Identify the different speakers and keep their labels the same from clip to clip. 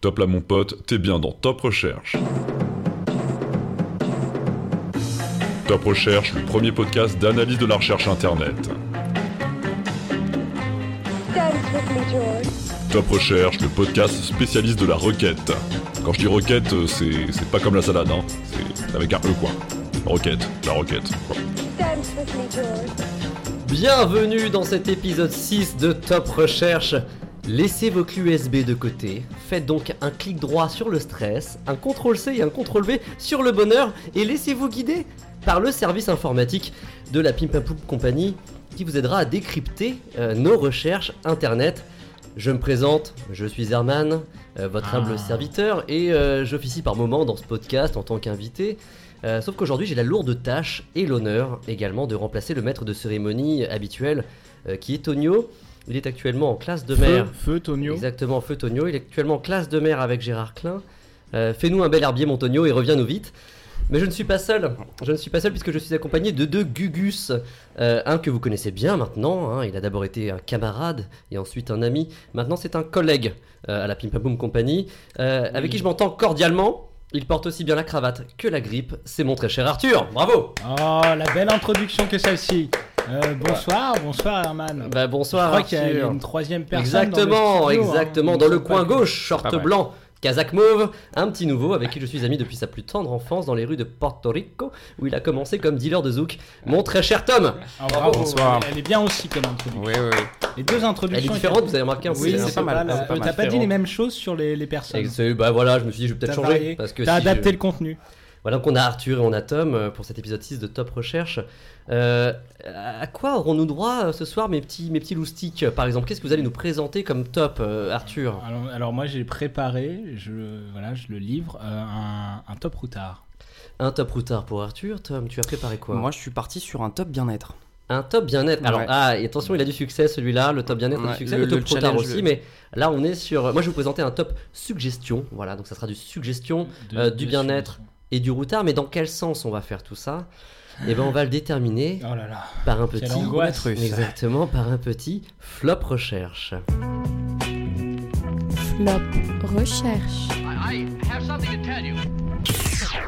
Speaker 1: Top là mon pote, t'es bien dans Top Recherche. Top Recherche, le premier podcast d'analyse de la recherche internet.
Speaker 2: Dance with me, George.
Speaker 1: Top Recherche, le podcast spécialiste de la requête. Quand je dis requête, euh, c'est c'est pas comme la salade, hein. C'est avec un E quoi. Requête, la requête. quoi.
Speaker 2: Dance with me, George.
Speaker 3: Bienvenue dans cet épisode 6 de Top Recherche. Laissez vos clés USB de côté, faites donc un clic droit sur le stress, un CTRL C et un CTRL V sur le bonheur et laissez-vous guider par le service informatique de la Pimpapoup Company qui vous aidera à décrypter euh, nos recherches internet. Je me présente, je suis Herman, euh, votre humble serviteur, et euh, j'officie par moments dans ce podcast en tant qu'invité. Euh, sauf qu'aujourd'hui, j'ai la lourde tâche et l'honneur également de remplacer le maître de cérémonie habituel euh, qui est Tonio. Il est actuellement en classe de mer.
Speaker 4: Feu, feu Tonio.
Speaker 3: Exactement, feu Tonio. Il est actuellement en classe de mer avec Gérard Klein. Euh, Fais-nous un bel herbier, mon Tonio, et reviens-nous vite. Mais je ne suis pas seul. Je ne suis pas seul puisque je suis accompagné de deux Gugus. Euh, un que vous connaissez bien maintenant. hein. Il a d'abord été un camarade et ensuite un ami. Maintenant, c'est un collègue euh, à la Pimpaboom Company euh, avec qui je m'entends cordialement. Il porte aussi bien la cravate que la grippe. C'est mon très cher Arthur. Bravo.
Speaker 4: Oh, la belle introduction que celle-ci. Euh, bonsoir, bonsoir Herman.
Speaker 3: Bah,
Speaker 4: Je
Speaker 3: bonsoir,
Speaker 4: crois qu'il y
Speaker 3: Arthur.
Speaker 4: a une troisième personne.
Speaker 3: Exactement,
Speaker 4: dans le studio, hein.
Speaker 3: exactement, dans le
Speaker 4: C'est pas
Speaker 3: coin
Speaker 4: que-
Speaker 3: gauche, short
Speaker 4: Pas mal.
Speaker 3: blanc, casaque mauve, un petit nouveau avec qui je suis ami depuis sa plus tendre enfance dans les rues de Porto Rico, où il a commencé comme dealer de zouk. Mon très cher Tom,
Speaker 4: Ah, bravo,
Speaker 5: Bonsoir.
Speaker 4: Elle est bien aussi comme introduction.
Speaker 5: Oui, oui.
Speaker 4: Les deux
Speaker 3: elle est
Speaker 4: introductions.
Speaker 3: différente, vous avez remarqué hein, un peu.
Speaker 4: Oui,
Speaker 5: C'est
Speaker 4: c'est pas mal. Euh,
Speaker 5: c'est pas
Speaker 4: T'as
Speaker 5: mal.
Speaker 4: pas dit les mêmes choses sur les, les personnes.
Speaker 3: Et c'est- bah voilà, je me suis dit, je vais peut-être
Speaker 4: T'as
Speaker 3: changer.
Speaker 4: varié.
Speaker 3: Parce que
Speaker 4: T'as
Speaker 3: si je-
Speaker 4: adapté le contenu.
Speaker 3: Voilà, donc on a Arthur et on a Tom euh, pour cet épisode 6 de Top Recherche. Euh, à quoi aurons-nous droit euh, ce soir, mes petits, mes petits loustiques Par exemple, qu'est-ce que vous allez nous présenter comme top, euh, Arthur
Speaker 4: Alors, alors moi j'ai préparé, je, voilà, je le livre, euh, un, un top routard.
Speaker 3: Un top routard pour Arthur. Tom, tu as préparé quoi
Speaker 5: Moi, je suis parti sur un top bien-être.
Speaker 3: Un top bien-être. Alors,
Speaker 5: Ouais.
Speaker 3: ah, et attention, il a du succès celui-là, le top bien-être a
Speaker 5: Ouais,
Speaker 3: du succès,
Speaker 5: le-
Speaker 3: le, top
Speaker 5: le
Speaker 3: trop tard
Speaker 5: challenge,
Speaker 3: aussi,
Speaker 5: le-
Speaker 3: mais là on est sur. Moi je vais vous présenter un top suggestion, voilà, donc ça sera du suggestion
Speaker 4: De-
Speaker 3: Euh,
Speaker 4: de
Speaker 3: du bien-être.
Speaker 4: solutions.
Speaker 3: et du routard, mais dans quel sens on va faire tout ça Eh ben on va le déterminer
Speaker 4: Oh là là.
Speaker 3: par un
Speaker 4: Quelle
Speaker 3: petit.
Speaker 4: angoisse.
Speaker 5: roulette russe.
Speaker 3: Exactement, par un petit flop recherche.
Speaker 6: Flop recherche.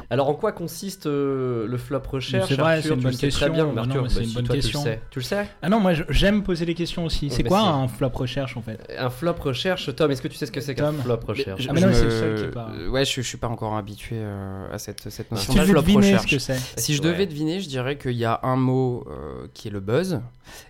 Speaker 3: Alors en quoi consiste euh, le flop recherche
Speaker 4: C'est vrai,
Speaker 3: Arthur,
Speaker 4: c'est une
Speaker 3: tu
Speaker 4: bonne
Speaker 3: le sais Très
Speaker 4: question.
Speaker 3: bien,
Speaker 4: Bah
Speaker 3: mais
Speaker 4: non,
Speaker 3: Arthur,
Speaker 4: mais c'est
Speaker 3: bah,
Speaker 4: une
Speaker 3: si,
Speaker 4: bonne
Speaker 3: toi,
Speaker 4: question.
Speaker 3: Tu le sais. Tu le sais
Speaker 4: Ah non, moi je- j'aime poser les questions aussi. C'est
Speaker 3: bah
Speaker 4: quoi
Speaker 3: si.
Speaker 4: un flop recherche en fait
Speaker 3: Un flop recherche, Tom, est-ce que tu sais ce que c'est qu'un
Speaker 4: Tom.
Speaker 3: flop recherche
Speaker 4: Ah, mais non,
Speaker 5: Je
Speaker 4: mais c'est le
Speaker 5: me-
Speaker 4: seul qui est pas-
Speaker 5: Ouais, je, je suis pas encore habitué euh, à cette, cette
Speaker 4: Si
Speaker 5: notion
Speaker 4: tu
Speaker 5: de
Speaker 4: veux
Speaker 5: flop
Speaker 4: deviner ce
Speaker 5: recherche.
Speaker 4: que c'est.
Speaker 5: Si je
Speaker 3: Ouais.
Speaker 5: devais deviner, je dirais qu'il y a un mot euh, qui est le buzz,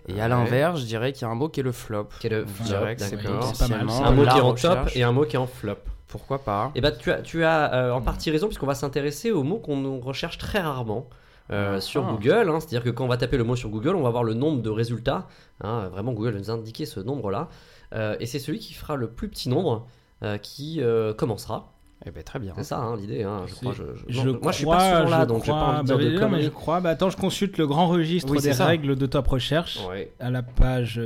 Speaker 5: et
Speaker 3: Ouais.
Speaker 5: à l'inverse, je dirais qu'il y a un mot qui est le flop.
Speaker 3: Qui est le
Speaker 5: Je
Speaker 3: flop,
Speaker 5: dirais que c'est
Speaker 3: d'accord.
Speaker 4: C'est pas mal,
Speaker 5: potentiellement
Speaker 4: ça.
Speaker 3: Un mot
Speaker 5: la
Speaker 3: qui est en top
Speaker 5: recherche.
Speaker 3: et un mot qui est en flop.
Speaker 5: Pourquoi pas
Speaker 3: Et bah tu as, tu as euh,
Speaker 4: Hmm.
Speaker 3: en partie raison puisqu'on va s'intéresser aux mots qu'on recherche très rarement euh, sur
Speaker 5: Ah.
Speaker 3: Google. hein. C'est-à-dire que quand on va taper le mot sur Google, on va voir le nombre de résultats. hein. Vraiment, Google va nous indiquer ce nombre-là. Euh, et c'est celui qui fera le plus petit nombre euh, qui euh, commencera.
Speaker 5: Eh ben, très bien.
Speaker 3: C'est ça hein, l'idée, hein, je
Speaker 4: C'est-
Speaker 3: crois. Je, je-
Speaker 4: Je
Speaker 3: non, moi, je suis
Speaker 4: crois-
Speaker 3: pas souvent là,
Speaker 4: je
Speaker 3: donc j'ai pas
Speaker 4: crois-
Speaker 3: envie de
Speaker 4: bah,
Speaker 3: dire de
Speaker 4: non, mais je
Speaker 3: conneries.
Speaker 4: crois. Bah, attends, je consulte le grand registre
Speaker 5: Oui, c'est
Speaker 4: des
Speaker 5: ça.
Speaker 4: règles de top recherche
Speaker 3: Ouais,
Speaker 4: à la page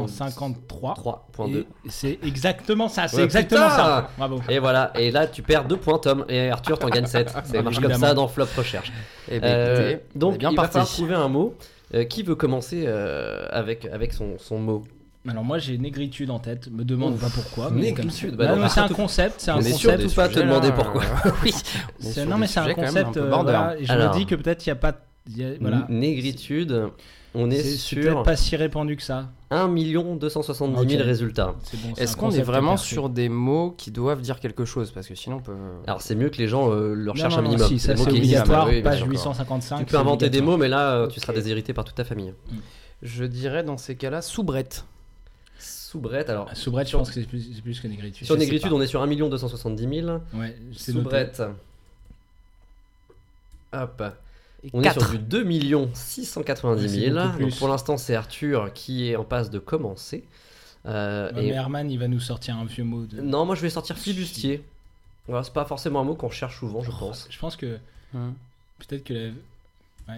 Speaker 4: 853.
Speaker 3: 3.2.
Speaker 4: Et C'est exactement ça, c'est
Speaker 3: Ouais,
Speaker 4: exactement
Speaker 3: putain
Speaker 4: ça. Bravo.
Speaker 3: Et voilà, et là tu perds 2 points Tom, et Arthur t'en gagne 7. Ça marche comme
Speaker 4: Évidemment.
Speaker 3: ça dans Flop Recherche.
Speaker 5: Eh ben,
Speaker 3: Euh,
Speaker 5: écoutez, on
Speaker 3: donc
Speaker 5: est bien
Speaker 3: il va
Speaker 5: parti.
Speaker 3: falloir trouver un mot. Euh, qui veut commencer euh, avec, avec son, son mot
Speaker 4: Alors moi j'ai négritude en tête, me demande
Speaker 3: Ouf,
Speaker 4: pas pourquoi. mais
Speaker 3: négritude,
Speaker 4: comme-
Speaker 3: bah
Speaker 4: Non,
Speaker 3: non,
Speaker 4: mais c'est un
Speaker 3: surtout-
Speaker 4: concept, c'est un
Speaker 3: on est sûr
Speaker 4: concept.
Speaker 3: de- pas te
Speaker 5: sujets,
Speaker 3: demander
Speaker 5: là,
Speaker 3: pourquoi.
Speaker 5: euh, oui. On est
Speaker 4: c'est-
Speaker 5: sur
Speaker 4: Non
Speaker 5: des
Speaker 4: mais c'est un
Speaker 5: sujets quand même
Speaker 4: concept.
Speaker 5: peu
Speaker 4: euh,
Speaker 5: border.
Speaker 4: voilà, et je me
Speaker 3: hein. Alors.
Speaker 4: dis que peut-être il n'y a pas, il y a- voilà,
Speaker 3: Négritude, on est,
Speaker 4: c'est c'est
Speaker 3: sur
Speaker 4: peut-être pas si répandu que ça.
Speaker 3: 1 270 000
Speaker 4: Ok.
Speaker 3: résultats.
Speaker 4: C'est bon, c'est
Speaker 5: Est-ce
Speaker 4: un
Speaker 5: qu'on est
Speaker 4: concept
Speaker 5: vraiment
Speaker 4: parfait.
Speaker 5: sur des mots qui doivent dire quelque chose Parce que sinon, on peut.
Speaker 3: Alors c'est mieux que les gens euh, le
Speaker 4: Non,
Speaker 3: recherchent
Speaker 4: non,
Speaker 3: un
Speaker 4: non,
Speaker 3: minimum.
Speaker 4: si,
Speaker 3: des
Speaker 4: ça
Speaker 3: mots
Speaker 4: c'est
Speaker 3: qui existent.
Speaker 4: obligatoire,
Speaker 5: Ah oui, bien
Speaker 4: page
Speaker 5: sûr,
Speaker 4: 855.
Speaker 3: Tu peux
Speaker 4: c'est
Speaker 3: inventer des
Speaker 4: obligatoire.
Speaker 3: mots, mais là euh, tu seras
Speaker 5: Ok.
Speaker 3: déshérité par toute ta famille.
Speaker 5: Je dirais dans ces cas-là, soubrette.
Speaker 3: Soubrette, alors
Speaker 4: Ah, Soubrette, je pense que c'est plus, c'est plus que négritude.
Speaker 3: sur négritude on est sur 1 270 000.
Speaker 4: Ouais, c'est noté.
Speaker 3: Soubrette. Hop.
Speaker 5: Et
Speaker 3: On est
Speaker 5: quatre.
Speaker 3: sur du 2 690 000.
Speaker 4: C'est beaucoup plus.
Speaker 3: Donc, pour l'instant, c'est Arthur qui est en passe de commencer. Euh,
Speaker 4: Ouais,
Speaker 3: et-
Speaker 4: Mais Herman, il va nous sortir un vieux mot. De...
Speaker 3: Non, moi je vais sortir flibustier. Voilà, c'est pas forcément un mot qu'on recherche souvent, je
Speaker 4: Oh,
Speaker 3: pense.
Speaker 4: Je pense que
Speaker 5: Hum.
Speaker 4: peut-être que. la-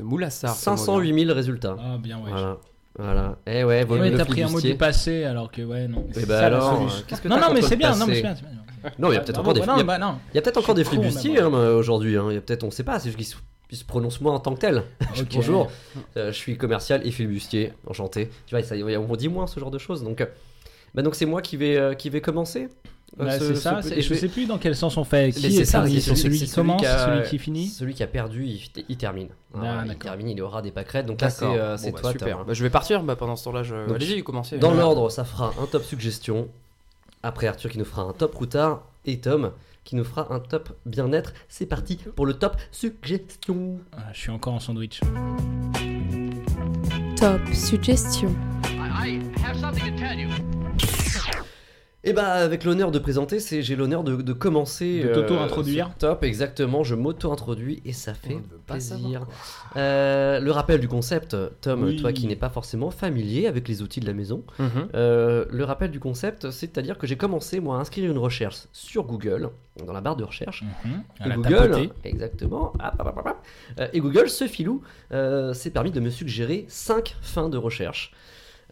Speaker 5: Le moulassar. ce mot,
Speaker 3: 508 000 résultats.
Speaker 4: Ah, bien, ouais.
Speaker 3: Voilà. Voilà. Eh ouais,
Speaker 4: Ouais,
Speaker 3: volume
Speaker 4: mais
Speaker 3: de
Speaker 4: t'as pris un mot du
Speaker 3: flibustier.
Speaker 4: passé alors que, ouais, non.
Speaker 3: Eh
Speaker 4: C'est
Speaker 3: ben
Speaker 4: ça, la
Speaker 3: alors,
Speaker 4: solution.
Speaker 3: euh, qu'est-ce que
Speaker 4: Non,
Speaker 3: t'as
Speaker 4: non, mais
Speaker 3: contre
Speaker 4: c'est
Speaker 3: le
Speaker 4: bien, non,
Speaker 3: passé
Speaker 4: mais c'est bien. c'est bien.
Speaker 3: Non, il y a
Speaker 4: Ah,
Speaker 3: peut-être
Speaker 4: bravo,
Speaker 3: encore des,
Speaker 4: bah
Speaker 3: il y
Speaker 4: Non,
Speaker 3: a-
Speaker 4: bah non.
Speaker 3: il y a peut-être encore
Speaker 4: Je
Speaker 3: des
Speaker 4: suis con,
Speaker 3: flibustiers
Speaker 4: d'abord.
Speaker 3: hein, aujourd'hui. hein. Il y a peut-être, on sait pas, c'est juste qu'ils se, ils se prononcent moins en tant que tel.
Speaker 4: Ok.
Speaker 3: Bonjour, euh, je suis commercial et flibustier, enchanté. Tu vois, ça, y- on dit moins ce genre de choses. Donc, Bah donc c'est moi qui vais, euh, qui vais commencer euh,
Speaker 4: Bah,
Speaker 3: ce-
Speaker 4: c'est
Speaker 3: ce
Speaker 4: ça,
Speaker 3: petit-
Speaker 4: c'est- je
Speaker 3: vais-
Speaker 4: sais plus dans quel sens on fait. Qui
Speaker 3: Mais
Speaker 4: est,
Speaker 3: c'est ça,
Speaker 4: parti
Speaker 3: c'est
Speaker 4: C'est celui qui commence,
Speaker 3: a-
Speaker 4: celui qui finit
Speaker 3: euh, Celui qui a perdu, il, il termine.
Speaker 4: Ah,
Speaker 3: Voilà, il
Speaker 4: d'accord.
Speaker 3: termine, il aura des pâquerettes. Donc là, c'est
Speaker 5: D'accord.
Speaker 3: euh,
Speaker 5: Bon,
Speaker 3: c'est
Speaker 5: bah,
Speaker 3: toi,
Speaker 5: super.
Speaker 3: Tom.
Speaker 5: Bah, je vais partir. Bah, pendant ce temps-là, je...
Speaker 3: Donc,
Speaker 5: allez-y, commencez.
Speaker 3: Dans
Speaker 5: Euh,
Speaker 3: l'ordre, ça fera un top suggestion. Après Arthur qui nous fera un top routard. Et Tom qui nous fera un top bien-être. C'est parti pour le top suggestion.
Speaker 4: Ah, Je suis encore en sandwich.
Speaker 6: Top suggestion.
Speaker 3: Et bah avec l'honneur de présenter, c'est j'ai l'honneur de, de commencer. euh,
Speaker 4: De t'auto-introduire.
Speaker 3: ce Top, exactement. Je m'auto-introduis et ça fait
Speaker 5: On veut pas
Speaker 3: plaisir.
Speaker 5: savoir, quoi.
Speaker 3: Euh, le rappel du concept, Tom,
Speaker 4: Oui.
Speaker 3: toi qui n'es pas forcément familier avec les outils de la maison,
Speaker 5: Mhm.
Speaker 3: euh, le rappel du concept, c'est-à-dire que j'ai commencé moi à inscrire une recherche sur Google, dans la barre de recherche,
Speaker 4: Mhm.
Speaker 3: et
Speaker 4: Voilà,
Speaker 3: Google,
Speaker 4: tapoter.
Speaker 3: exactement. hop, hop, hop, hop. Euh, et Google, ce filou, euh, s'est permis de me suggérer 5 fins de recherche.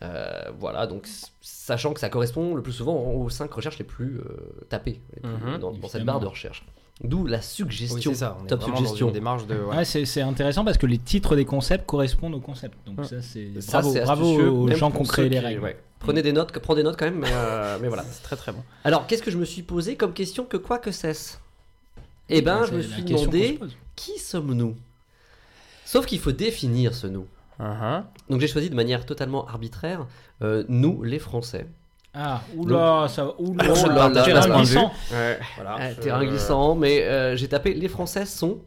Speaker 3: Euh, voilà, donc s- sachant que ça correspond le plus souvent aux 5 recherches les plus euh, tapées les plus-
Speaker 5: Mhm,
Speaker 3: dans, pour cette
Speaker 4: évidemment.
Speaker 3: barre de recherche. D'où la
Speaker 5: Oui,
Speaker 3: suggestion.
Speaker 5: c'est ça. On est
Speaker 3: Top
Speaker 5: vraiment
Speaker 3: suggestion.
Speaker 5: dans une démarche de. voilà.
Speaker 4: Ouais, c'est c'est intéressant parce que les titres des concepts correspondent aux concepts. Donc
Speaker 5: Ouais.
Speaker 4: ça, c'est
Speaker 3: Ça,
Speaker 4: bravo,
Speaker 3: c'est
Speaker 4: bravo
Speaker 3: astucieux,
Speaker 4: aux
Speaker 3: même
Speaker 4: gens qui
Speaker 3: pour
Speaker 4: ont créé
Speaker 3: ceux
Speaker 4: les
Speaker 3: qui-
Speaker 4: règles. Mm.
Speaker 3: ouais. Prenez des notes, prenez des notes quand même, mais, euh, mais voilà.
Speaker 5: C'est très très bon.
Speaker 3: Alors, qu'est-ce que je me suis posé comme question que quoi que cesse Eh ben,
Speaker 4: Ouais,
Speaker 3: je me
Speaker 4: Bah, c'est la
Speaker 3: suis
Speaker 4: question qu'on se
Speaker 3: demandé
Speaker 4: pose.
Speaker 3: qui sommes-nous Sauf qu'il faut définir ce nous.
Speaker 5: Mhm.
Speaker 3: Donc j'ai choisi de manière totalement arbitraire euh, nous les Français.
Speaker 4: Ah, oula, ça va. Oula,
Speaker 3: Alors, je
Speaker 4: là,
Speaker 3: partage
Speaker 4: terrain
Speaker 3: pas ce point de
Speaker 4: glissant.
Speaker 5: Ouais. Voilà.
Speaker 3: Ah,
Speaker 5: je-
Speaker 3: terrain glissant, mais euh, j'ai tapé les Français sont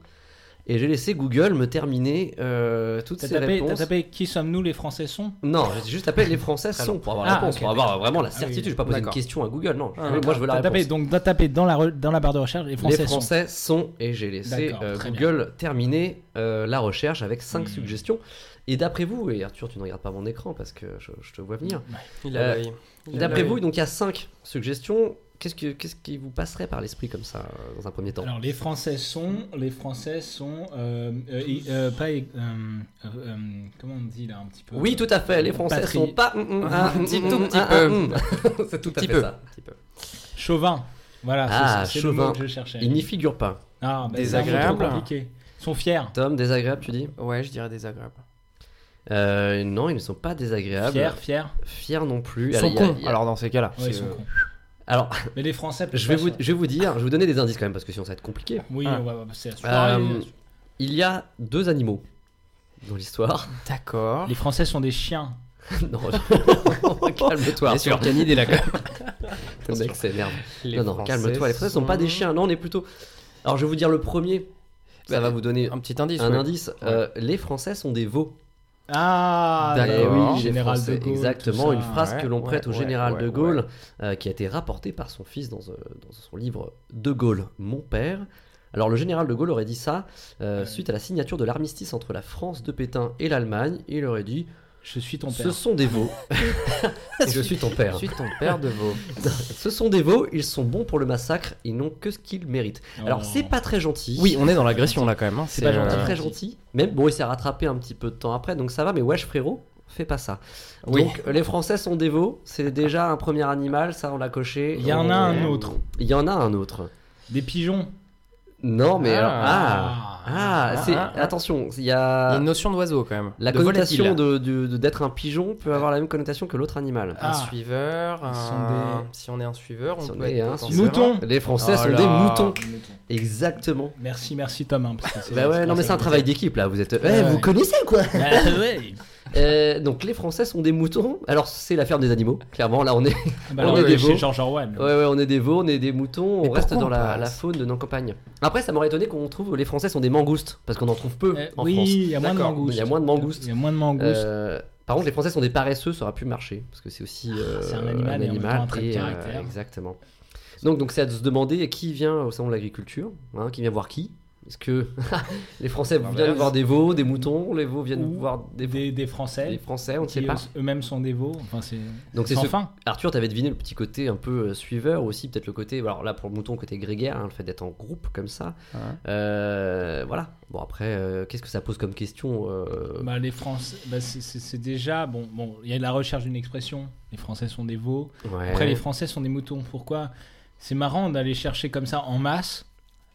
Speaker 3: et j'ai laissé Google me terminer euh, toutes
Speaker 4: T'as
Speaker 3: ces
Speaker 4: tapé, t'as
Speaker 3: réponses.
Speaker 4: tapé qui sommes-nous les Français sont
Speaker 3: Non, j'ai juste tapé les Français
Speaker 5: Très
Speaker 3: sont pour avoir
Speaker 4: Ah,
Speaker 3: la réponse,
Speaker 4: ok, Ah
Speaker 3: pour avoir vraiment la certitude.
Speaker 4: oui,
Speaker 3: je vais pas poser une
Speaker 5: d'accord.
Speaker 3: question à Google, non. Je-
Speaker 5: Ah,
Speaker 3: moi
Speaker 5: d'accord.
Speaker 3: je veux la
Speaker 4: T'as tapé,
Speaker 3: réponse.
Speaker 4: donc t'as tapé dans la, re- dans la barre de recherche les Français,
Speaker 3: les
Speaker 4: sont.
Speaker 3: Français sont, et j'ai laissé
Speaker 4: D'accord,
Speaker 3: euh,
Speaker 4: très
Speaker 3: Google terminer euh, la recherche avec 5
Speaker 4: Hmm.
Speaker 3: suggestions. Et d'après vous, et Arthur, tu ne regardes pas mon écran parce que je, je te vois venir.
Speaker 5: Il a
Speaker 3: Euh,
Speaker 5: l'œil. Il a
Speaker 3: D'après
Speaker 5: l'œil.
Speaker 3: vous, donc il y a 5 suggestions. Qu'est-ce que- qu'est-ce qui vous passerait par l'esprit comme ça euh, dans un premier temps
Speaker 4: Alors les Français sont, les Français sont, euh, euh, et, euh, pas, ég- euh, euh, euh, comment on dit là un petit peu.
Speaker 3: Oui, tout à fait. Les Français
Speaker 4: Patrie.
Speaker 3: sont pas. mm, mm, ah,
Speaker 5: Un petit-
Speaker 3: mm,
Speaker 5: tout
Speaker 3: mm,
Speaker 5: petit
Speaker 3: ah,
Speaker 5: peu.
Speaker 3: mm. C'est tout à
Speaker 5: Petit
Speaker 3: fait
Speaker 5: peu.
Speaker 3: ça.
Speaker 5: Petit peu.
Speaker 4: Chauvin, voilà,
Speaker 3: Ah,
Speaker 4: c'est- c'est le mot
Speaker 3: chauvin.
Speaker 4: que je cherchais.
Speaker 3: Ils n'y figurent pas.
Speaker 4: Ah, bah,
Speaker 5: Désagréable.
Speaker 4: c'est un mot trop compliqué. Ils sont fiers.
Speaker 3: Tom, désagréable, tu dis
Speaker 5: Ouais, je dirais désagréable.
Speaker 3: Euh, Non, ils ne sont pas désagréables.
Speaker 4: Fiers, fiers.
Speaker 3: Fiers non plus.
Speaker 5: Ils
Speaker 3: Allez,
Speaker 5: sont
Speaker 3: il y a-
Speaker 5: cons.
Speaker 3: il y a-
Speaker 5: Alors dans ces cas-là.
Speaker 4: Ouais, ils sont
Speaker 5: c'est- euh,
Speaker 4: cons.
Speaker 3: Alors,
Speaker 4: Mais les Français.
Speaker 3: euh, je vais, vous, je vais vous dire, je vais vous donner des indices quand même, parce que sinon ça va être compliqué.
Speaker 4: Oui,
Speaker 5: Ah.
Speaker 4: ouais, ouais, c'est la soirée.
Speaker 3: Euh, il y a deux animaux dans l'histoire.
Speaker 5: D'accord.
Speaker 4: Les Français sont des chiens.
Speaker 3: non, calme-toi.
Speaker 5: Bien
Speaker 3: Arthur.
Speaker 5: sûr, Canid est là.
Speaker 3: Ton ex s'énerve.
Speaker 5: Les
Speaker 3: Non, non,
Speaker 5: Français
Speaker 3: calme-toi. Les Français sont pas des chiens. Non, on est plutôt. Alors, je vais vous dire le premier. Ça
Speaker 5: Bah,
Speaker 3: va vous donner
Speaker 5: Un petit indice.
Speaker 3: un
Speaker 5: ouais.
Speaker 3: indice. Euh, les Français sont des veaux.
Speaker 4: Ah,
Speaker 5: D'accord.
Speaker 3: Eh
Speaker 5: oui,
Speaker 4: le général
Speaker 3: les Français,
Speaker 4: de Gaulle.
Speaker 3: exactement,
Speaker 4: tout
Speaker 3: une
Speaker 4: ça.
Speaker 3: phrase
Speaker 5: Ouais,
Speaker 3: que l'on
Speaker 5: ouais,
Speaker 3: prête au
Speaker 5: ouais,
Speaker 3: général
Speaker 5: ouais,
Speaker 3: de Gaulle, euh, qui a été rapportée par son fils dans, euh, dans son livre De Gaulle, mon père. Alors le général de Gaulle aurait dit ça euh,
Speaker 4: Ouais.
Speaker 3: suite à la signature de l'armistice entre la France de Pétain et l'Allemagne. Il aurait dit
Speaker 4: Je suis ton père.
Speaker 3: Ce sont des veaux. Et je suis ton père.
Speaker 5: Je suis ton père de veau.
Speaker 3: Ce sont des veaux, ils sont bons pour le massacre, ils n'ont que ce qu'ils méritent.
Speaker 4: Oh.
Speaker 3: Alors c'est pas très gentil.
Speaker 5: Oui, on est dans l'agression là quand même. hein.
Speaker 3: C'est pas
Speaker 5: euh,
Speaker 3: gentil, très gentil. Même bon, il s'est rattrapé un petit peu de temps après, donc ça va. Mais wesh frérot, fais pas ça.
Speaker 5: Oui.
Speaker 3: Donc euh, les Français sont dévots. C'est déjà un premier animal, ça on l'a coché.
Speaker 4: Il y en a
Speaker 3: On-
Speaker 4: un autre.
Speaker 3: Il y en a un autre.
Speaker 4: Des pigeons.
Speaker 3: Non, mais
Speaker 5: Ah.
Speaker 3: alors ah ah,
Speaker 5: Ah,
Speaker 3: c'est
Speaker 5: ah, ah.
Speaker 3: attention. Il y
Speaker 5: Il y a
Speaker 3: a
Speaker 5: une notion d'oiseau quand même.
Speaker 3: la
Speaker 5: de
Speaker 3: connotation
Speaker 5: volatile.
Speaker 3: de- de- de- d'être un pigeon peut avoir la même connotation que l'autre animal.
Speaker 4: Ah.
Speaker 5: Un suiveur.
Speaker 4: Ils sont
Speaker 5: un- Si on est un suiveur, on
Speaker 3: Si on
Speaker 5: peut
Speaker 3: est
Speaker 5: être
Speaker 3: un
Speaker 5: potentiellement-
Speaker 4: Mouton.
Speaker 3: Les Français
Speaker 5: Oh
Speaker 3: sont
Speaker 5: là.
Speaker 3: des moutons.
Speaker 4: Des moutons.
Speaker 3: Exactement.
Speaker 4: Merci, merci Tom. hein, parce que
Speaker 3: Ah. Bah ouais, non mais c'est un travail d'équipe là. Vous êtes. Eh, vous
Speaker 4: ouais.
Speaker 3: connaissez quoi
Speaker 4: Ah ouais.
Speaker 3: Euh, Donc les Français sont des moutons. Alors c'est l'affaire des animaux. Clairement là on est
Speaker 4: Bah,
Speaker 3: On
Speaker 4: on
Speaker 3: est des
Speaker 4: est
Speaker 3: veaux. Euh,
Speaker 4: chez George Orwell.
Speaker 3: Ouais, ouais, on est des veaux, on est des moutons,
Speaker 5: Mais
Speaker 3: on reste
Speaker 5: pourquoi
Speaker 3: dans
Speaker 5: on
Speaker 3: la,
Speaker 5: passe
Speaker 3: la faune de nos campagnes. Après, ça m'aurait étonné qu'on trouve les Français sont des mangoustes, parce qu'on en trouve peu
Speaker 4: Eh,
Speaker 3: en
Speaker 4: oui,
Speaker 3: France.
Speaker 4: il y a moins de
Speaker 3: D'accord,
Speaker 4: mangoustes.
Speaker 3: Il y a moins de mangoustes.
Speaker 4: Il y a moins de mangoustes.
Speaker 3: Euh, par contre, les Français sont des paresseux, ça aurait pu marcher, parce que c'est aussi euh,
Speaker 4: Ah, c'est un animal et en même temps un trait de caractère.
Speaker 3: exactement. Donc, donc c'est à se demander qui vient au salon de l'agriculture, hein, qui vient voir qui. Est-ce que les Français viennent
Speaker 5: L'inverse.
Speaker 3: voir des veaux, des moutons, les veaux viennent
Speaker 4: Ah, Ou
Speaker 3: voir des,
Speaker 4: Des, des
Speaker 3: des
Speaker 4: Français.
Speaker 3: Français, on ne
Speaker 4: qui
Speaker 3: sait pas.
Speaker 4: eux- Eux-mêmes sont des veaux. Enfin, c'est.
Speaker 3: Donc c'est
Speaker 4: sans
Speaker 3: ce
Speaker 4: fin.
Speaker 3: Arthur, t'avais deviné le petit côté un peu euh, suiveur aussi, peut-être le côté, alors là pour le mouton, côté grégaire, hein, le fait d'être en groupe comme ça.
Speaker 5: Ouais.
Speaker 3: Euh, voilà. Bon après, euh, qu'est-ce que ça pose comme question euh,
Speaker 4: Bah, les Français. Bah, c'est- c'est c'est déjà. Bon, bon, il y a la recherche d'une expression. Les Français sont des veaux.
Speaker 3: ouais.
Speaker 4: Après, les Français sont des moutons. Pourquoi C'est marrant d'aller chercher comme ça en masse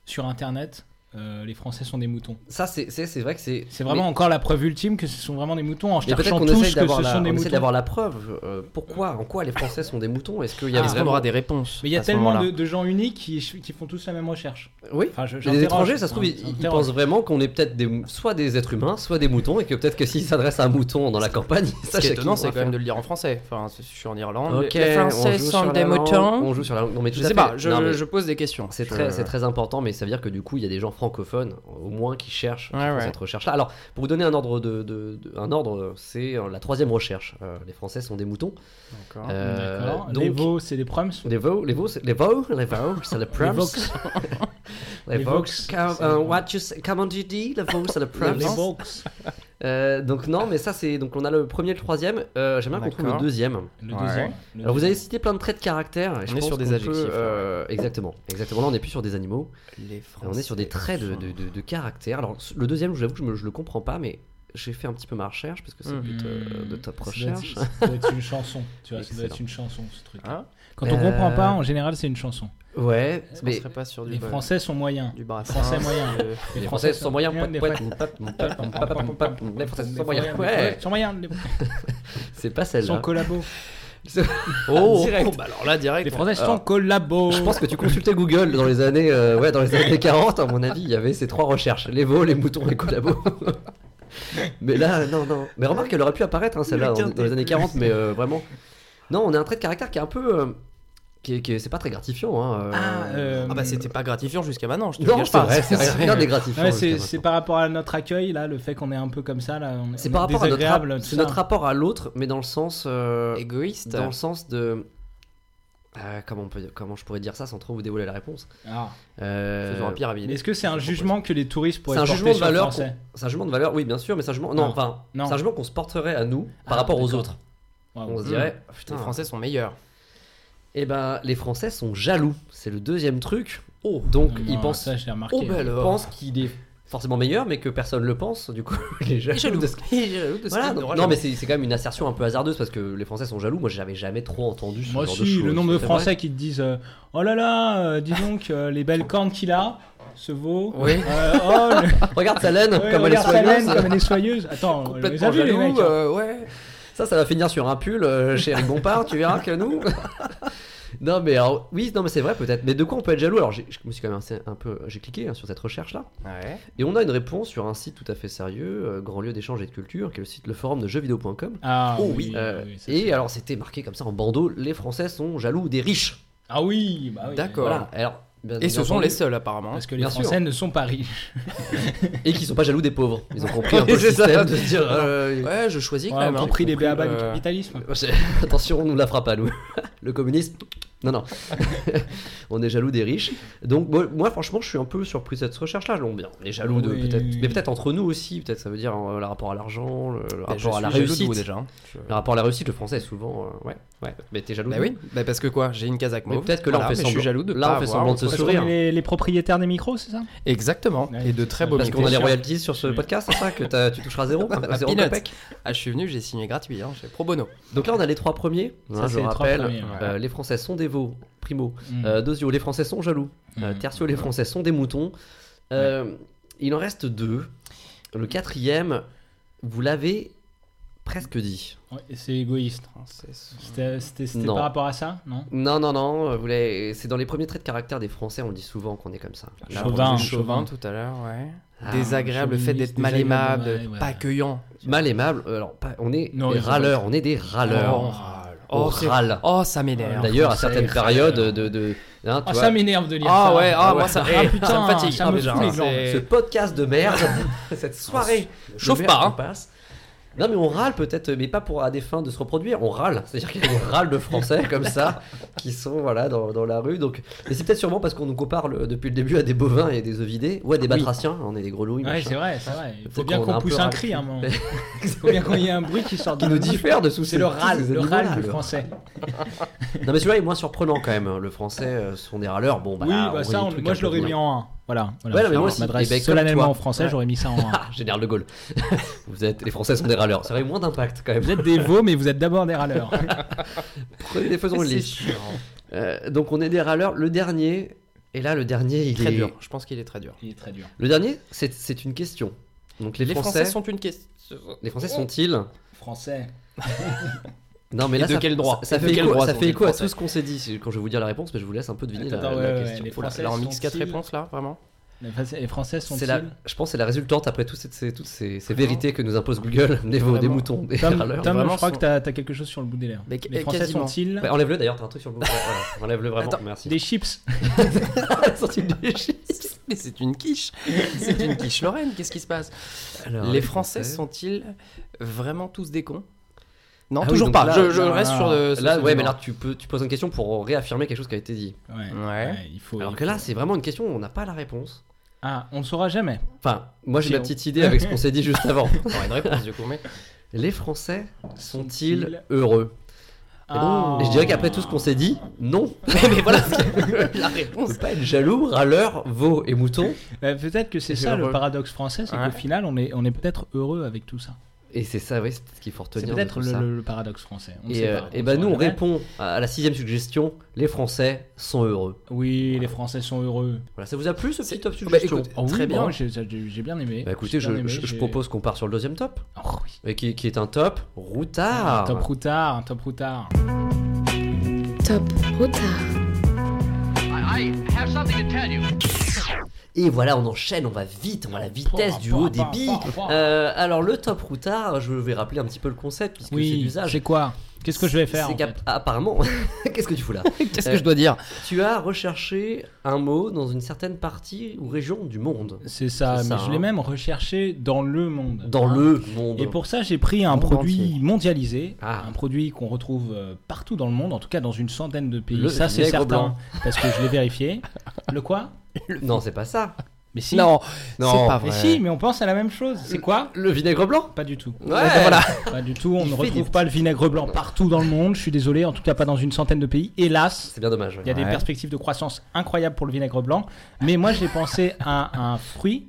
Speaker 4: sur Internet euh, les Français sont des moutons.
Speaker 3: Ça, c'est c'est- c'est vrai que c'est.
Speaker 4: C'est vraiment encore la preuve ultime que ce sont vraiment des moutons en
Speaker 3: Mais peut-être
Speaker 4: cherchant
Speaker 3: qu'on
Speaker 4: tous
Speaker 3: essaye
Speaker 4: que
Speaker 3: d'avoir
Speaker 4: ce
Speaker 3: la,
Speaker 4: sont
Speaker 3: on
Speaker 4: des
Speaker 3: essaye
Speaker 4: moutons.
Speaker 3: d'avoir la preuve. euh, pourquoi, en quoi les Français sont des moutons Est-ce qu'il y a
Speaker 5: Est-ce qu'on
Speaker 3: vraiment-
Speaker 5: aura des réponses
Speaker 4: Mais il y a
Speaker 5: à ce
Speaker 4: tellement
Speaker 5: moment-là
Speaker 4: de, de gens uniques qui, qui font tous la même recherche.
Speaker 3: Oui.
Speaker 4: Enfin, je-
Speaker 3: Les
Speaker 4: j'interroge.
Speaker 3: étrangers, ça se trouve,
Speaker 4: Hein,
Speaker 3: ils, ils
Speaker 4: j'interroge.
Speaker 3: pensent vraiment qu'on est peut-être des, mou- soit des êtres humains, soit des moutons, et que peut-être que s'ils s'adressent à un mouton dans la campagne,
Speaker 5: Ce
Speaker 3: ça
Speaker 5: qui est
Speaker 3: chacun
Speaker 5: étonnant, c'est
Speaker 3: aura
Speaker 5: quand même
Speaker 3: fait.
Speaker 5: de le dire en français. Enfin, je suis en Irlande.
Speaker 3: Ok,
Speaker 5: les
Speaker 3: on
Speaker 5: Français
Speaker 3: joue
Speaker 5: sont
Speaker 3: sur
Speaker 5: des
Speaker 3: la langue,
Speaker 5: moutons.
Speaker 3: On joue sur la langue. Non, mais
Speaker 5: Je
Speaker 3: tout à
Speaker 5: sais
Speaker 3: fait.
Speaker 5: pas, je,
Speaker 3: Non, mais
Speaker 5: je pose des questions.
Speaker 3: C'est
Speaker 5: Je-
Speaker 3: très, c'est très important, mais ça veut dire que du coup, il y a des gens francophones, au moins, qui cherchent qui
Speaker 5: Ouais,
Speaker 3: font
Speaker 5: ouais.
Speaker 3: cette recherche-là. Alors, pour vous donner un ordre, de, de- de- un ordre, c'est euh, la troisième recherche. Euh, les Français sont des moutons.
Speaker 5: Ah, D'accord.
Speaker 3: Euh,
Speaker 4: D'accord.
Speaker 3: donc-
Speaker 4: Les veaux, c'est des proms.
Speaker 3: Les veaux, les veaux, c'est- les veaux, les veaux, c'est le prams.
Speaker 4: vox.
Speaker 3: Les
Speaker 4: Les
Speaker 3: vox.
Speaker 4: vox,
Speaker 3: Com-
Speaker 4: c'est-
Speaker 3: euh, what you say- comment tu dis Les veaux, c'est le prams.
Speaker 4: Les Vox.
Speaker 3: Euh, donc non, mais ça c'est donc on a le premier, et le troisième. Euh, J'aimerais qu'on trouve le
Speaker 5: D'accord.
Speaker 3: deuxième.
Speaker 4: Le
Speaker 5: Ouais.
Speaker 4: deuxième. Le
Speaker 3: Alors vous avez
Speaker 4: deuxième.
Speaker 3: cité plein de traits de caractère. et je
Speaker 5: On est
Speaker 3: pense
Speaker 5: sur des
Speaker 3: qu'on peut,
Speaker 5: adjectifs, là.
Speaker 3: euh, exactement, exactement. Là on n'est plus sur des animaux.
Speaker 5: Les
Speaker 3: Là, on est sur des
Speaker 5: Français
Speaker 3: traits de, de-
Speaker 5: sont-
Speaker 3: de- de caractère. Alors le deuxième, je l'avoue, je, me- je le comprends pas, mais j'ai fait un petit peu ma recherche parce que c'est le
Speaker 4: Mmh.
Speaker 3: but euh, de top
Speaker 4: Hmm. Ça doit
Speaker 3: recherche.
Speaker 4: être- Ça doit être une chanson, tu vois, ça doit
Speaker 3: Excellent.
Speaker 4: être une chanson ce truc.
Speaker 5: Hein
Speaker 4: Quand on
Speaker 3: Euh,
Speaker 4: comprend pas, en général, c'est une chanson.
Speaker 3: Ouais,
Speaker 5: Est-ce qu'on
Speaker 3: mais
Speaker 5: serait pas sur du
Speaker 4: Les
Speaker 5: bol-
Speaker 4: Français sont moyens.
Speaker 5: du brassin,
Speaker 4: Français moyen.
Speaker 5: de-
Speaker 3: les Français sont moyens.
Speaker 4: moyens,
Speaker 3: poète, poète, mon pote, mon papa, mon papa, mon papa, Les Français sont moyens. Ouais,
Speaker 4: Ils sont moyens. les-
Speaker 3: c'est pas
Speaker 4: Ils sont
Speaker 3: celle-là.
Speaker 4: collabos.
Speaker 5: Oh,
Speaker 3: Direct.
Speaker 5: oh, bah alors là direct.
Speaker 4: Les Français sont
Speaker 3: Alors,
Speaker 4: collabos.
Speaker 3: Je pense que tu consultais Google dans les années, euh, ouais, dans les années 40, à mon avis, il y avait ces trois recherches les veaux, les moutons, les collabos. mais là, non, non. Mais remarque, elle aurait pu apparaître, hein, celle-là, dans, dans les années 40, mais euh, vraiment. Non, on a un trait de caractère qui est un peu. euh, qui est- qui est- c'est pas très gratifiant. Hein, euh.
Speaker 4: Ah, euh,
Speaker 5: Ah bah c'était pas gratifiant jusqu'à maintenant, je te le
Speaker 3: non,
Speaker 5: cache
Speaker 3: c'est
Speaker 5: pas.
Speaker 3: vrai, c'est vrai, rien n'est gratifiant.
Speaker 4: Ouais, c'est-
Speaker 3: jusqu'à
Speaker 4: c'est
Speaker 3: maintenant.
Speaker 4: par rapport à notre accueil, là, le fait qu'on est un peu comme ça, là, on,
Speaker 3: C'est
Speaker 4: on
Speaker 3: par
Speaker 4: est
Speaker 3: rapport à notre,
Speaker 4: désagréable,
Speaker 3: rap-
Speaker 4: tout
Speaker 3: c'est
Speaker 4: ça.
Speaker 3: notre rapport à l'autre, mais dans le sens. euh,
Speaker 5: Égoïste.
Speaker 3: dans le sens de. euh, comment, on peut, comment je pourrais dire ça sans trop vous dévoiler la réponse
Speaker 4: Ah.
Speaker 3: Euh,
Speaker 5: Faisons un
Speaker 4: Mais
Speaker 5: pyramide.
Speaker 4: Est-ce que c'est un jugement que les touristes pourraient
Speaker 3: C'est un
Speaker 4: porter
Speaker 3: jugement de
Speaker 4: sur les
Speaker 3: valeur
Speaker 4: Français
Speaker 3: C'est un jugement de valeur, oui, bien sûr, mais c'est un jugement. Non,
Speaker 4: Non.
Speaker 3: enfin,
Speaker 4: Non.
Speaker 3: c'est un jugement qu'on se porterait à nous
Speaker 4: Ah,
Speaker 3: par rapport aux
Speaker 4: d'accord.
Speaker 3: autres.
Speaker 4: Waouh.
Speaker 3: On se dirait, putain,
Speaker 5: Les
Speaker 3: Mmh. les Français.
Speaker 5: Français sont meilleurs.
Speaker 3: Eh ben, les Français sont jaloux. C'est le deuxième truc. donc
Speaker 4: Non,
Speaker 3: ils pensent, ben
Speaker 4: Ça, je l'ai remarqué.
Speaker 5: Oh, bah
Speaker 3: ils
Speaker 5: alors.
Speaker 3: pensent qu'il est forcément meilleur, mais que personne le pense. Du coup, il est jaloux. de ce- Voilà, donc- non, mais c'est c'est quand même une assertion un peu hasardeuse parce que les Français sont jaloux. Moi, j'avais jamais trop entendu ce
Speaker 4: Moi
Speaker 3: genre
Speaker 4: aussi,
Speaker 3: de choses.
Speaker 4: le nombre de
Speaker 3: C'est
Speaker 4: Français qui te disent euh, Oh là là, euh, dis donc, euh, les belles cornes qu'il a, ce veau.
Speaker 5: Oui.
Speaker 4: Euh, oh, le-
Speaker 3: vrai. Regarde sa laine,
Speaker 4: ouais,
Speaker 3: comme elle est
Speaker 4: regarde sa laine,
Speaker 3: soyeuse.
Speaker 4: comme elle est soyeuse. Attends, on les a
Speaker 5: Complètement
Speaker 4: vus, les
Speaker 5: jaloux.
Speaker 4: mecs. hein.
Speaker 5: euh, ouais.
Speaker 3: Ça, ça va finir sur un pull euh, chez Eric Bompard, tu verras que nous. non, mais alors, oui, non, mais c'est vrai peut-être. Mais de quoi on peut être jaloux Alors, j'ai- je me suis quand même assez- un peu, j'ai cliqué hein, sur cette recherche là,
Speaker 5: Ouais.
Speaker 3: et on a une réponse sur un site tout à fait sérieux, euh, grand lieu d'échange et de culture, qui est le site le forum de jeuxvideo.com.
Speaker 4: Ah oui.
Speaker 3: Euh,
Speaker 4: oui, ça,
Speaker 3: et
Speaker 4: c'est-
Speaker 3: alors, c'était marqué comme ça en bandeau les Français sont jaloux des riches.
Speaker 4: Ah oui, bah oui. hein,
Speaker 5: D'accord.
Speaker 3: Voilà. Alors. bien-
Speaker 5: Et
Speaker 3: bien
Speaker 5: ce sont
Speaker 3: entendu.
Speaker 5: les seuls apparemment.
Speaker 4: Parce que les
Speaker 3: Bien sûr.
Speaker 4: Français ne sont pas riches.
Speaker 3: Et qui sont pas jaloux des pauvres. Ils ont compris un peu le
Speaker 5: C'est ça.
Speaker 3: système de se dire. euh,
Speaker 5: Ouais, je choisis quand
Speaker 4: Ouais,
Speaker 5: même.
Speaker 4: on
Speaker 5: hein.
Speaker 4: a pris les
Speaker 5: Compris,
Speaker 4: béabas du
Speaker 5: euh,
Speaker 4: capitalisme.
Speaker 3: Bah, C'est- Attention, on nous la fera pas, nous. Le communisme. Non, non. on est jaloux des riches. Donc, moi, moi, franchement, je suis un peu surpris de cette recherche-là. On bien, on est jaloux de
Speaker 4: Oui.
Speaker 3: peut-être. Mais peut-être entre nous aussi. Peut-être ça veut dire euh, le rapport à l'argent, le, le
Speaker 5: bah, je
Speaker 3: rapport à la
Speaker 5: suis jaloux de
Speaker 3: réussite.
Speaker 5: vous, déjà. hein.
Speaker 3: Le rapport à la réussite, le français, est souvent. euh, ouais, ouais. Mais t'es jaloux
Speaker 5: Bah
Speaker 3: de
Speaker 5: oui,
Speaker 3: nous.
Speaker 5: bah parce que quoi J'ai une casaque
Speaker 3: Mais
Speaker 5: mauve.
Speaker 3: peut-être que là, on
Speaker 5: Voilà,
Speaker 3: fait
Speaker 5: mais Je
Speaker 3: semblant-
Speaker 5: suis jaloux de
Speaker 3: là, on
Speaker 5: pas
Speaker 3: fait
Speaker 5: avoir
Speaker 3: semblant de se
Speaker 5: autre
Speaker 4: Parce
Speaker 5: chose.
Speaker 4: qu'on est
Speaker 3: sourire.
Speaker 4: les, les propriétaires des micros, c'est ça
Speaker 5: Exactement.
Speaker 4: Ouais,
Speaker 5: et de
Speaker 4: c'est
Speaker 5: très
Speaker 4: ça.
Speaker 5: beaux
Speaker 3: Parce qu'on a les
Speaker 4: Bien sûr.
Speaker 3: royalties sur ce podcast, c'est ça Que t'as- tu toucheras zéro
Speaker 5: Ah,
Speaker 3: Zéro
Speaker 5: peanuts.
Speaker 3: copec
Speaker 5: Ah, je suis venu, j'ai signé gratuit, hein, j'ai pro bono.
Speaker 3: Donc là, on a les trois premiers.
Speaker 4: Ça,
Speaker 3: Hein,
Speaker 4: c'est
Speaker 3: je
Speaker 4: les trois
Speaker 3: rappelle,
Speaker 4: premiers, ouais.
Speaker 3: euh, les Français sont des veaux, primo.
Speaker 4: Mm.
Speaker 3: Euh, Dozio, les Français sont jaloux. Euh,
Speaker 4: Mm.
Speaker 3: Tertio, les Français sont des moutons. Euh, Il en reste deux. Le quatrième, vous l'avez presque dit.
Speaker 4: Ouais, C'est égoïste. hein. C'était c'était- c'était
Speaker 3: Non.
Speaker 4: par rapport à ça, non
Speaker 3: Non, non, non, euh, vous l'avez- c'est dans les premiers traits de caractère des Français, on le dit souvent qu'on est comme ça. Là, on
Speaker 4: Chauvin.
Speaker 5: Chauvin,
Speaker 3: dit chaud-
Speaker 5: chauvin tout à l'heure, ouais.
Speaker 3: Ah,
Speaker 5: désagréable, le fait
Speaker 4: chauviniste,
Speaker 5: d'être mal
Speaker 4: désagréable,
Speaker 5: aimable,
Speaker 4: ouais, ouais.
Speaker 5: pas accueillant.
Speaker 3: Mal aimable, euh, alors pas- on est
Speaker 4: Non,
Speaker 3: des
Speaker 4: ils ont
Speaker 3: râleurs, on est des râleurs.
Speaker 5: Oh, on
Speaker 4: râle.
Speaker 3: On
Speaker 5: c'est-
Speaker 3: râle.
Speaker 5: Oh, ça m'énerve.
Speaker 3: D'ailleurs, à
Speaker 4: Français,
Speaker 3: certaines
Speaker 4: râleurs.
Speaker 3: périodes de. de- hein, tu
Speaker 4: Ah,
Speaker 3: vois,
Speaker 4: ça m'énerve de lire
Speaker 5: Ah
Speaker 4: ça.
Speaker 5: ouais, ah,
Speaker 4: Ah
Speaker 5: moi
Speaker 4: ouais.
Speaker 5: ça,
Speaker 4: Ah,
Speaker 5: eh,
Speaker 4: putain,
Speaker 5: ça me fatigue.
Speaker 4: ça
Speaker 5: Ah,
Speaker 4: me
Speaker 5: déjà,
Speaker 4: fout les
Speaker 5: c'est-
Speaker 4: glandes.
Speaker 3: ce podcast de merde, cette soirée.
Speaker 4: Ah,
Speaker 3: de
Speaker 5: Chauffe
Speaker 3: merde
Speaker 5: pas,
Speaker 3: qu'on
Speaker 5: hein.
Speaker 3: passe. Non mais on râle peut-être, mais pas pour à des fins de se reproduire, on râle. C'est-à-dire qu'il y a des râles de Français comme ça qui sont voilà dans, dans la rue. Donc, mais c'est peut-être sûrement parce qu'on nous compare le- depuis le début à des bovins et des ovidés ou à des batraciens. On est des grenouilles.
Speaker 4: Ah Ouais,
Speaker 3: machin.
Speaker 4: c'est vrai, c'est vrai. Il faut
Speaker 3: Peut-être
Speaker 4: bien
Speaker 3: qu'on a
Speaker 4: qu'on
Speaker 3: un
Speaker 4: pousse
Speaker 3: peu
Speaker 4: un
Speaker 3: raté.
Speaker 4: cri à un moment. Il faut bien qu'il y ait un bruit qui sorte
Speaker 3: qui
Speaker 4: de
Speaker 3: nous
Speaker 4: nous.
Speaker 3: diffère de tous
Speaker 4: C'est
Speaker 3: ces-
Speaker 4: le
Speaker 3: tous
Speaker 4: râle,
Speaker 3: ces
Speaker 4: le
Speaker 3: animaux-là,
Speaker 4: râle du
Speaker 3: le-
Speaker 4: français.
Speaker 3: Non mais celui-là est moins surprenant quand même. Le français euh, sont des râleurs. Bon bah,
Speaker 4: oui,
Speaker 3: on
Speaker 4: bah
Speaker 3: dit
Speaker 4: ça,
Speaker 3: des
Speaker 4: on-
Speaker 3: trucs
Speaker 4: moi
Speaker 3: un
Speaker 4: je
Speaker 3: peu
Speaker 4: l'aurais
Speaker 3: violents.
Speaker 4: mis en 1. Voilà. voilà.
Speaker 3: Ouais, non, mais moi
Speaker 4: Je
Speaker 3: aussi.
Speaker 4: m'adresse
Speaker 3: Eh ben, comme
Speaker 4: solennellement
Speaker 3: toi.
Speaker 4: aux français, j'aurais mis ça en 1.
Speaker 3: Ah, Général de Gaulle. Vous êtes les Français sont des râleurs. Ça aurait eu moins d'impact quand même.
Speaker 4: Vous êtes des veaux, mais vous êtes d'abord des râleurs.
Speaker 3: Prenez- faisons une
Speaker 5: C'est
Speaker 3: liste.
Speaker 5: chiant.
Speaker 3: Euh, donc on est des râleurs. Le dernier, Et là, le dernier, il
Speaker 5: Très
Speaker 3: est.
Speaker 5: dur. Je pense qu'il est très dur.
Speaker 4: Il est très dur.
Speaker 3: Le dernier, c'est- c'est une question. Donc les,
Speaker 5: Les Français, Bah,
Speaker 3: Français,
Speaker 5: sont une euh, question.
Speaker 3: les Français sont-ils
Speaker 4: Français.
Speaker 3: Non, mais
Speaker 5: Et
Speaker 3: là,
Speaker 5: de
Speaker 3: ça,
Speaker 5: quel droit
Speaker 3: ça, ça
Speaker 5: Et de
Speaker 3: fait
Speaker 5: quel
Speaker 3: écho,
Speaker 5: droit
Speaker 3: ça
Speaker 5: sont
Speaker 3: fait
Speaker 5: les
Speaker 3: écho à
Speaker 5: Français
Speaker 3: tout ce qu'on s'est dit. C'est- Quand je vais vous dire la réponse, mais je vous laisse un peu deviner la,
Speaker 4: Attends,
Speaker 3: la
Speaker 4: ouais, ouais,
Speaker 3: question.
Speaker 4: les
Speaker 3: Faut la-
Speaker 4: Français
Speaker 5: Là, on
Speaker 4: sont
Speaker 5: mixe 4
Speaker 4: ils-
Speaker 5: réponses là, vraiment
Speaker 4: Les Français- Les Français sont
Speaker 3: C'est la, je pense que c'est la résultante après toutes ces, ces- toutes ces, ces vérités que nous impose Google, des, des
Speaker 5: Vraiment.
Speaker 3: moutons, des
Speaker 4: Tom,
Speaker 3: râleurs.
Speaker 4: Tom,
Speaker 5: Vraiment,
Speaker 4: je crois
Speaker 5: sont-
Speaker 4: que t'as t'as quelque chose sur le bout des lèvres.
Speaker 5: Mais
Speaker 4: Les
Speaker 5: qu-
Speaker 4: Français
Speaker 5: quasiment.
Speaker 4: sont-ils
Speaker 3: Ouais, Enlève-le d'ailleurs, t'as un truc sur le bout. Voilà, Enlève-le vraiment,
Speaker 5: Attends,
Speaker 3: merci.
Speaker 4: des chips
Speaker 3: Sorti des chips.
Speaker 5: Mais c'est une quiche C'est une quiche Lorraine, qu'est-ce qui se passe
Speaker 3: Alors,
Speaker 5: Les Français sont-ils vraiment tous des cons Non,
Speaker 3: Ah oui,
Speaker 5: toujours
Speaker 3: donc
Speaker 5: pas.
Speaker 3: là-
Speaker 5: je je
Speaker 4: Non,
Speaker 5: reste
Speaker 4: non,
Speaker 5: sur
Speaker 4: non.
Speaker 5: le. sur
Speaker 3: Là,
Speaker 5: ce
Speaker 3: Euh, ouais, mais
Speaker 5: document.
Speaker 3: là, tu, peux, tu poses une question pour réaffirmer quelque chose qui a été dit.
Speaker 4: Ouais.
Speaker 5: Ouais.
Speaker 4: il faut.
Speaker 3: Alors
Speaker 4: il
Speaker 3: que là,
Speaker 4: faut-
Speaker 3: c'est vraiment une question où on n'a pas la réponse.
Speaker 4: Ah, on le saura jamais.
Speaker 3: Enfin, moi, j'ai
Speaker 4: Si
Speaker 3: ma
Speaker 4: on-
Speaker 3: petite idée avec ce qu'on s'est dit juste avant.
Speaker 5: J'aurais une réponse du coup, mais.
Speaker 3: Les Français sont-ils
Speaker 4: Sont-ils
Speaker 3: heureux
Speaker 4: Ah.
Speaker 3: Et je dirais qu'après tout ce qu'on s'est dit, non. mais voilà, la réponse. Pas être jaloux, râleur, veau et mouton.
Speaker 4: Bah, peut-être que c'est
Speaker 5: Et
Speaker 4: ça
Speaker 5: heureux.
Speaker 4: le paradoxe français, c'est
Speaker 5: Ouais.
Speaker 4: qu'au final, on est, on est peut-être heureux avec tout ça.
Speaker 3: Et c'est ça, oui, c'est peut-être ce qu'il faut
Speaker 4: C'est
Speaker 3: retenir. de
Speaker 4: peut-être
Speaker 3: tout
Speaker 4: le,
Speaker 3: ça.
Speaker 4: le- le paradoxe français. On ne
Speaker 3: Et,
Speaker 4: sait
Speaker 3: euh,
Speaker 4: pas,
Speaker 3: et
Speaker 4: on
Speaker 3: ben
Speaker 4: saura
Speaker 3: nous, on
Speaker 4: jamais.
Speaker 3: répond à la sixième suggestion les Français sont heureux.
Speaker 4: Oui, les Français sont heureux.
Speaker 3: Voilà, ça vous a plu ce
Speaker 5: C'est-
Speaker 3: petit top
Speaker 5: Bah,
Speaker 3: suggestion
Speaker 5: écoute,
Speaker 4: Oh oui,
Speaker 5: très bien.
Speaker 4: moi, j'ai ça, j'ai- j'ai bien aimé.
Speaker 3: Bah, écoutez,
Speaker 4: J'ai bien
Speaker 3: je,
Speaker 4: aimé,
Speaker 3: je- je
Speaker 4: j'ai-
Speaker 3: propose qu'on part sur le deuxième top,
Speaker 4: Oh oui.
Speaker 3: et Euh, qui, qui est un top routard.
Speaker 4: Un top routard, un top routard.
Speaker 6: Top Routard.
Speaker 3: Et voilà, on enchaîne, on va vite, on va à la vitesse du haut débit. Euh, alors le top routard, je vais rappeler un petit peu le concept puisque c'est
Speaker 4: Oui,
Speaker 3: d'usage.
Speaker 4: c'est quoi Qu'est-ce que je vais faire
Speaker 3: C'est
Speaker 4: en
Speaker 3: qu'app- apparemment, qu'est-ce que tu fous là
Speaker 5: Qu'est-ce
Speaker 3: Euh,
Speaker 5: que je dois dire
Speaker 3: Tu as recherché un mot dans une certaine partie ou région du monde.
Speaker 4: fait C'est ça,
Speaker 3: C'est
Speaker 4: mais
Speaker 3: ça,
Speaker 4: je
Speaker 3: hein.
Speaker 4: l'ai même recherché dans le monde.
Speaker 3: Dans
Speaker 4: Hein.
Speaker 3: le monde.
Speaker 4: Et pour ça, j'ai pris un
Speaker 5: Monde
Speaker 4: produit
Speaker 5: entier.
Speaker 4: mondialisé,
Speaker 3: Ah.
Speaker 4: un produit qu'on retrouve euh, partout dans le monde, en tout cas dans une centaine de pays.
Speaker 3: Le
Speaker 4: ça, c'est
Speaker 3: vinaigre
Speaker 4: certain,
Speaker 3: blanc.
Speaker 4: parce que je l'ai vérifié. Le quoi
Speaker 3: Non, c'est pas ça.
Speaker 4: Mais si.
Speaker 5: Non,
Speaker 3: Non.
Speaker 5: c'est pas
Speaker 4: mais
Speaker 5: vrai.
Speaker 4: si, mais on pense à la même chose. C'est quoi
Speaker 3: Le vinaigre blanc
Speaker 4: Pas du tout. Bah,
Speaker 3: Ouais,
Speaker 5: voilà.
Speaker 4: Pas du tout. On
Speaker 3: Il
Speaker 4: ne
Speaker 3: fait
Speaker 4: retrouve
Speaker 3: des
Speaker 4: pas le vinaigre blanc partout dans le monde. Je suis désolé, en tout cas pas dans une centaine de pays. Hélas.
Speaker 3: C'est bien dommage. ouais.
Speaker 4: Il y a des
Speaker 5: Ouais.
Speaker 4: perspectives de croissance incroyables pour le vinaigre blanc. Mais moi, j'ai pensé à un fruit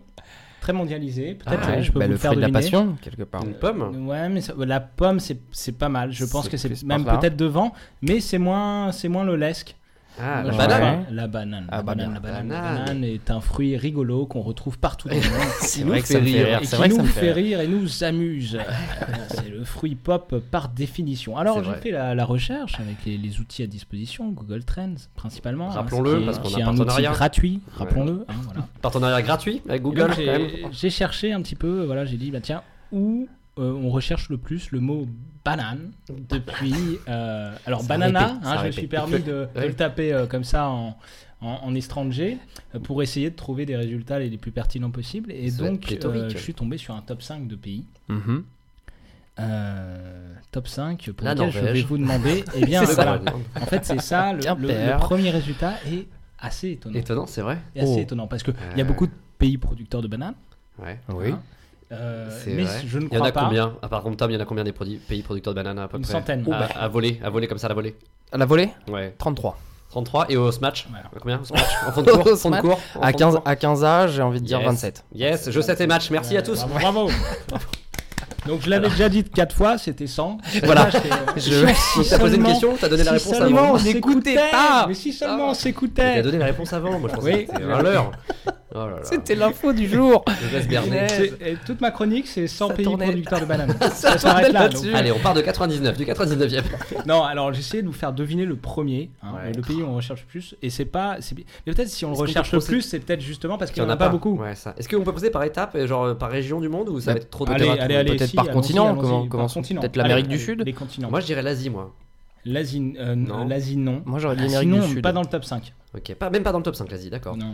Speaker 4: très mondialisé. Peut-être
Speaker 5: Ah
Speaker 4: euh,
Speaker 5: ouais,
Speaker 4: je peux
Speaker 5: bah,
Speaker 4: vous
Speaker 5: le
Speaker 4: faire
Speaker 5: fruit de la
Speaker 4: deviner.
Speaker 5: passion, quelque part.
Speaker 3: Une pomme
Speaker 4: Ouais, mais ça- la pomme, c'est c'est pas mal. Je pense
Speaker 5: C'est
Speaker 4: que c'est
Speaker 5: plus
Speaker 4: même
Speaker 5: par là.
Speaker 4: peut-être devant, mais c'est moins, c'est moins le lesque.
Speaker 3: Ah,
Speaker 4: Moi,
Speaker 3: la
Speaker 4: je
Speaker 3: banane
Speaker 4: vois pas. La banane.
Speaker 5: Ah,
Speaker 4: la banane,
Speaker 5: banane.
Speaker 4: la banane, la
Speaker 3: Banane.
Speaker 4: banane est un fruit rigolo qu'on retrouve partout dans le monde.
Speaker 5: C'est
Speaker 3: nous
Speaker 5: vrai que
Speaker 3: fait
Speaker 5: ça me fait
Speaker 3: rire.
Speaker 5: rire.
Speaker 4: Et
Speaker 5: C'est
Speaker 4: qui
Speaker 5: vrai que ça
Speaker 4: nous
Speaker 5: me
Speaker 4: fait
Speaker 5: fait rire.
Speaker 4: rire et nous amuse. c'est le fruit pop par définition. Alors
Speaker 3: C'est
Speaker 4: j'ai
Speaker 3: vrai.
Speaker 4: fait la, la recherche avec les, les outils à disposition, Google Trends principalement. hein,
Speaker 3: Rappelons-le,
Speaker 4: qui est-
Speaker 3: parce qu'on
Speaker 4: qui
Speaker 3: a
Speaker 4: est
Speaker 3: un
Speaker 4: un outil
Speaker 3: partenariat.
Speaker 4: gratuit, rappelons-le. hein, voilà.
Speaker 3: Partenariat gratuit avec
Speaker 4: Et
Speaker 3: Google
Speaker 4: donc,
Speaker 3: quand
Speaker 4: j'ai-
Speaker 3: même.
Speaker 4: J'ai cherché un petit peu, voilà, j'ai dit, bah tiens, où euh, on recherche le plus le mot banane depuis. euh, alors,
Speaker 3: Ça
Speaker 4: banana,
Speaker 3: répète, ça
Speaker 4: hein, je me
Speaker 3: répète.
Speaker 4: suis permis de, de le taper euh, comme ça en, en, en estranger euh, pour essayer de trouver des résultats les, les plus pertinents possibles. Et
Speaker 3: Ça doit être
Speaker 4: donc,
Speaker 3: pléthorique.
Speaker 4: euh, je suis tombé sur un top 5 de pays.
Speaker 5: Mhm.
Speaker 4: Euh, top 5 pour
Speaker 3: La
Speaker 4: lequel je vais
Speaker 3: Norvège.
Speaker 4: vous demander. Eh bien,
Speaker 3: C'est
Speaker 4: voilà.
Speaker 3: ça.
Speaker 4: En fait, c'est ça, le,
Speaker 5: Bien
Speaker 4: le- le
Speaker 5: père.
Speaker 4: premier résultat est assez étonnant.
Speaker 3: Étonnant, c'est vrai.
Speaker 4: Est assez
Speaker 5: Oh.
Speaker 4: étonnant parce qu'il il y
Speaker 3: Euh.
Speaker 4: a beaucoup de pays producteurs de bananes.
Speaker 3: Oh. Ouais.
Speaker 5: Oui.
Speaker 4: Hein. Euh,
Speaker 3: C'est
Speaker 4: mais
Speaker 3: vrai.
Speaker 4: je ne
Speaker 3: Il y en
Speaker 4: crois
Speaker 3: a
Speaker 4: pas.
Speaker 3: combien À part comme Tom, il y en a combien des produits- pays producteurs de bananes à peu
Speaker 4: Une
Speaker 3: près
Speaker 4: centaine.
Speaker 3: À, à voler, à voler comme ça, à la volée.
Speaker 5: À La volée
Speaker 3: Ouais.
Speaker 5: 33.
Speaker 3: 33 et au smash
Speaker 4: Voilà.
Speaker 3: À Combien au smash En fond de cours,
Speaker 5: Au
Speaker 3: fond de
Speaker 5: smash.
Speaker 3: cours en
Speaker 5: À
Speaker 3: fond de
Speaker 5: 15,
Speaker 3: cours
Speaker 5: à 15 âges, j'ai envie de dire
Speaker 3: Yes.
Speaker 5: 27.
Speaker 3: Yes, je sais tes matchs, merci à tous.
Speaker 4: Euh, Bravo. Donc je l'avais déjà dit 4 fois, c'était 100.
Speaker 3: Voilà.
Speaker 4: Je euh, si
Speaker 3: T'as posé une
Speaker 4: seulement-
Speaker 3: question, t'as donné la
Speaker 4: si
Speaker 3: réponse
Speaker 4: seulement
Speaker 3: avant.
Speaker 4: on s'écoutait
Speaker 5: pas.
Speaker 4: Mais si seulement on
Speaker 3: T'as
Speaker 4: s'écoutait
Speaker 3: donné la réponse avant, moi je pensais
Speaker 4: Oui.
Speaker 3: que c'était à l'heure. Oh là là.
Speaker 5: C'était l'info du jour.
Speaker 3: Je laisse berner.
Speaker 4: C'est- et Toute ma chronique, c'est 100
Speaker 5: Ça
Speaker 4: pays
Speaker 5: tournait.
Speaker 4: producteurs de bananes.
Speaker 5: Ça
Speaker 4: s'arrête
Speaker 5: tournait
Speaker 4: là,
Speaker 5: là-dessus.
Speaker 4: donc.
Speaker 3: Allez, on part de 99, du 99e.
Speaker 4: Non, alors j'essayais de vous faire deviner le premier, hein,
Speaker 3: Ouais.
Speaker 4: le pays où on recherche le plus, et c'est pas. c'est- Mais peut-être si on le
Speaker 3: Est-ce qu'on peut
Speaker 4: recherche le
Speaker 3: procéder-
Speaker 4: plus, c'est peut-être justement parce qu'il n'y en a pas beaucoup.
Speaker 3: Ouais, ça. Est-ce qu'on peut poser par étape, euh, genre euh, par région du monde ou ça va être trop de
Speaker 4: Allez,
Speaker 3: terrain
Speaker 4: allez, allez,
Speaker 5: peut-être
Speaker 4: si,
Speaker 5: par
Speaker 4: allons-y,
Speaker 5: continent,
Speaker 4: allons-y,
Speaker 5: comment-
Speaker 4: par
Speaker 5: comment-
Speaker 4: continent.
Speaker 5: peut-être l'Amérique
Speaker 4: Allez,
Speaker 5: du Sud
Speaker 4: Les continents.
Speaker 3: Moi je dirais l'Asie, moi.
Speaker 4: L'Asie, euh,
Speaker 3: Non.
Speaker 4: non. L'Asie, non. Ah,
Speaker 5: Moi j'aurais dit Amérique
Speaker 4: Sinon,
Speaker 5: du Sud.
Speaker 4: pas dans le top 5.
Speaker 3: Ok, pas, même pas dans le top 5, l'Asie, d'accord.
Speaker 4: Non,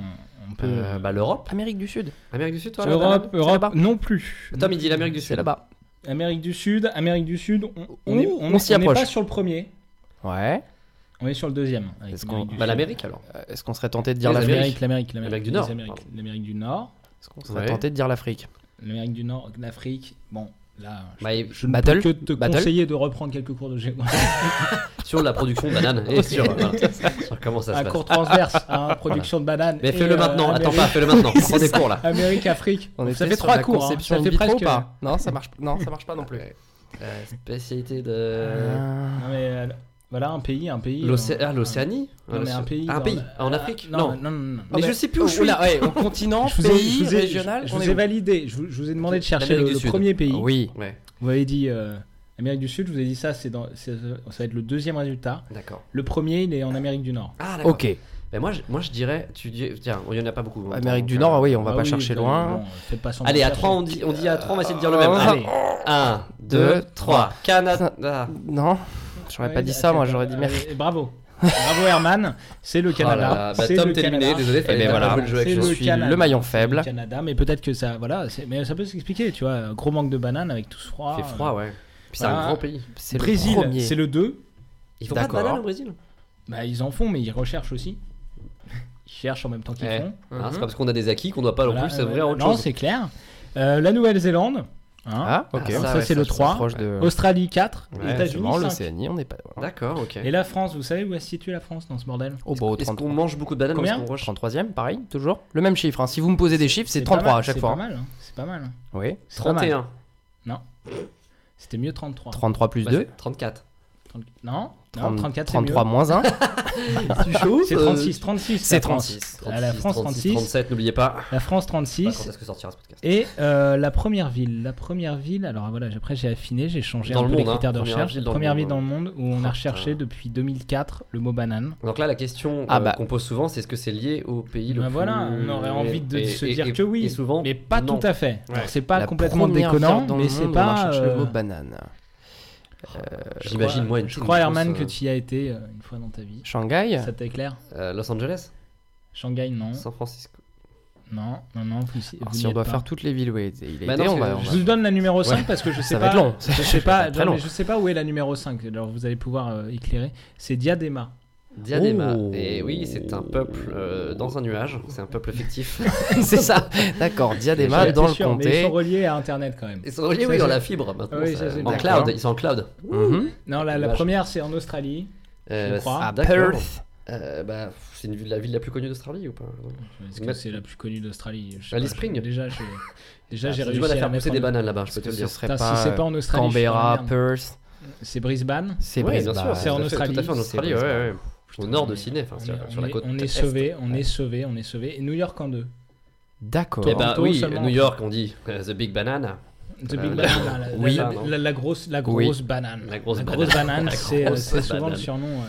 Speaker 4: on peut.
Speaker 3: Euh, bah l'Europe,
Speaker 5: Amérique du Sud.
Speaker 3: Amérique du Sud, toi la
Speaker 4: Europe,
Speaker 5: C'est là-bas.
Speaker 4: Europe, non plus.
Speaker 3: banane Tom il dit l'Amérique du
Speaker 5: C'est
Speaker 3: Sud.
Speaker 5: là-bas.
Speaker 4: Amérique du Sud, Amérique du Sud, on, on, est-
Speaker 5: Ouh,
Speaker 4: on,
Speaker 5: on s'y
Speaker 4: est- on est
Speaker 5: approche.
Speaker 4: pas sur le premier,
Speaker 5: Ouais.
Speaker 4: on est sur le deuxième. avec
Speaker 5: Est-ce
Speaker 4: l'Amérique
Speaker 5: qu'on-
Speaker 4: du
Speaker 3: Bah
Speaker 4: Sud.
Speaker 3: l'Amérique alors.
Speaker 5: Euh, Est-ce qu'on serait tenté de dire
Speaker 3: Les
Speaker 5: l'Afrique
Speaker 3: Amériques.
Speaker 4: l'Amérique, l'Amérique,
Speaker 3: L'Amérique
Speaker 4: l'amérique,
Speaker 3: du
Speaker 4: les
Speaker 3: Nord,
Speaker 4: Amériques,
Speaker 3: pardon.
Speaker 4: l'Amérique du Nord,
Speaker 5: Est-ce qu'on serait
Speaker 3: Ouais.
Speaker 5: tenté de dire l'Afrique
Speaker 4: l'Amérique du Nord, l'Afrique. Bon, là, je,
Speaker 3: Bah, et-
Speaker 4: je ne
Speaker 5: Battle
Speaker 4: peux que te
Speaker 5: Battle
Speaker 4: conseiller de reprendre quelques cours de géographie
Speaker 3: sur la production de bananes et sur, voilà, sur comment ça
Speaker 4: à
Speaker 3: se passe.
Speaker 4: cours transverse, hein, production de bananes.
Speaker 3: Mais
Speaker 4: euh, et,
Speaker 3: fais-le
Speaker 4: euh,
Speaker 3: maintenant, attends
Speaker 4: Amérique-
Speaker 3: pas, fais-le maintenant. Prends des cours là.
Speaker 4: Amérique, Afrique. ça
Speaker 5: était
Speaker 4: fait
Speaker 5: sur
Speaker 4: trois
Speaker 5: la
Speaker 4: cours. hein.
Speaker 5: Conception
Speaker 4: Ça
Speaker 5: in
Speaker 4: fait
Speaker 5: vitro
Speaker 4: presque.
Speaker 5: ou pas Non, ça marche. Non, ça marche pas non plus.
Speaker 3: Euh, spécialité de.
Speaker 5: Euh,
Speaker 4: Non, mais, euh, Voilà, un pays, un pays.
Speaker 3: L'Océ-
Speaker 4: euh,
Speaker 3: ah, l'Océanie
Speaker 4: Ah, Non, mais un pays.
Speaker 3: Un
Speaker 4: dans-
Speaker 3: pays, en
Speaker 4: Ah,
Speaker 3: Afrique
Speaker 4: Non,
Speaker 3: Non.
Speaker 4: non, non. non.
Speaker 3: Mais je sais plus où je suis.
Speaker 5: Oh, Oula, ouais, au continent,
Speaker 4: Je vous ai-
Speaker 5: pays,
Speaker 4: je vous ai-
Speaker 5: régional.
Speaker 4: Je, je
Speaker 5: on
Speaker 4: vous
Speaker 5: est
Speaker 4: ai
Speaker 5: où
Speaker 4: validé. Je vous, je vous ai demandé de chercher
Speaker 3: L'Amérique
Speaker 4: le,
Speaker 3: du
Speaker 4: le
Speaker 3: Sud. Ah
Speaker 4: premier pays.
Speaker 5: Oui,
Speaker 3: Ouais,
Speaker 4: Vous avez dit euh, Amérique du Sud. Je vous ai dit ça. C'est dans. c'est- Ça va être le deuxième résultat.
Speaker 3: d'accord.
Speaker 4: Le premier, il est en Amérique du Nord.
Speaker 3: Ah, d'accord.
Speaker 5: ok.
Speaker 3: Ben moi, je, moi, je dirais, tu dis, tiens, il y en a pas beaucoup. en même temps,
Speaker 5: Amérique du
Speaker 3: donc,
Speaker 5: Nord,
Speaker 3: euh,
Speaker 5: ah oui, on va
Speaker 4: Ah
Speaker 5: pas
Speaker 4: oui,
Speaker 5: chercher
Speaker 4: bah,
Speaker 5: loin.
Speaker 4: bon, faites pas semblant
Speaker 3: Allez, à
Speaker 4: de
Speaker 3: 3, on dit, on dit à 3, on va essayer de dire le même. Ah,
Speaker 4: chercher.
Speaker 3: Allez,
Speaker 4: Allez.
Speaker 3: 1, 2, 3. Canada.
Speaker 5: Non, j'aurais pas
Speaker 4: Ouais,
Speaker 5: dit
Speaker 4: bah,
Speaker 5: ça,
Speaker 4: tu-
Speaker 5: moi, j'aurais dit
Speaker 4: euh,
Speaker 5: merci.
Speaker 4: euh, Bravo. Bravo Herman, c'est le Canada.
Speaker 3: Oh là là, bah,
Speaker 4: c'est
Speaker 3: Tom,
Speaker 4: le
Speaker 3: t'es
Speaker 4: Canada.
Speaker 3: éliminé, désolé, fallait
Speaker 5: pas
Speaker 4: voilà,
Speaker 5: jouer
Speaker 3: le jeu avec
Speaker 4: c'est
Speaker 3: je
Speaker 5: suis le maillon faible.
Speaker 4: Le Canada, mais peut-être que ça, voilà, c'est- mais ça peut s'expliquer, tu vois, gros manque de bananes avec tout ce froid.
Speaker 3: Il fait froid, ouais. Puis Ah, c'est
Speaker 4: voilà.
Speaker 3: un grand pays.
Speaker 5: C'est
Speaker 4: Brésil,
Speaker 5: le premier.
Speaker 4: Ah. c'est le 2.
Speaker 3: Ils font pas de
Speaker 5: D'accord.
Speaker 3: bananes au Brésil
Speaker 4: Bah, ils en font, mais ils recherchent aussi. Ils cherchent en même temps qu'ils
Speaker 3: Eh,
Speaker 4: font.
Speaker 3: Hein, C'est pas
Speaker 5: Mmh.
Speaker 3: parce qu'on a des acquis qu'on doit pas non
Speaker 4: Mhm. Voilà,
Speaker 3: plus s'ouvrir
Speaker 4: euh,
Speaker 3: à autre
Speaker 4: non,
Speaker 3: chose.
Speaker 4: c'est clair. Euh, la Nouvelle-Zélande. hein.
Speaker 5: Ah, ok.
Speaker 4: ça,
Speaker 5: Ouais,
Speaker 4: c'est le
Speaker 5: je suis
Speaker 4: 3.
Speaker 5: proche de-
Speaker 4: Australie 4,
Speaker 5: Ouais, c'est
Speaker 4: États-Unis
Speaker 5: marrant,
Speaker 4: 5.
Speaker 5: l'Océanie, on n'est pas loin.
Speaker 3: D'accord, ok.
Speaker 4: Et la France, vous savez où est se situe la France dans ce bordel
Speaker 5: Oh, bon,
Speaker 3: Est-ce
Speaker 5: 33.
Speaker 3: qu'on mange beaucoup de bananes ou
Speaker 4: Combien
Speaker 3: est-ce qu'on rush
Speaker 5: 33e, pareil, toujours. Le même chiffre. hein. Si vous me posez des chiffres, c'est
Speaker 4: pas
Speaker 5: 33
Speaker 4: mal,
Speaker 5: à chaque
Speaker 4: c'est
Speaker 5: fois.
Speaker 4: pas mal, hein, C'est pas mal.
Speaker 5: Oui.
Speaker 4: C'est pas mal.
Speaker 3: 31.
Speaker 4: C'était mieux 33.
Speaker 5: 33 plus
Speaker 3: Bah,
Speaker 5: 2.
Speaker 3: c'est 34.
Speaker 4: Trente- Non, non
Speaker 5: 30
Speaker 4: 34 c'est mieux.
Speaker 5: 33 moins 1.
Speaker 3: Tu chauffes
Speaker 4: C'est 36, 36.
Speaker 5: euh, c'est
Speaker 4: la France.
Speaker 5: 36.
Speaker 4: Ah, la France 36,
Speaker 3: 37, n'oubliez pas.
Speaker 4: la France
Speaker 3: Je sais pas Quand
Speaker 4: 36
Speaker 3: est-ce que sortira ce podcast
Speaker 4: et euh, la première ville. La première ville, alors voilà, après j'ai affiné, j'ai changé
Speaker 3: Dans
Speaker 4: un
Speaker 3: le
Speaker 4: peu les
Speaker 3: monde, hein,
Speaker 4: critères de
Speaker 3: première
Speaker 4: recherche.
Speaker 3: ville dans le
Speaker 4: première
Speaker 3: monde,
Speaker 4: ville dans le monde où on a
Speaker 5: Oh,
Speaker 3: Putain.
Speaker 4: recherché depuis 2004 le mot banane.
Speaker 3: Donc là, la question
Speaker 5: Ah
Speaker 3: euh,
Speaker 5: bah.
Speaker 3: qu'on pose souvent, c'est est-ce que c'est lié au pays le
Speaker 4: Ben
Speaker 3: plus...
Speaker 4: voilà, on aurait envie de se dire que oui,
Speaker 3: Et souvent,
Speaker 4: Mais pas
Speaker 3: non.
Speaker 4: tout à fait. Alors,
Speaker 3: Ouais.
Speaker 4: C'est pas
Speaker 5: La
Speaker 4: complètement
Speaker 5: première
Speaker 4: déconnant,
Speaker 5: ville dans le
Speaker 4: mais c'est
Speaker 5: monde où On
Speaker 4: pas.
Speaker 5: recherche
Speaker 4: euh,
Speaker 5: le mot banane.
Speaker 4: je
Speaker 3: J'imagine,
Speaker 4: crois-
Speaker 3: moi, une
Speaker 4: Je
Speaker 3: chose,
Speaker 4: crois,
Speaker 3: une
Speaker 4: Herman,
Speaker 3: grosse,
Speaker 4: que
Speaker 3: euh,
Speaker 4: tu y as été euh, une fois dans ta vie.
Speaker 5: Shanghai
Speaker 4: Ça t'éclaire
Speaker 3: euh, Los Angeles
Speaker 4: Shanghai, non.
Speaker 3: San Francisco
Speaker 4: Non, non, non. Vous, y- vous
Speaker 5: Alors,
Speaker 4: n'y
Speaker 5: Si on
Speaker 4: êtes
Speaker 5: doit
Speaker 4: pas.
Speaker 5: faire toutes les villes où il a été,
Speaker 3: Bah non,
Speaker 5: on va.
Speaker 3: parce
Speaker 5: on
Speaker 4: Je
Speaker 5: va-
Speaker 4: vous donne la numéro 5
Speaker 5: Ouais.
Speaker 4: parce que je sais
Speaker 5: Ça va
Speaker 4: pas.
Speaker 5: être long.
Speaker 4: Je sais pas,
Speaker 5: très
Speaker 4: non,
Speaker 5: long.
Speaker 4: mais je sais pas où est la numéro 5. Alors vous allez pouvoir euh, éclairer. C'est Diadema.
Speaker 3: Diadema.
Speaker 5: Oh.
Speaker 3: Et oui, c'est un peuple euh, dans un nuage. C'est un peuple fictif.
Speaker 5: C'est ça. D'accord. Diadema
Speaker 4: J'étais
Speaker 5: dans le
Speaker 4: sûr, Mais ils sont
Speaker 5: comté.
Speaker 4: reliés à Internet quand même.
Speaker 3: Ils sont reliés,
Speaker 4: Ça,
Speaker 3: oui, dans
Speaker 4: j'ai-
Speaker 3: la fibre maintenant.
Speaker 4: Oui,
Speaker 3: ça-
Speaker 4: ça, j'ai
Speaker 3: en
Speaker 4: bien
Speaker 3: cloud,
Speaker 5: compris.
Speaker 3: ils sont en cloud.
Speaker 5: Mhm.
Speaker 4: Non, la, la
Speaker 3: Dommage.
Speaker 4: première c'est en Australie. Je crois. Ah,
Speaker 5: À
Speaker 3: Euh, d'accord.
Speaker 5: Perth.
Speaker 3: Euh, bah, pff, c'est une ville- la ville la plus connue d'Australie ou pas hein,
Speaker 4: Est-ce que
Speaker 3: Mais-
Speaker 4: c'est la plus connue d'Australie Je sais
Speaker 3: Alice
Speaker 4: pas, je-
Speaker 3: Bah, Spring.
Speaker 4: Déjà, je- déjà
Speaker 3: Ah,
Speaker 4: j'ai
Speaker 3: c'est
Speaker 4: réussi
Speaker 3: du mal à faire
Speaker 4: mettre
Speaker 3: pousser
Speaker 4: en-
Speaker 3: des bananes là-bas, je peux te le
Speaker 5: Ce
Speaker 3: dire.
Speaker 5: serait
Speaker 4: Putain,
Speaker 5: pas.
Speaker 4: si c'est pas en Australie, je suis dans la
Speaker 5: Canberra,
Speaker 4: merde.
Speaker 5: Perth,
Speaker 4: c'est Brisbane.
Speaker 5: c'est
Speaker 3: Ouais,
Speaker 5: Brisbane.
Speaker 3: bien sûr,
Speaker 4: C'est
Speaker 3: tout
Speaker 4: en
Speaker 3: à fait-
Speaker 4: Australie,
Speaker 3: Tout à fait en
Speaker 5: c'est
Speaker 3: Australie, ouais,
Speaker 5: Brisbane.
Speaker 3: ouais. Au
Speaker 4: Putain,
Speaker 3: nord
Speaker 4: on
Speaker 3: de
Speaker 4: est-
Speaker 3: Sydney, enfin,
Speaker 4: on
Speaker 3: sur,
Speaker 4: est-
Speaker 3: sur
Speaker 4: on
Speaker 3: la
Speaker 4: est-
Speaker 3: côte.
Speaker 4: On est
Speaker 3: est.
Speaker 4: sauvé, on est sauvé, on est sauvé. Et New York en deux.
Speaker 5: D'accord.
Speaker 3: Eh ben
Speaker 4: Toronto
Speaker 3: oui,
Speaker 4: seulement.
Speaker 3: New York, on dit euh, The Big Banana.
Speaker 4: The Big
Speaker 3: Euh,
Speaker 4: Banana, la-
Speaker 3: oui.
Speaker 4: la, la- la grosse, la
Speaker 5: Oui.
Speaker 4: grosse banane.
Speaker 3: La grosse
Speaker 4: banane,
Speaker 3: La
Speaker 4: c'est euh,
Speaker 3: grosse
Speaker 4: c'est souvent
Speaker 3: banane.
Speaker 4: le surnom. ouais.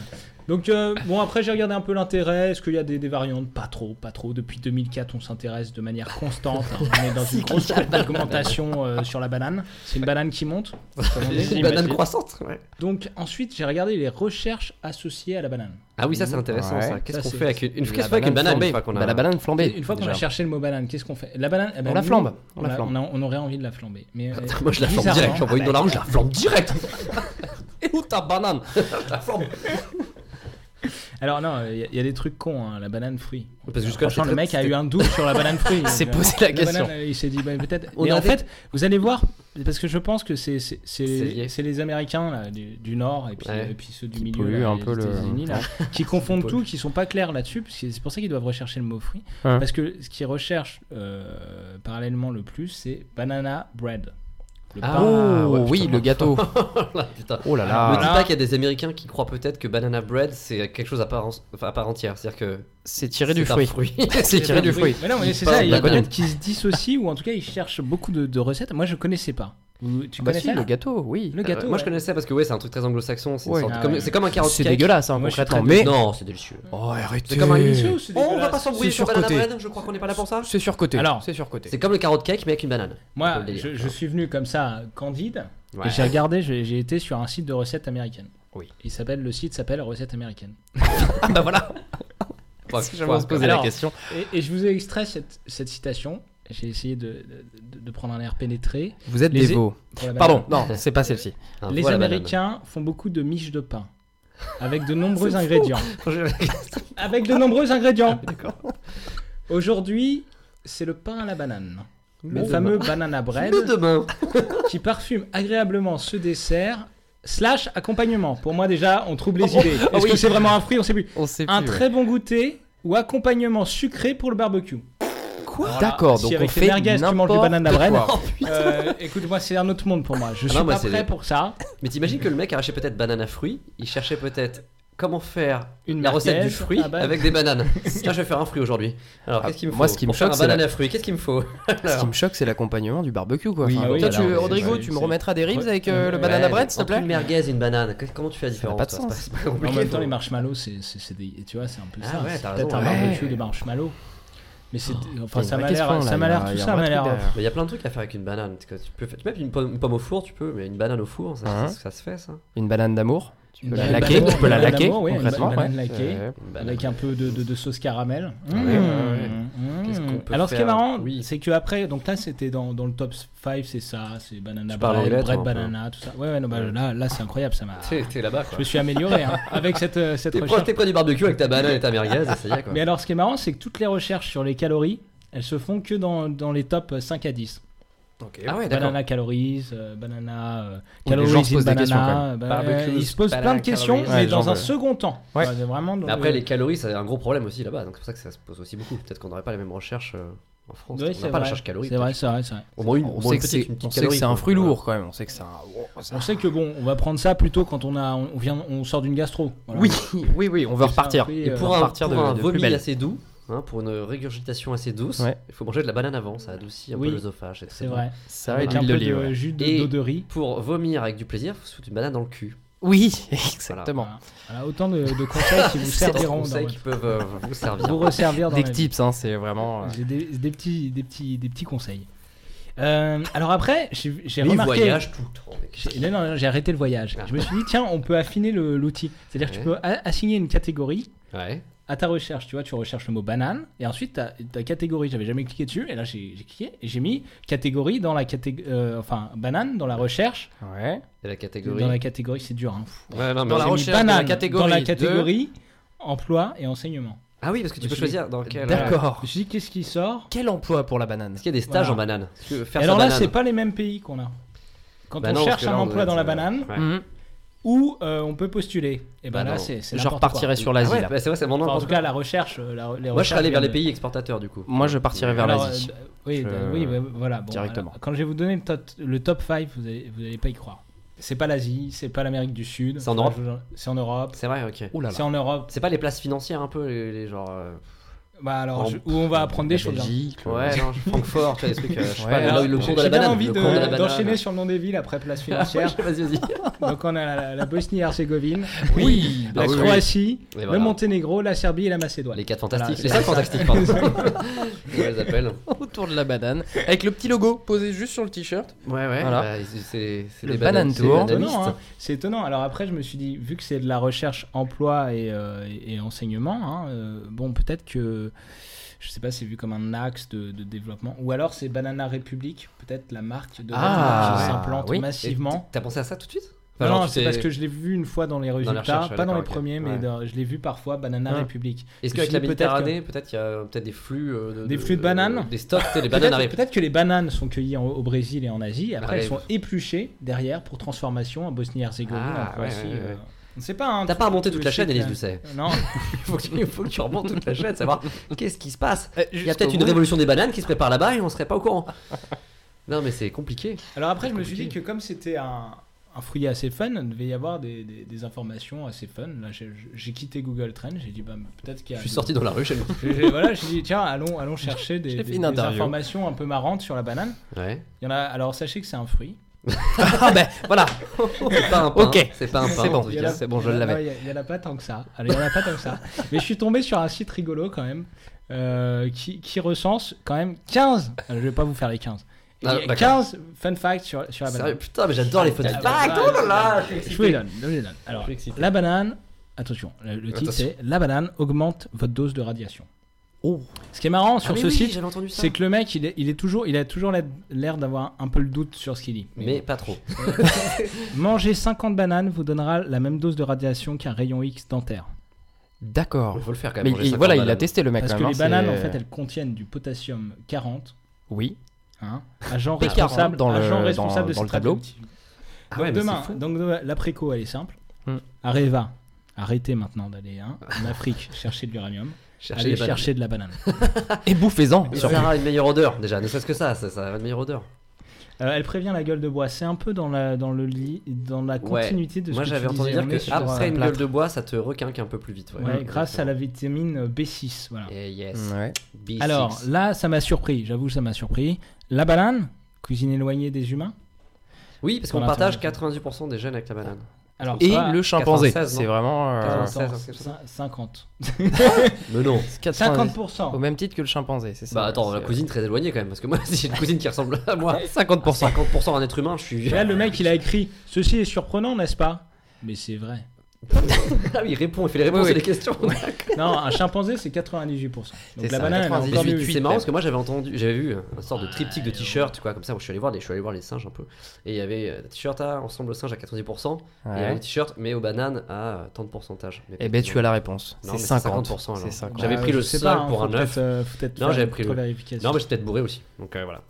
Speaker 4: Donc euh, bon, après j'ai regardé un peu l'intérêt. Est-ce qu'il y a des, des variantes Pas trop, pas trop. Depuis 2004, on s'intéresse de manière constante. hein. On est dans une grosse augmentation euh, sur la banane. C'est une banane qui monte. comme on dit.
Speaker 3: Une banane croissante ouais.
Speaker 4: Donc ensuite, j'ai regardé les recherches associées à la banane.
Speaker 3: Ah oui, ça c'est intéressant
Speaker 5: Ouais.
Speaker 3: ça. Qu'est-ce
Speaker 4: Ça,
Speaker 3: qu'on
Speaker 4: c'est-
Speaker 3: fait avec une, une-
Speaker 5: La
Speaker 3: qu'est-ce qu'on fait avec une banane
Speaker 5: flambée.
Speaker 3: une fois qu'on a-
Speaker 5: Bah, La banane flambée.
Speaker 4: Une fois qu'on
Speaker 5: déjà.
Speaker 4: a cherché le mot banane, qu'est-ce qu'on fait La banane, eh ben,
Speaker 5: On la
Speaker 4: nous,
Speaker 5: flambe. On
Speaker 4: On,
Speaker 5: la
Speaker 4: la-
Speaker 5: flambe.
Speaker 4: on a, on aurait envie de la flamber. Mais euh,
Speaker 3: Attends, Moi je la flambe
Speaker 4: bizarrement- Bah,
Speaker 3: direct, j'envoie une dans la rue, je la flambe direct. Et où ta banane Je la flambe.
Speaker 4: Alors non, il y, a des trucs cons, hein, la banane fruit.
Speaker 3: Parce que jusque-là,
Speaker 4: Franchement,
Speaker 3: c'est
Speaker 4: le
Speaker 3: très-
Speaker 4: mec a eu un doute sur la banane fruit.
Speaker 5: C'est
Speaker 4: Euh,
Speaker 5: posé la
Speaker 4: la
Speaker 5: question.
Speaker 4: banane, euh, il s'est dit, bah, peut-être.
Speaker 3: On
Speaker 4: Mais en
Speaker 3: avait-
Speaker 4: fait, vous allez voir, parce que je pense que c'est c'est-
Speaker 3: C'est
Speaker 4: c'est
Speaker 3: lié.
Speaker 4: c'est les Américains là, du, du Nord et puis,
Speaker 3: Ouais.
Speaker 4: et puis ceux du
Speaker 5: Qui
Speaker 4: milieu,
Speaker 5: polluent
Speaker 4: là,
Speaker 5: un
Speaker 4: les
Speaker 5: peu le-
Speaker 4: États-Unis, là, qui confondent
Speaker 3: Qui
Speaker 4: tout, qui sont pas clairs là-dessus. parce que C'est pour ça qu'ils doivent rechercher le mot fruit.
Speaker 5: Hein.
Speaker 4: Parce que ce qu'ils recherchent euh, parallèlement le plus, c'est banana bread. Le
Speaker 3: Ah,
Speaker 4: pain- euh,
Speaker 5: Oh
Speaker 3: ouais,
Speaker 5: oui,
Speaker 3: putain.
Speaker 5: le gâteau.
Speaker 3: Ah, putain.
Speaker 5: Oh là
Speaker 3: Me
Speaker 5: là.
Speaker 4: Voilà.
Speaker 3: dis pas qu'il y a des Américains qui croient peut-être que banana bread c'est quelque chose à part, en- enfin, à part entière. C'est-à-dire que
Speaker 5: C'est tiré du
Speaker 3: c'est un
Speaker 5: fruit. C'est tiré
Speaker 4: pas
Speaker 5: du fruit.
Speaker 4: Mais non, mais c'est
Speaker 3: Pas
Speaker 4: ça, il y a
Speaker 3: banane.
Speaker 4: peut-être qu'ils se dissocient ou en tout cas ils cherchent beaucoup de, de recettes. Moi je connaissais pas. Vous- tu
Speaker 5: Bah
Speaker 4: connais
Speaker 5: si, le gâteau, oui.
Speaker 4: Le gâteau.
Speaker 3: Euh, moi je
Speaker 4: ouais.
Speaker 3: connaissais parce que ouais, c'est un truc très anglo-saxon. C'est une
Speaker 5: Ouais.
Speaker 3: sorte-
Speaker 4: Ah
Speaker 3: comme-
Speaker 4: ouais.
Speaker 3: c'est comme un carotte
Speaker 5: C'est
Speaker 3: cake.
Speaker 5: dégueulasse, hein,
Speaker 4: Moi, je suis
Speaker 5: concrètement.
Speaker 4: très
Speaker 5: Mais.
Speaker 3: Non, c'est délicieux.
Speaker 5: Oh, arrêtez.
Speaker 3: C'est comme un délicieux,
Speaker 4: c'est
Speaker 3: Oh, On va
Speaker 4: dégueulasse.
Speaker 3: pas s'embrouiller
Speaker 5: C'est
Speaker 3: sur banana
Speaker 5: surcoté.
Speaker 3: bread, je crois qu'on n'est pas là pour ça.
Speaker 5: C'est surcoté.
Speaker 4: Alors.
Speaker 5: c'est surcoté.
Speaker 3: C'est comme le carotte cake mais avec une banane.
Speaker 4: Moi,
Speaker 3: Faut le dire.
Speaker 4: je, je suis venu comme ça, candide,
Speaker 3: Ouais.
Speaker 4: et j'ai regardé, j'ai j'ai été sur un site de recettes américaines.
Speaker 5: Oui.
Speaker 4: Il s'appelle, le site s'appelle Recettes américaines.
Speaker 5: Ah bah voilà.
Speaker 3: Faut-
Speaker 5: Si jamais on se
Speaker 3: faut-
Speaker 5: posait
Speaker 4: Alors.
Speaker 5: la question.
Speaker 4: Et, et je vous ai extrait cette, cette citation. J'ai essayé de, de- de prendre un air pénétré.
Speaker 5: Vous êtes
Speaker 4: Les-
Speaker 5: des veaux.
Speaker 4: pour la banane.
Speaker 5: Pardon, non, c'est pas celle-ci.
Speaker 3: Un
Speaker 4: Les
Speaker 3: voile à banane.
Speaker 4: Américains font beaucoup de miches de pain, avec de nombreux ingrédients.
Speaker 3: Je-
Speaker 4: Avec de nombreux
Speaker 3: Ah,
Speaker 4: ingrédients. Aujourd'hui, c'est le pain à la banane. Le fameux banana bread.
Speaker 3: Le demain.
Speaker 4: qui parfume agréablement ce dessert slash accompagnement. Pour moi déjà, on trouble les idées. Est-ce
Speaker 5: Oh, oui.
Speaker 4: que c'est vraiment un fruit On sait plus.
Speaker 5: On sait
Speaker 4: Un
Speaker 5: plus, ouais.
Speaker 4: très bon goûter ou accompagnement sucré pour le barbecue. Quoi
Speaker 5: D'accord, donc
Speaker 4: si avec
Speaker 5: on
Speaker 4: les
Speaker 5: fait
Speaker 4: merguez, tu manges du
Speaker 5: n'importe
Speaker 4: banane à
Speaker 5: quoi.
Speaker 4: Bren, euh, écoute-moi, c'est un autre monde pour moi. Je
Speaker 5: Ah
Speaker 4: suis
Speaker 3: non, moi,
Speaker 4: pas
Speaker 3: c'est
Speaker 4: prêt
Speaker 3: des-
Speaker 4: pour ça.
Speaker 3: Mais t'imagines que le mec arrachait peut-être banane à fruits, il cherchait peut-être comment faire
Speaker 4: Une
Speaker 3: la
Speaker 4: merguez,
Speaker 3: recette du fruit
Speaker 4: ah bah.
Speaker 3: avec des bananes. Tiens, je vais faire un fruit aujourd'hui. Alors,
Speaker 5: Ah,
Speaker 3: qu'est-ce qu'il me faut
Speaker 5: moi, ce qui me
Speaker 3: Pour faire
Speaker 5: choque,
Speaker 3: un
Speaker 5: c'est la-
Speaker 3: banane à fruits, qu'est-ce qu'il me faut
Speaker 5: Ce qui me choque, c'est l'accompagnement du barbecue, quoi.
Speaker 4: Oui,
Speaker 5: Enfin,
Speaker 4: bah oui,
Speaker 5: toi,
Speaker 4: alors,
Speaker 5: tu-
Speaker 4: c'est-
Speaker 5: Rodrigo,
Speaker 4: c'est-
Speaker 5: tu me
Speaker 4: c'est-
Speaker 5: remettras des ribs
Speaker 4: Ouais.
Speaker 5: avec euh, le
Speaker 4: Ouais,
Speaker 5: banane à
Speaker 4: mais
Speaker 5: bread, s'il te plaît
Speaker 3: Une merguez, une banane. Qu'est- Comment tu fais la différence
Speaker 5: pas de
Speaker 3: toi
Speaker 5: sens.
Speaker 3: C'est pas- c'est pas compliqué,
Speaker 4: En même temps,
Speaker 3: faut-
Speaker 4: les marshmallows, c'est c'est- c'est des. Tu vois, c'est un peu
Speaker 3: Ah
Speaker 4: ça.
Speaker 3: ouais,
Speaker 4: C'est
Speaker 3: t'as
Speaker 4: peut-être
Speaker 3: raison,
Speaker 4: un
Speaker 3: ouais.
Speaker 4: barbecue de marshmallows. Mais c'est. Enfin, ça
Speaker 5: Il y
Speaker 4: m'a
Speaker 5: a Oh, une vraie
Speaker 4: l'air.
Speaker 5: question,
Speaker 4: Ça
Speaker 5: là,
Speaker 4: m'a
Speaker 5: il y a-
Speaker 4: l'air. Tout
Speaker 5: il y a
Speaker 4: ça
Speaker 5: un
Speaker 4: m'a
Speaker 5: vrai
Speaker 4: l'air.
Speaker 5: truc derrière.
Speaker 3: Mais il y a plein de trucs à faire avec une banane. Tu peux- tu peux faire- même une pomme, une pomme au four, tu peux, mais une banane au four, ça,
Speaker 5: Hein.
Speaker 3: ça, ça se fait ça.
Speaker 5: Une banane d'amour. Tu peux
Speaker 4: Une
Speaker 5: la
Speaker 4: banane
Speaker 5: laquer,
Speaker 4: d'amour,
Speaker 5: tu peux la
Speaker 4: une banane
Speaker 5: laquer,
Speaker 4: d'amour, oui, une
Speaker 5: concrètement.
Speaker 4: banane
Speaker 5: ouais.
Speaker 4: laquée.
Speaker 5: Euh,
Speaker 3: Une banane.
Speaker 4: Avec un peu de, de- de sauce caramel.
Speaker 5: Ah ouais,
Speaker 4: Mmh.
Speaker 5: ouais.
Speaker 4: Mmh.
Speaker 3: Qu'est-ce qu'on peut
Speaker 4: Alors, ce qui est
Speaker 3: faire
Speaker 4: marrant,
Speaker 3: Oui.
Speaker 4: c'est que après, donc là, c'était dans, dans le top 5, c'est ça, c'est banana
Speaker 3: Tu parles
Speaker 4: bread,
Speaker 3: anglais, toi,
Speaker 4: bread
Speaker 3: un peu.
Speaker 4: banana, tout ça. Ouais, ouais, non, bah, là, là, c'est incroyable, ça m'a.
Speaker 3: T'es t'es là-bas
Speaker 4: Je
Speaker 3: quoi.
Speaker 4: me suis amélioré hein, avec cette, euh, cette
Speaker 3: T'es proche,
Speaker 4: recherche.
Speaker 3: t'es près du barbecue avec ta banane et ta merguez, et ça y est quoi.
Speaker 4: Mais alors, ce qui est marrant, c'est que toutes les recherches sur les calories, elles se font que dans, dans les top 5 à 10.
Speaker 3: ah ouais, d'accord.
Speaker 4: Banana calories, euh, banana euh,
Speaker 5: Ou les
Speaker 4: calories
Speaker 5: gens se
Speaker 4: in
Speaker 5: posent des
Speaker 4: banana,
Speaker 5: questions, quand
Speaker 4: euh, bah,
Speaker 3: Barbecue,
Speaker 4: ils se posent plein
Speaker 3: banana
Speaker 4: de questions,
Speaker 3: calories.
Speaker 4: mais
Speaker 5: Ouais,
Speaker 4: dans
Speaker 5: genre,
Speaker 4: un
Speaker 5: euh,
Speaker 4: second temps.
Speaker 5: Ouais.
Speaker 4: Enfin, c'est vraiment dans
Speaker 3: Mais après,
Speaker 4: le-
Speaker 3: les calories, c'est un gros problème aussi là-bas, donc c'est pour ça que ça se pose aussi beaucoup. Peut-être qu'on n'aurait pas les mêmes recherches euh, en France.
Speaker 4: Ouais,
Speaker 3: on n'a
Speaker 4: c'est
Speaker 3: pas la
Speaker 4: vrai.
Speaker 3: recherche calorie.
Speaker 4: C'est vrai, c'est vrai, c'est vrai.
Speaker 3: Au moins une,
Speaker 5: On
Speaker 3: au moins une
Speaker 5: sait que
Speaker 3: petite,
Speaker 5: c'est
Speaker 3: une petite
Speaker 5: on sait que
Speaker 3: calorie,
Speaker 5: c'est un
Speaker 3: quoi.
Speaker 5: fruit
Speaker 3: Voilà.
Speaker 5: lourd, quand même. On sait que c'est un. oh, ça-
Speaker 4: On sait que bon, on va prendre ça plutôt quand on a, on vient, on sort d'une gastro. Voilà.
Speaker 5: Oui, oui, oui, on veut
Speaker 4: C'est ça,
Speaker 5: repartir.
Speaker 4: oui, euh,
Speaker 5: Et pour
Speaker 3: Pour un,
Speaker 5: repartir
Speaker 3: pour
Speaker 5: de,
Speaker 3: un
Speaker 5: de plus
Speaker 3: vomi
Speaker 5: belle.
Speaker 3: assez doux, hein, pour une régurgitation assez douce,
Speaker 5: Ouais.
Speaker 3: il faut manger de la banane avant, ça adoucit un
Speaker 4: Oui.
Speaker 3: peu l'œsophage. et tout,
Speaker 4: c'est
Speaker 3: bon.
Speaker 4: vrai.
Speaker 5: Ça, et
Speaker 4: Avec
Speaker 5: Ah de
Speaker 4: un
Speaker 5: l'huile
Speaker 4: peu
Speaker 5: d'olive,
Speaker 4: de
Speaker 5: ouais.
Speaker 4: jus de,
Speaker 3: Et-
Speaker 4: d'eau de riz.
Speaker 3: Pour vomir avec du plaisir, faut se foutre une banane dans le cul.
Speaker 5: Oui, exactement.
Speaker 4: Voilà. Voilà, autant de, de conseils qui vous
Speaker 3: C'est des
Speaker 4: serviront. dans
Speaker 3: conseils qui
Speaker 4: votre-
Speaker 3: peuvent euh, vous servir.
Speaker 4: Vous resservir dans
Speaker 5: Des
Speaker 4: la vie.
Speaker 5: tips, hein, c'est vraiment. euh,
Speaker 4: J'ai des, des petits, des petits, des petits conseils. Euh, alors après, j'ai j'ai
Speaker 3: Les
Speaker 4: remarqué.
Speaker 3: voyages tout le temps. mec.
Speaker 4: J'ai- Non, non, non, j'ai arrêté le voyage.
Speaker 3: Ah.
Speaker 4: Je me suis dit, tiens, on peut affiner le- l'outil. C'est-à-dire que tu
Speaker 3: Ouais.
Speaker 4: peux a- assigner une catégorie
Speaker 3: Ouais.
Speaker 4: à ta recherche. Tu vois, tu recherches le mot banane et ensuite ta, ta catégorie. J'avais jamais cliqué dessus et là j'ai j'ai cliqué et j'ai mis catégorie dans la catégorie. enfin, banane dans la recherche.
Speaker 5: Ouais.
Speaker 3: Et la catégorie.
Speaker 4: Dans la catégorie, c'est dur. Hein.
Speaker 3: Ouais, non, mais
Speaker 5: Dans
Speaker 3: on
Speaker 5: la
Speaker 3: s'est mis-
Speaker 5: recherche de la
Speaker 4: banane
Speaker 5: catégorie
Speaker 4: dans la
Speaker 5: de-
Speaker 4: catégorie emploi et enseignement.
Speaker 3: Ah oui, parce que tu
Speaker 4: Je
Speaker 3: peux
Speaker 4: suis-
Speaker 3: choisir dans quel. euh,
Speaker 4: Voilà.
Speaker 5: D'accord.
Speaker 4: Je me suis dit, qu'est-ce qui sort
Speaker 5: Quel emploi pour la banane
Speaker 3: Est-ce qu'il y a des stages
Speaker 4: Voilà.
Speaker 3: en banane Parce que
Speaker 4: Et
Speaker 3: faire
Speaker 4: Alors
Speaker 3: sa
Speaker 4: là,
Speaker 3: banane-
Speaker 4: c'est pas les mêmes pays qu'on a. Quand
Speaker 3: Bah non,
Speaker 4: on
Speaker 3: parce
Speaker 4: cherche
Speaker 3: que là,
Speaker 4: un
Speaker 3: on
Speaker 4: emploi
Speaker 3: doit
Speaker 4: dans la
Speaker 3: être,
Speaker 4: banane, Mm.
Speaker 3: euh, ouais.
Speaker 5: Mhm.
Speaker 4: où euh, on peut postuler. Et ben
Speaker 3: Bah
Speaker 4: là,
Speaker 3: non.
Speaker 4: c'est c'est
Speaker 5: Je
Speaker 4: n'importe quoi.
Speaker 5: repartirais sur
Speaker 3: Ah
Speaker 5: l'Asie.
Speaker 3: ouais,
Speaker 5: là.
Speaker 3: bah c'est vrai, c'est mon
Speaker 4: Enfin, en tout
Speaker 3: n'importe
Speaker 4: cas, la recherche, euh,
Speaker 3: quoi.
Speaker 4: la, les
Speaker 3: Moi, je
Speaker 4: recherches
Speaker 3: serais allé vers les
Speaker 4: viennent de-
Speaker 3: pays exportateurs du coup.
Speaker 5: Moi, je partirais vers
Speaker 4: Alors,
Speaker 5: l'Asie.
Speaker 4: euh, oui,
Speaker 5: Je-
Speaker 4: euh, oui, bah, voilà. bon,
Speaker 5: Directement.
Speaker 4: alors, quand je vais vous donner le top, le top 5, vous allez, vous allez pas y croire. C'est pas l'Asie, c'est pas l'Amérique du Sud.
Speaker 3: C'est en
Speaker 4: Enfin,
Speaker 3: Europe
Speaker 4: je vous- C'est en Europe.
Speaker 3: C'est vrai, ok.
Speaker 5: Ouh là
Speaker 4: C'est
Speaker 5: là.
Speaker 4: en Europe.
Speaker 3: C'est pas les places financières un peu, les, les genre. euh,
Speaker 4: Bah, alors,
Speaker 3: En-
Speaker 4: je- où on va apprendre des
Speaker 5: La
Speaker 4: choses. hein.
Speaker 5: Belgique, le-
Speaker 3: Ouais, non, Francfort, tu vois, des trucs. euh, je sais
Speaker 5: Ouais,
Speaker 3: pas, le-
Speaker 5: alors,
Speaker 3: le, cours
Speaker 5: j'ai
Speaker 3: de la
Speaker 4: J'ai bien
Speaker 3: banane.
Speaker 4: envie
Speaker 3: le cours de la
Speaker 4: de-
Speaker 3: banane.
Speaker 4: d'enchaîner sur le nom des villes après place financière.
Speaker 3: Vas-y, vas-y.
Speaker 4: Donc, on a la, la Bosnie-Herzégovine,
Speaker 5: Oui,
Speaker 4: la
Speaker 3: oui, oui.
Speaker 4: Croatie,
Speaker 3: Et
Speaker 4: le
Speaker 3: voilà.
Speaker 4: Monténégro, la Serbie et la Macédoine.
Speaker 3: Les 4 fantastiques.
Speaker 4: Voilà,
Speaker 3: les 5 fantastiques, pardon. Comment elles appellent
Speaker 5: autour de la banane, avec le petit logo posé juste sur le t-shirt.
Speaker 3: Ouais, ouais.
Speaker 5: Voilà.
Speaker 3: bah, c'est- c'est c'est
Speaker 5: Le
Speaker 3: des
Speaker 5: banane
Speaker 3: bananes. c'est
Speaker 5: tour.
Speaker 3: des
Speaker 4: étonnant,
Speaker 3: bananistes.
Speaker 4: hein. C'est étonnant. Alors après, je me suis dit, vu que c'est de la recherche emploi et, euh, et- et enseignement, hein, euh, bon, peut-être que je sais pas, c'est vu comme un axe de, de développement, ou alors c'est Banana République, peut-être la marque de
Speaker 5: Ah,
Speaker 4: banane
Speaker 5: ouais.
Speaker 4: qui s'implante
Speaker 5: Oui.
Speaker 3: Et t-
Speaker 4: massivement.
Speaker 3: T'as pensé à ça tout de suite
Speaker 4: Non,
Speaker 3: Enfin, genre,
Speaker 4: non,
Speaker 3: tu
Speaker 4: c'est
Speaker 3: t'es-
Speaker 4: parce que je l'ai vu une fois dans les
Speaker 3: la
Speaker 4: résultats,
Speaker 3: recherche, ouais,
Speaker 4: pas dans les
Speaker 3: d'accord, ok.
Speaker 4: premiers, mais
Speaker 3: Ouais.
Speaker 4: dans- je l'ai vu parfois Banana
Speaker 5: Ouais.
Speaker 4: République.
Speaker 3: Est-ce
Speaker 4: Je me
Speaker 3: qu'avec
Speaker 4: suis
Speaker 3: la
Speaker 4: dit, peut-être
Speaker 3: Méditerranée, peut-être qu'il y a peut-être des flux euh, de,
Speaker 4: Des flux de bananes
Speaker 3: Des stocks, tu sais, les bananes
Speaker 4: Peut-être
Speaker 3: arrivent.
Speaker 4: peut-être que les bananes sont cueillies en- au Brésil et en Asie, et après elles
Speaker 3: Arrive.
Speaker 4: sont épluchées derrière pour transformation en Bosnie-Herzégovine,
Speaker 3: Ah,
Speaker 4: en Croatie.
Speaker 3: ouais, ouais,
Speaker 4: euh,
Speaker 3: ouais.
Speaker 4: On ne sait pas. hein,
Speaker 3: T'as pas remonté
Speaker 4: tout
Speaker 3: toute
Speaker 4: le
Speaker 3: la chaîne,
Speaker 4: site,
Speaker 3: Elise
Speaker 4: là.
Speaker 3: Lucet.
Speaker 4: Non,
Speaker 3: Il faut que tu- il faut que tu remontes toute la chaîne, savoir qu'est-ce qui se passe.
Speaker 5: Il
Speaker 3: Il y a peut-être une révolution des bananes qui se prépare là-bas et on serait pas au courant. Non, mais c'est compliqué.
Speaker 4: alors après, je me suis dit que
Speaker 3: compliqué.
Speaker 4: comme c'était un, un fruit assez fun, il devait y avoir des, des- des informations assez fun. Là, j'ai- j'ai quitté Google Trends, j'ai dit, bah, peut-être qu'il y
Speaker 3: Je
Speaker 4: a.
Speaker 3: suis
Speaker 4: des-
Speaker 3: sorti dans la rue chez moi.
Speaker 4: J'ai- j'ai- voilà, j'ai dit, tiens, allons, allons chercher des,
Speaker 5: J'ai fait
Speaker 4: des-
Speaker 5: une
Speaker 4: des
Speaker 5: interview.
Speaker 4: informations un peu marrantes sur la banane.
Speaker 3: Ouais.
Speaker 4: Il y en a, alors sachez que c'est un fruit.
Speaker 5: Ah ben voilà.
Speaker 3: C'est pas un pain.
Speaker 5: Ok.
Speaker 3: C'est pas un pain.
Speaker 5: C'est bon.
Speaker 3: en tout
Speaker 4: Il y en
Speaker 3: cas.
Speaker 4: a-
Speaker 5: c'est bon, je
Speaker 4: il y en a-
Speaker 5: l'avais.
Speaker 4: non, Il y a- il y en a pas tant que ça. Allez, il y en a pas tant que ça. Mais je suis tombé sur un site rigolo quand même, euh, qui, qui recense quand même 15. euh, Je vais pas vous faire les 15.
Speaker 3: Ah,
Speaker 4: Il y a
Speaker 3: d'accord.
Speaker 4: 15 fun facts sur, sur la banane.
Speaker 3: Sérieux, putain, mais j'adore les fun
Speaker 4: Ah,
Speaker 3: facts.
Speaker 4: bah,
Speaker 3: Oh là là
Speaker 4: Je vous les donne, je vous les donne. Alors, la banane, attention, le, le titre
Speaker 3: Attention.
Speaker 4: c'est La banane augmente votre dose de radiation.
Speaker 5: Oh.
Speaker 4: Ce qui est marrant
Speaker 3: Ah,
Speaker 4: sur
Speaker 3: mais
Speaker 4: ce
Speaker 3: oui,
Speaker 4: site,
Speaker 3: j'avais entendu ça.
Speaker 4: c'est que le mec, il, est, il, est toujours, il a toujours l'air- l'air d'avoir un peu le doute sur ce qu'il dit.
Speaker 3: Mais pas trop.
Speaker 4: Manger 50 bananes vous donnera la même dose de radiation qu'un rayon X dentaire.
Speaker 5: D'accord.
Speaker 3: Il faut le faire quand
Speaker 5: Mais
Speaker 3: même.
Speaker 5: il-
Speaker 3: manger cinq
Speaker 5: voilà,
Speaker 3: bananes.
Speaker 5: il a testé le mec.
Speaker 4: Parce
Speaker 5: quand
Speaker 4: que
Speaker 5: même,
Speaker 4: les
Speaker 5: hein,
Speaker 4: bananes, en
Speaker 5: c'est-
Speaker 4: fait, elles contiennent du potassium 40,
Speaker 5: Oui.
Speaker 4: hein, agent
Speaker 5: P40
Speaker 4: responsable,
Speaker 5: dans le-
Speaker 4: agent
Speaker 5: dans-
Speaker 4: responsable de
Speaker 5: dans le
Speaker 4: cette
Speaker 5: tableau.
Speaker 4: radioactivité.
Speaker 3: Ah
Speaker 4: Donc
Speaker 3: ouais, mais
Speaker 4: demain,
Speaker 3: c'est fou.
Speaker 4: donc demain, la préco, elle est simple.
Speaker 5: Hmm.
Speaker 4: Areva, arrêtez maintenant d'aller hein, en Afrique chercher de l'uranium.
Speaker 3: Cherchez les
Speaker 4: Allez chercher de la banane.
Speaker 5: Et bouffez-en
Speaker 3: bananes. Et
Speaker 5: surtout.
Speaker 3: ça aura une meilleure odeur, déjà, ne serait-ce que ça, ça, ça a une meilleure odeur.
Speaker 4: Euh, elle prévient la gueule de bois. C'est un peu dans la, dans le lit, dans la
Speaker 3: Ouais.
Speaker 4: continuité de ce
Speaker 3: Moi
Speaker 4: que
Speaker 3: j'avais
Speaker 4: tu
Speaker 3: entendu
Speaker 4: disais,
Speaker 3: dire
Speaker 4: on
Speaker 3: que
Speaker 4: est sur,
Speaker 3: après
Speaker 4: euh,
Speaker 3: une gueule de bois, ça te requinque un peu plus vite. Ouais,
Speaker 4: ouais, grâce à la vitamine B6. Voilà.
Speaker 3: Et yes.
Speaker 5: Ouais.
Speaker 3: B6.
Speaker 4: Alors là, ça m'a surpris, j'avoue, ça m'a surpris. La banane, cuisine éloignée des humains.
Speaker 3: oui, parce qu'on
Speaker 4: Voilà,
Speaker 3: partage
Speaker 4: ça-
Speaker 3: 90% des jeunes avec la banane.
Speaker 4: Alors,
Speaker 5: Et
Speaker 4: ça,
Speaker 5: le chimpanzé.
Speaker 3: 96, non
Speaker 5: C'est vraiment. euh,
Speaker 3: Attends,
Speaker 4: 50,
Speaker 3: c'est- c'est-
Speaker 4: 50.
Speaker 3: Mais non.
Speaker 5: 90.
Speaker 4: 50%.
Speaker 3: Oh,
Speaker 5: Au même titre que le chimpanzé, c'est ça
Speaker 3: Bah attends, la
Speaker 5: C'est-
Speaker 3: cousine très éloignée quand même, parce que moi si j'ai une cousine qui ressemble à moi,
Speaker 5: 50%.
Speaker 3: 50% un être humain, je suis.
Speaker 4: Et Là, le mec, il a écrit Ceci est surprenant, n'est-ce pas Mais c'est vrai.
Speaker 3: Ah oui, il répond, il fait les réponses
Speaker 5: Oui,
Speaker 3: et
Speaker 5: oui.
Speaker 3: les questions.
Speaker 4: Non, un chimpanzé, c'est 98%. Donc
Speaker 5: C'est
Speaker 4: la
Speaker 5: ça,
Speaker 4: banane, elle est encore
Speaker 5: 98.
Speaker 4: mieux.
Speaker 3: C'est marrant parce que moi j'avais entendu, j'avais vu un sorte de triptyque de t-shirt, quoi, comme ça. où Je suis allé voir des, je suis allé voir les singes un peu, et il y avait euh, t-shirt à ensemble singe à 90%, et il y avait
Speaker 5: Ouais.
Speaker 3: des t-shirts mais aux bananes à euh, tant de pourcentage. Mais
Speaker 5: Eh ben tu as la réponse.
Speaker 3: Non,
Speaker 5: C'est
Speaker 3: mais c'est
Speaker 5: 50.
Speaker 3: 50%, alors.
Speaker 5: C'est 50.
Speaker 3: J'avais
Speaker 4: Bah,
Speaker 3: pris le
Speaker 4: je sais
Speaker 3: 5
Speaker 4: pas, hein,
Speaker 3: pour
Speaker 4: faut
Speaker 3: un œuf.
Speaker 4: peut-être, euh, faut peut-être
Speaker 3: Non,
Speaker 4: faire
Speaker 3: j'avais
Speaker 4: une
Speaker 3: pris
Speaker 4: autre
Speaker 3: le-
Speaker 4: vérification.
Speaker 3: Non, mais j'étais peut-être bourré aussi, donc euh, voilà.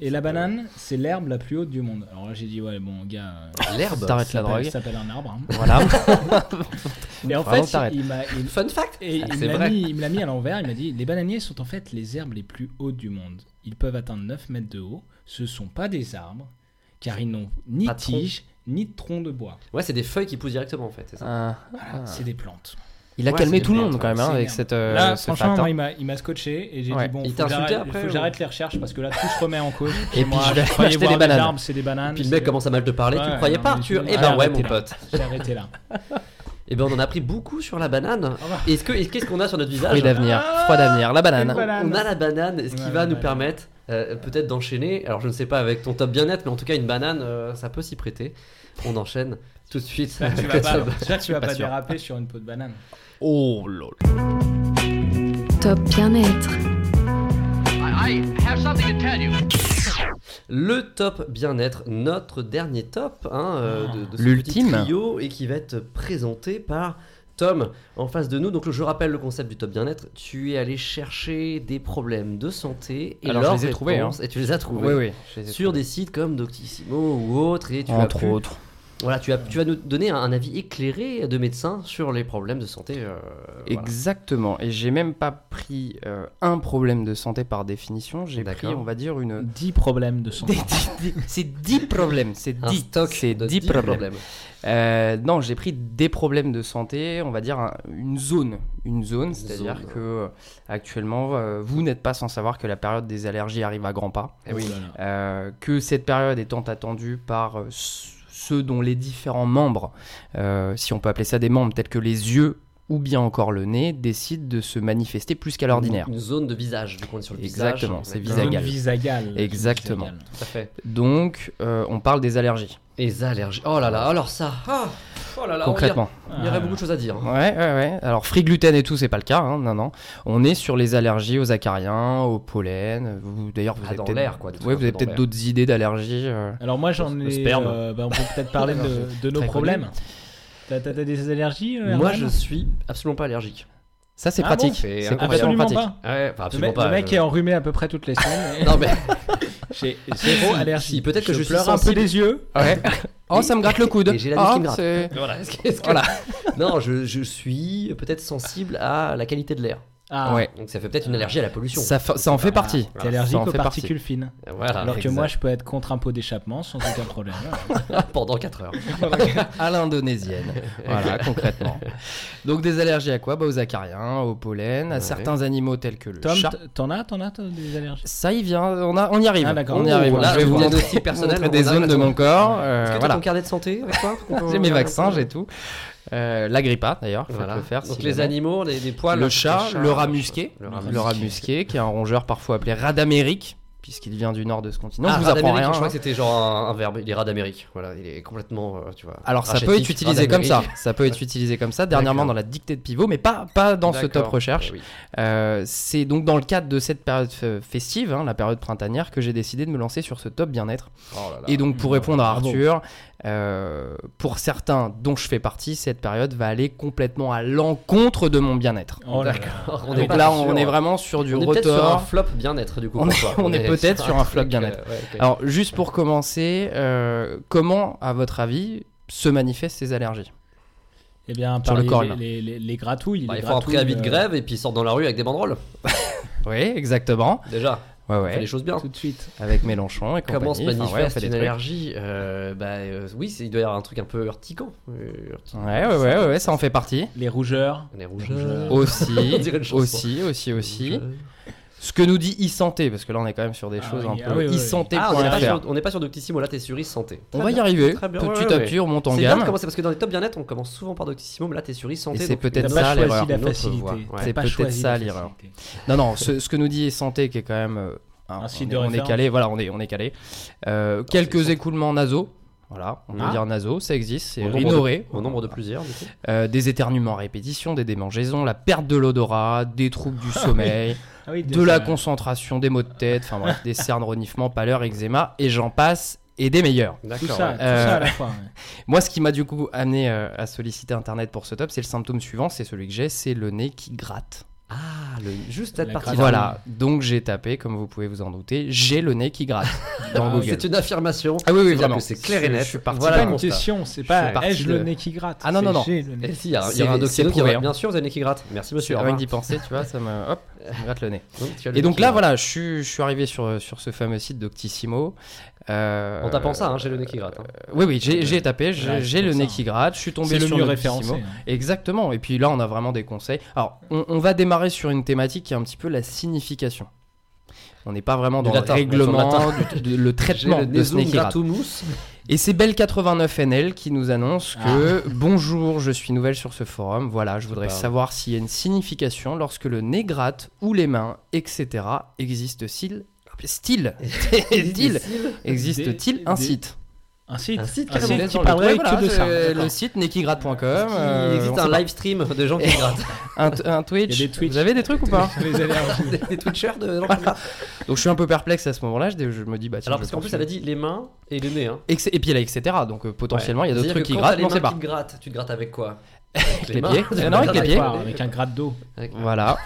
Speaker 4: Et la banane, c'est l'herbe la plus haute du monde. Alors là, j'ai dit, ouais, bon, gars, euh,
Speaker 3: L'herbe.
Speaker 5: T'arrêtes
Speaker 4: ça
Speaker 5: la
Speaker 4: s'appelle-
Speaker 5: drogue.
Speaker 4: ça s'appelle un arbre. hein.
Speaker 5: Voilà.
Speaker 4: Et en
Speaker 5: Vraiment,
Speaker 4: fait,
Speaker 5: t'arrêtes.
Speaker 4: il m'a. il-
Speaker 3: Fun fact.
Speaker 4: Et
Speaker 3: Ah,
Speaker 4: il
Speaker 3: c'est
Speaker 4: me l'a
Speaker 3: vrai.
Speaker 4: mis, il me l'a mis à l'envers, il m'a dit les bananiers sont en fait les herbes les plus hautes du monde. Ils peuvent atteindre 9 mètres de haut, ce sont pas des arbres, car ils n'ont ni
Speaker 3: Pas de tronc.
Speaker 4: tiges, ni de tronc de bois.
Speaker 3: Ouais, c'est des feuilles qui poussent directement en fait, c'est ça.
Speaker 5: Ah.
Speaker 4: Voilà, c'est des plantes.
Speaker 5: Il a
Speaker 3: Ouais,
Speaker 5: calmé
Speaker 3: c'est
Speaker 5: tout le
Speaker 3: bien,
Speaker 5: monde quand même hein,
Speaker 4: c'est
Speaker 5: avec
Speaker 4: bien.
Speaker 5: cette euh,
Speaker 4: là,
Speaker 5: ce
Speaker 4: franchement,
Speaker 5: fact,
Speaker 4: moi,
Speaker 5: hein.
Speaker 4: il m'a- il m'a scotché et j'ai
Speaker 5: Ouais.
Speaker 4: dit bon,
Speaker 3: Il
Speaker 4: faut
Speaker 3: t'a
Speaker 4: que
Speaker 3: insulté
Speaker 4: j'arrête-
Speaker 3: après,
Speaker 4: faut que
Speaker 3: ou-
Speaker 4: j'arrête les recherches parce que là, tout se remet en cause.
Speaker 5: Et
Speaker 4: Et
Speaker 5: puis,
Speaker 4: moi,
Speaker 5: je vais
Speaker 4: je croyais
Speaker 5: acheter
Speaker 4: voir
Speaker 5: des
Speaker 4: des
Speaker 5: bananes.
Speaker 4: arbres, c'est des bananes.
Speaker 3: Puis le
Speaker 4: Ah, c'est-
Speaker 3: mec commence à mal te parler, tu
Speaker 4: Ouais,
Speaker 3: te croyais
Speaker 4: non,
Speaker 3: pas,
Speaker 4: mais
Speaker 3: Arthur
Speaker 4: je-
Speaker 3: Eh
Speaker 4: Ah,
Speaker 3: ben ouais, mon
Speaker 4: arrêtez là.
Speaker 3: pote.
Speaker 4: J'ai arrêté là.
Speaker 3: Eh ben on en a appris beaucoup sur la banane.
Speaker 4: Au revoir.
Speaker 3: Est-ce que, est-ce- qu'est-ce qu'on a sur notre visage
Speaker 5: Fruit d'avenir,
Speaker 4: Ah,
Speaker 5: froid d'avenir, la banane.
Speaker 4: une banane.
Speaker 3: On a la banane, ce qui
Speaker 4: Ouais,
Speaker 3: va
Speaker 4: la
Speaker 3: nous
Speaker 4: banane.
Speaker 3: permettre euh, peut-être d'enchaîner. Alors je ne sais pas avec ton top bien net, mais en tout cas une banane, euh, ça peut s'y prêter. On enchaîne tout de suite.
Speaker 4: Là, tu vas
Speaker 3: avec
Speaker 4: pas,
Speaker 3: la banane.
Speaker 4: là, tu vas
Speaker 5: pas
Speaker 4: pas
Speaker 5: sûr.
Speaker 4: déraper sur une peau de banane.
Speaker 5: Oh lol.
Speaker 6: Top bien-être.
Speaker 3: Le top bien-être, notre dernier top hein, euh,
Speaker 4: Ah.
Speaker 3: de, de ce
Speaker 5: L'ultime.
Speaker 3: petit trio et qui va être présenté par Tom en face de nous. Donc je rappelle le concept du top bien-être. Tu es allé chercher des problèmes de santé et
Speaker 5: Alors, je
Speaker 3: leurs
Speaker 5: les ai trouvés, hein.
Speaker 3: réponses, et tu les as trouvés.
Speaker 5: Oui oui. je les ai
Speaker 3: Sur
Speaker 5: trouvés.
Speaker 3: des sites comme Doctissimo ou autres, et tu, as
Speaker 5: entre
Speaker 3: pu-
Speaker 5: autres.
Speaker 3: voilà, tu, as, tu vas nous donner un, un avis éclairé de médecin sur les problèmes de santé. euh, voilà.
Speaker 5: Exactement. Et j'ai même pas pris euh, un problème de santé par définition. J'ai pris,
Speaker 3: D'accord.
Speaker 5: on va dire, une.
Speaker 4: 10 problèmes de santé.
Speaker 5: C'est 10 problèmes. C'est
Speaker 3: Un
Speaker 5: 10
Speaker 3: stock
Speaker 5: C'est
Speaker 3: de
Speaker 5: 10
Speaker 3: dix
Speaker 5: problèmes. Euh, non, j'ai pris des problèmes de santé, on va dire un- une zone. Une zone, c'est-à-dire
Speaker 3: zone.
Speaker 5: que euh, actuellement, euh, vous n'êtes pas sans savoir que la période des allergies arrive à grands pas,
Speaker 3: Eh oui.
Speaker 4: Oh là là.
Speaker 5: euh, que cette période est tant attendue par euh, c- ceux dont les différents membres, euh, si on peut appeler ça des membres, tels que les yeux ou bien encore le nez, décident de se manifester plus qu'à l'ordinaire.
Speaker 3: Une zone de visage, du coup, on est sur le
Speaker 5: Exactement,
Speaker 3: visage.
Speaker 5: c'est
Speaker 3: D'accord.
Speaker 5: Visagal.
Speaker 4: Donc, Visagal.
Speaker 5: Exactement.
Speaker 4: Visagal.
Speaker 3: Tout à fait. Ah,
Speaker 5: Donc, euh, on parle des allergies,
Speaker 3: Les allergies. Oh là là, alors ça. ah, oh là là, on dirait-
Speaker 5: concrètement.
Speaker 3: il y
Speaker 4: Ah.
Speaker 3: aurait beaucoup de choses à dire. hein.
Speaker 5: Ouais, ouais, ouais. Alors, free gluten et tout, c'est pas le cas, hein, non, non. On est sur les allergies aux acariens, au pollen. Vous, d'ailleurs, vous
Speaker 3: Ah,
Speaker 5: avez
Speaker 3: dans
Speaker 5: peut-être-
Speaker 3: l'air, quoi, des trucs
Speaker 5: Ouais,
Speaker 3: un
Speaker 5: vous
Speaker 3: peu
Speaker 5: avez
Speaker 3: dans
Speaker 5: peut-être
Speaker 3: l'air.
Speaker 5: d'autres idées d'allergies. euh.
Speaker 4: Alors moi j'en
Speaker 5: Le
Speaker 4: ai.
Speaker 5: sperme.
Speaker 4: euh, bah, on peut peut-être parler de, de nos
Speaker 5: Très
Speaker 4: problèmes. T'as t'as- t'as des allergies euh,
Speaker 3: Moi,
Speaker 4: Herman
Speaker 3: je suis absolument pas allergique.
Speaker 5: Ça, c'est
Speaker 4: Ah
Speaker 5: pratique.
Speaker 4: bon
Speaker 5: c'est
Speaker 3: Absolument
Speaker 5: complètement
Speaker 4: Absolument
Speaker 5: pratique.
Speaker 4: pas.
Speaker 3: Ouais, enfin,
Speaker 4: Le,
Speaker 3: absolument
Speaker 4: mec-
Speaker 3: pas.
Speaker 4: le mec
Speaker 3: je-
Speaker 4: est enrhumé à peu près toutes les semaines. et
Speaker 3: Non, mais
Speaker 4: J'ai zéro allergie.
Speaker 3: si, peut-être que je suis
Speaker 4: pleure un peu
Speaker 3: sensible.
Speaker 4: des yeux.
Speaker 5: Ouais. oh, ça me gratte le coude.
Speaker 3: Et j'ai la nuque qui
Speaker 5: Ah,
Speaker 3: me gratte.
Speaker 5: c'est-
Speaker 3: voilà. est-ce que- est-ce que-
Speaker 5: Voilà.
Speaker 3: Non, je, je suis peut-être sensible à la qualité de l'air.
Speaker 4: Ah,
Speaker 5: Ouais.
Speaker 3: Donc ça fait peut-être une allergie à la pollution.
Speaker 5: Ça, fa- ça en fait partie.
Speaker 3: Ah,
Speaker 4: T'es allergique
Speaker 5: Ça en
Speaker 4: aux
Speaker 5: fait partie.
Speaker 4: particules fines.
Speaker 3: Voilà.
Speaker 4: Alors que
Speaker 5: exact.
Speaker 4: moi je peux être contre un pot d'échappement sans aucun problème.
Speaker 3: pendant 4 heures.
Speaker 5: À l'indonésienne. voilà, concrètement. Donc, des allergies à quoi bah, Aux acariens, au pollen, à
Speaker 3: Ouais.
Speaker 5: certains animaux tels que le
Speaker 4: Tom,
Speaker 5: chat.
Speaker 4: t- t'en as, t'en as toi, des allergies
Speaker 5: Ça y vient, on, a, on y arrive.
Speaker 4: Ah, d'accord.
Speaker 5: on y
Speaker 4: Oh,
Speaker 5: arrive.
Speaker 3: là,
Speaker 5: je vais
Speaker 3: tu
Speaker 5: vous
Speaker 3: viens de
Speaker 5: montrer,
Speaker 3: aussi personnel,
Speaker 5: montrer
Speaker 3: on
Speaker 5: des
Speaker 3: en a
Speaker 5: zones de
Speaker 3: raison.
Speaker 5: mon corps. euh,
Speaker 3: Est-ce que t'as
Speaker 5: voilà.
Speaker 3: ton carnet de santé avec toi
Speaker 5: J'ai mes vaccins, j'ai tout. Euh, la grippe A, d'ailleurs, faut
Speaker 3: Voilà.
Speaker 5: le faire.
Speaker 3: Donc
Speaker 5: si
Speaker 3: les
Speaker 5: jamais.
Speaker 3: animaux, les, les poils.
Speaker 5: Le chat, le rat musqué,
Speaker 3: Le rat
Speaker 5: le rat musqué, qui est un rongeur parfois appelé rat d'Amérique, puisqu'il vient du nord de ce continent.
Speaker 3: ah,
Speaker 5: je vous
Speaker 3: rat
Speaker 5: apprends
Speaker 3: d'Amérique,
Speaker 5: rien.
Speaker 3: Je crois
Speaker 5: hein.
Speaker 3: que c'était genre un, un verbe. Il est rat d'Amérique. Voilà, il est complètement. euh, tu vois,
Speaker 5: Alors ça peut
Speaker 3: rachétique,
Speaker 5: être
Speaker 3: rat
Speaker 5: utilisé comme ça,
Speaker 3: d'Amérique.
Speaker 5: ça peut être utilisé comme ça, dernièrement
Speaker 3: D'accord.
Speaker 5: dans la dictée de pivot, mais pas, pas dans ce top
Speaker 3: D'accord.
Speaker 5: recherche.
Speaker 3: Eh oui.
Speaker 5: Euh, c'est donc dans le cadre de cette période fe- festive, hein, la période printanière, que j'ai décidé de me lancer sur ce top bien-être.
Speaker 3: Oh là là.
Speaker 5: Et donc pour répondre à
Speaker 4: Bravo.
Speaker 5: Arthur, euh, pour certains dont je fais partie, cette période va aller complètement à l'encontre de mon bien-être.
Speaker 4: Oh là là.
Speaker 3: D'accord, on
Speaker 5: Donc
Speaker 3: est pas
Speaker 5: là,
Speaker 3: sûr. hein.
Speaker 5: on est vraiment sur du
Speaker 3: On est peut-être hein. sur un
Speaker 5: rotor.
Speaker 3: flop bien-être du coup.
Speaker 5: On
Speaker 3: pour
Speaker 5: est-
Speaker 3: toi.
Speaker 5: on est peut-être sur un flop
Speaker 3: truc, euh,
Speaker 5: bien-être.
Speaker 3: ouais, ok.
Speaker 5: Alors juste pour commencer, euh, comment, à votre avis, se manifestent ces allergies
Speaker 4: Eh bien,
Speaker 5: Sur
Speaker 4: par
Speaker 5: le
Speaker 4: les,
Speaker 5: corps humain.
Speaker 4: les, les- les gratouilles.
Speaker 3: Bah,
Speaker 4: les
Speaker 3: ils font un
Speaker 4: gratouilles,
Speaker 3: préavis de
Speaker 4: euh,
Speaker 3: grève et puis ils sortent dans la rue avec des banderoles.
Speaker 5: Oui, exactement.
Speaker 3: Déjà,
Speaker 5: Ouais,
Speaker 3: on fait les
Speaker 5: ouais.
Speaker 3: choses bien.
Speaker 4: Tout de suite.
Speaker 5: Avec Mélenchon et
Speaker 3: Comment se
Speaker 5: compagnie. Enfin, ouais, on
Speaker 3: manifeste
Speaker 5: fait des
Speaker 3: une
Speaker 5: trucs.
Speaker 3: allergie Euh, Bah euh, oui, c'est- il doit y avoir un truc un peu urticant. Euh, urticant.
Speaker 5: Ouais, ouais, ouais, ouais, ouais, ça en fait partie.
Speaker 4: Les rougeurs.
Speaker 3: On est
Speaker 4: rougeurs.
Speaker 3: rougeur.
Speaker 5: Aussi,
Speaker 3: On dirait une chanson. euh,
Speaker 5: aussi, aussi, aussi. Ce que nous dit e-santé, parce que là on est quand même sur des
Speaker 4: Ah
Speaker 5: choses
Speaker 4: oui,
Speaker 5: un
Speaker 4: ah
Speaker 5: peu
Speaker 4: oui, oui, oui.
Speaker 5: e-santé.fr.
Speaker 3: Ah, on n'est pas
Speaker 5: on,
Speaker 3: sur- on n'est pas sur Doctissimo, là t'es sur e-santé. Très
Speaker 5: va y
Speaker 3: bien.
Speaker 5: arriver,
Speaker 3: Très bien,
Speaker 5: petit
Speaker 3: ouais,
Speaker 5: à
Speaker 3: ouais.
Speaker 5: petit, on monte en
Speaker 3: C'est bien de
Speaker 5: gamme.
Speaker 3: commencer parce que dans les top bien-être on commence souvent par Doctissimo, mais là t'es sur
Speaker 5: Et
Speaker 3: e-santé.
Speaker 5: c'est
Speaker 3: donc-
Speaker 5: peut-être
Speaker 4: T'as pas
Speaker 5: ça
Speaker 4: choisi la
Speaker 5: l'erreur.
Speaker 3: Une autre voie,
Speaker 4: facilité.
Speaker 3: ouais.
Speaker 4: T'as
Speaker 5: C'est
Speaker 4: pas
Speaker 5: peut-être
Speaker 4: choisi
Speaker 5: ça,
Speaker 4: la
Speaker 5: l'erreur.
Speaker 4: facilité.
Speaker 5: Non, non, ce, ce que nous dit e-santé, qui est quand même. euh, hein,
Speaker 4: Un
Speaker 5: on,
Speaker 4: site
Speaker 5: est-
Speaker 4: de
Speaker 5: on est
Speaker 4: référence.
Speaker 5: calé, voilà, on est, on est calé. Euh, quelques écoulements nasaux. Voilà, on peut
Speaker 4: Ah.
Speaker 5: dire nasaux, ça existe, c'est
Speaker 3: Au nombre de-
Speaker 5: ignoré.
Speaker 3: Au nombre de plusieurs, du coup.
Speaker 5: Euh, des éternuements à répétition, des démangeaisons, la perte de l'odorat, des troubles du sommeil,
Speaker 4: Ah oui,
Speaker 5: de la
Speaker 4: ça-
Speaker 5: concentration, des maux de tête, enfin bref, des cernes, reniflements, pâleurs, eczéma, et j'en passe, et des meilleurs.
Speaker 4: Tout
Speaker 3: D'accord.
Speaker 4: ça,
Speaker 3: ouais.
Speaker 4: tout
Speaker 5: Euh,
Speaker 4: ça à la fois. ouais.
Speaker 5: Moi, ce qui m'a du coup amené euh, à solliciter Internet pour ce top, c'est le symptôme suivant, c'est celui que j'ai, c'est le nez qui gratte.
Speaker 3: Ah, le, juste cette
Speaker 4: La
Speaker 3: partie.
Speaker 4: Ah,
Speaker 5: voilà, donc j'ai tapé, comme vous pouvez vous en douter, j'ai le nez qui gratte dans
Speaker 4: Ah,
Speaker 5: Google.
Speaker 3: C'est une affirmation.
Speaker 5: Ah oui, oui,
Speaker 3: C'est-à-dire
Speaker 5: vraiment.
Speaker 3: que C'est clair et
Speaker 5: Je-
Speaker 3: net.
Speaker 5: je suis parti
Speaker 3: Voilà
Speaker 4: C'est
Speaker 5: d'un
Speaker 4: pas
Speaker 3: le
Speaker 4: une
Speaker 5: constat.
Speaker 4: question, c'est
Speaker 5: Je
Speaker 4: pas
Speaker 5: suis parti
Speaker 4: ai-je le
Speaker 5: de-
Speaker 4: nez qui gratte
Speaker 5: Ah non, non,
Speaker 4: c'est
Speaker 5: non.
Speaker 4: j'ai le nez.
Speaker 3: Et si, il y, a- il y
Speaker 5: C'est-
Speaker 3: aura un
Speaker 5: c'est
Speaker 3: doctissimo qui va-
Speaker 5: prouvé, hein.
Speaker 3: Bien sûr, vous avez le nez qui gratte. Merci monsieur. au
Speaker 5: Rien que
Speaker 3: revoir.
Speaker 5: d'y penser, tu vois, ça me... Hop, ça me gratte le nez.
Speaker 3: Donc, tu as le
Speaker 5: Et
Speaker 3: nez
Speaker 5: donc
Speaker 3: qui
Speaker 5: là,
Speaker 3: gratte.
Speaker 5: voilà, je suis, je suis arrivé sur, sur ce fameux site Doctissimo. Euh,
Speaker 3: On tapant ça, hein, j'ai le nez qui gratte. hein.
Speaker 5: Oui, oui, j'ai j'ai tapé, j'ai
Speaker 4: Ouais,
Speaker 5: j'ai
Speaker 4: c'est
Speaker 5: le
Speaker 4: pour
Speaker 5: nez
Speaker 4: ça.
Speaker 5: qui gratte, je suis tombé
Speaker 4: C'est le
Speaker 5: sur
Speaker 4: mieux
Speaker 5: Doctissimo.
Speaker 4: référencé. hein.
Speaker 5: Exactement, et puis là on a vraiment des conseils. Alors on, on va démarrer sur une thématique qui est un petit peu la signification. On n'est pas vraiment
Speaker 3: Du
Speaker 5: dans le
Speaker 3: latin, sur
Speaker 5: règlement,
Speaker 3: le latin.
Speaker 5: du- du- le
Speaker 3: J'ai
Speaker 5: traitement
Speaker 3: le
Speaker 5: de
Speaker 3: nez
Speaker 5: ce nez
Speaker 3: zoom
Speaker 5: qui gratte.
Speaker 3: gratte ou mousse.
Speaker 5: Et c'est Belle89NL qui nous annonce
Speaker 4: Ah.
Speaker 5: que bonjour, je suis nouvelle sur ce forum. Voilà, je
Speaker 4: Bah
Speaker 5: voudrais
Speaker 3: pas-
Speaker 5: savoir s'il y a une signification lorsque le nez gratte ou les mains, etc. Existe-t-il
Speaker 4: Ah,
Speaker 5: Style Style Existe-t-il
Speaker 4: Des-
Speaker 5: un
Speaker 4: Ah,
Speaker 5: site
Speaker 4: Un site,
Speaker 3: Un site,
Speaker 4: un
Speaker 3: carrément.
Speaker 4: site qui
Speaker 5: Ouais,
Speaker 4: parlerait
Speaker 5: voilà,
Speaker 4: que de ça.
Speaker 5: c'est
Speaker 4: D'accord.
Speaker 5: Le site nekigratte.com.
Speaker 3: Il existe un live stream de gens qui grattent.
Speaker 5: un, t- un Twitch.
Speaker 4: euh, Il y a des Twitch.
Speaker 5: Vous avez des trucs ou pas
Speaker 4: Les allergies.
Speaker 3: Des- Des Twitchers de gens qui grattent.
Speaker 5: Donc je suis un peu perplexe à ce moment-là. Je, je me dis bah tiens.
Speaker 3: Alors
Speaker 5: je
Speaker 3: parce qu'en
Speaker 5: pense
Speaker 3: plus elle a dit les mains et le nez. hein.
Speaker 5: que- Ex- Et puis elle a etc. Donc euh, potentiellement il y a d'autres
Speaker 3: C'est-à-dire que
Speaker 5: trucs qui
Speaker 3: quand
Speaker 5: grattent.
Speaker 3: t'as
Speaker 5: Non
Speaker 3: les mains
Speaker 5: c'est pas.
Speaker 3: qui te grattent, tu te grattes avec quoi Avec
Speaker 5: les
Speaker 3: mains
Speaker 5: pieds.
Speaker 3: Tu te
Speaker 5: Non, avec
Speaker 3: grattes
Speaker 5: les pieds.
Speaker 4: Par- Avec un gratte d'eau.
Speaker 3: Avec-
Speaker 5: Voilà.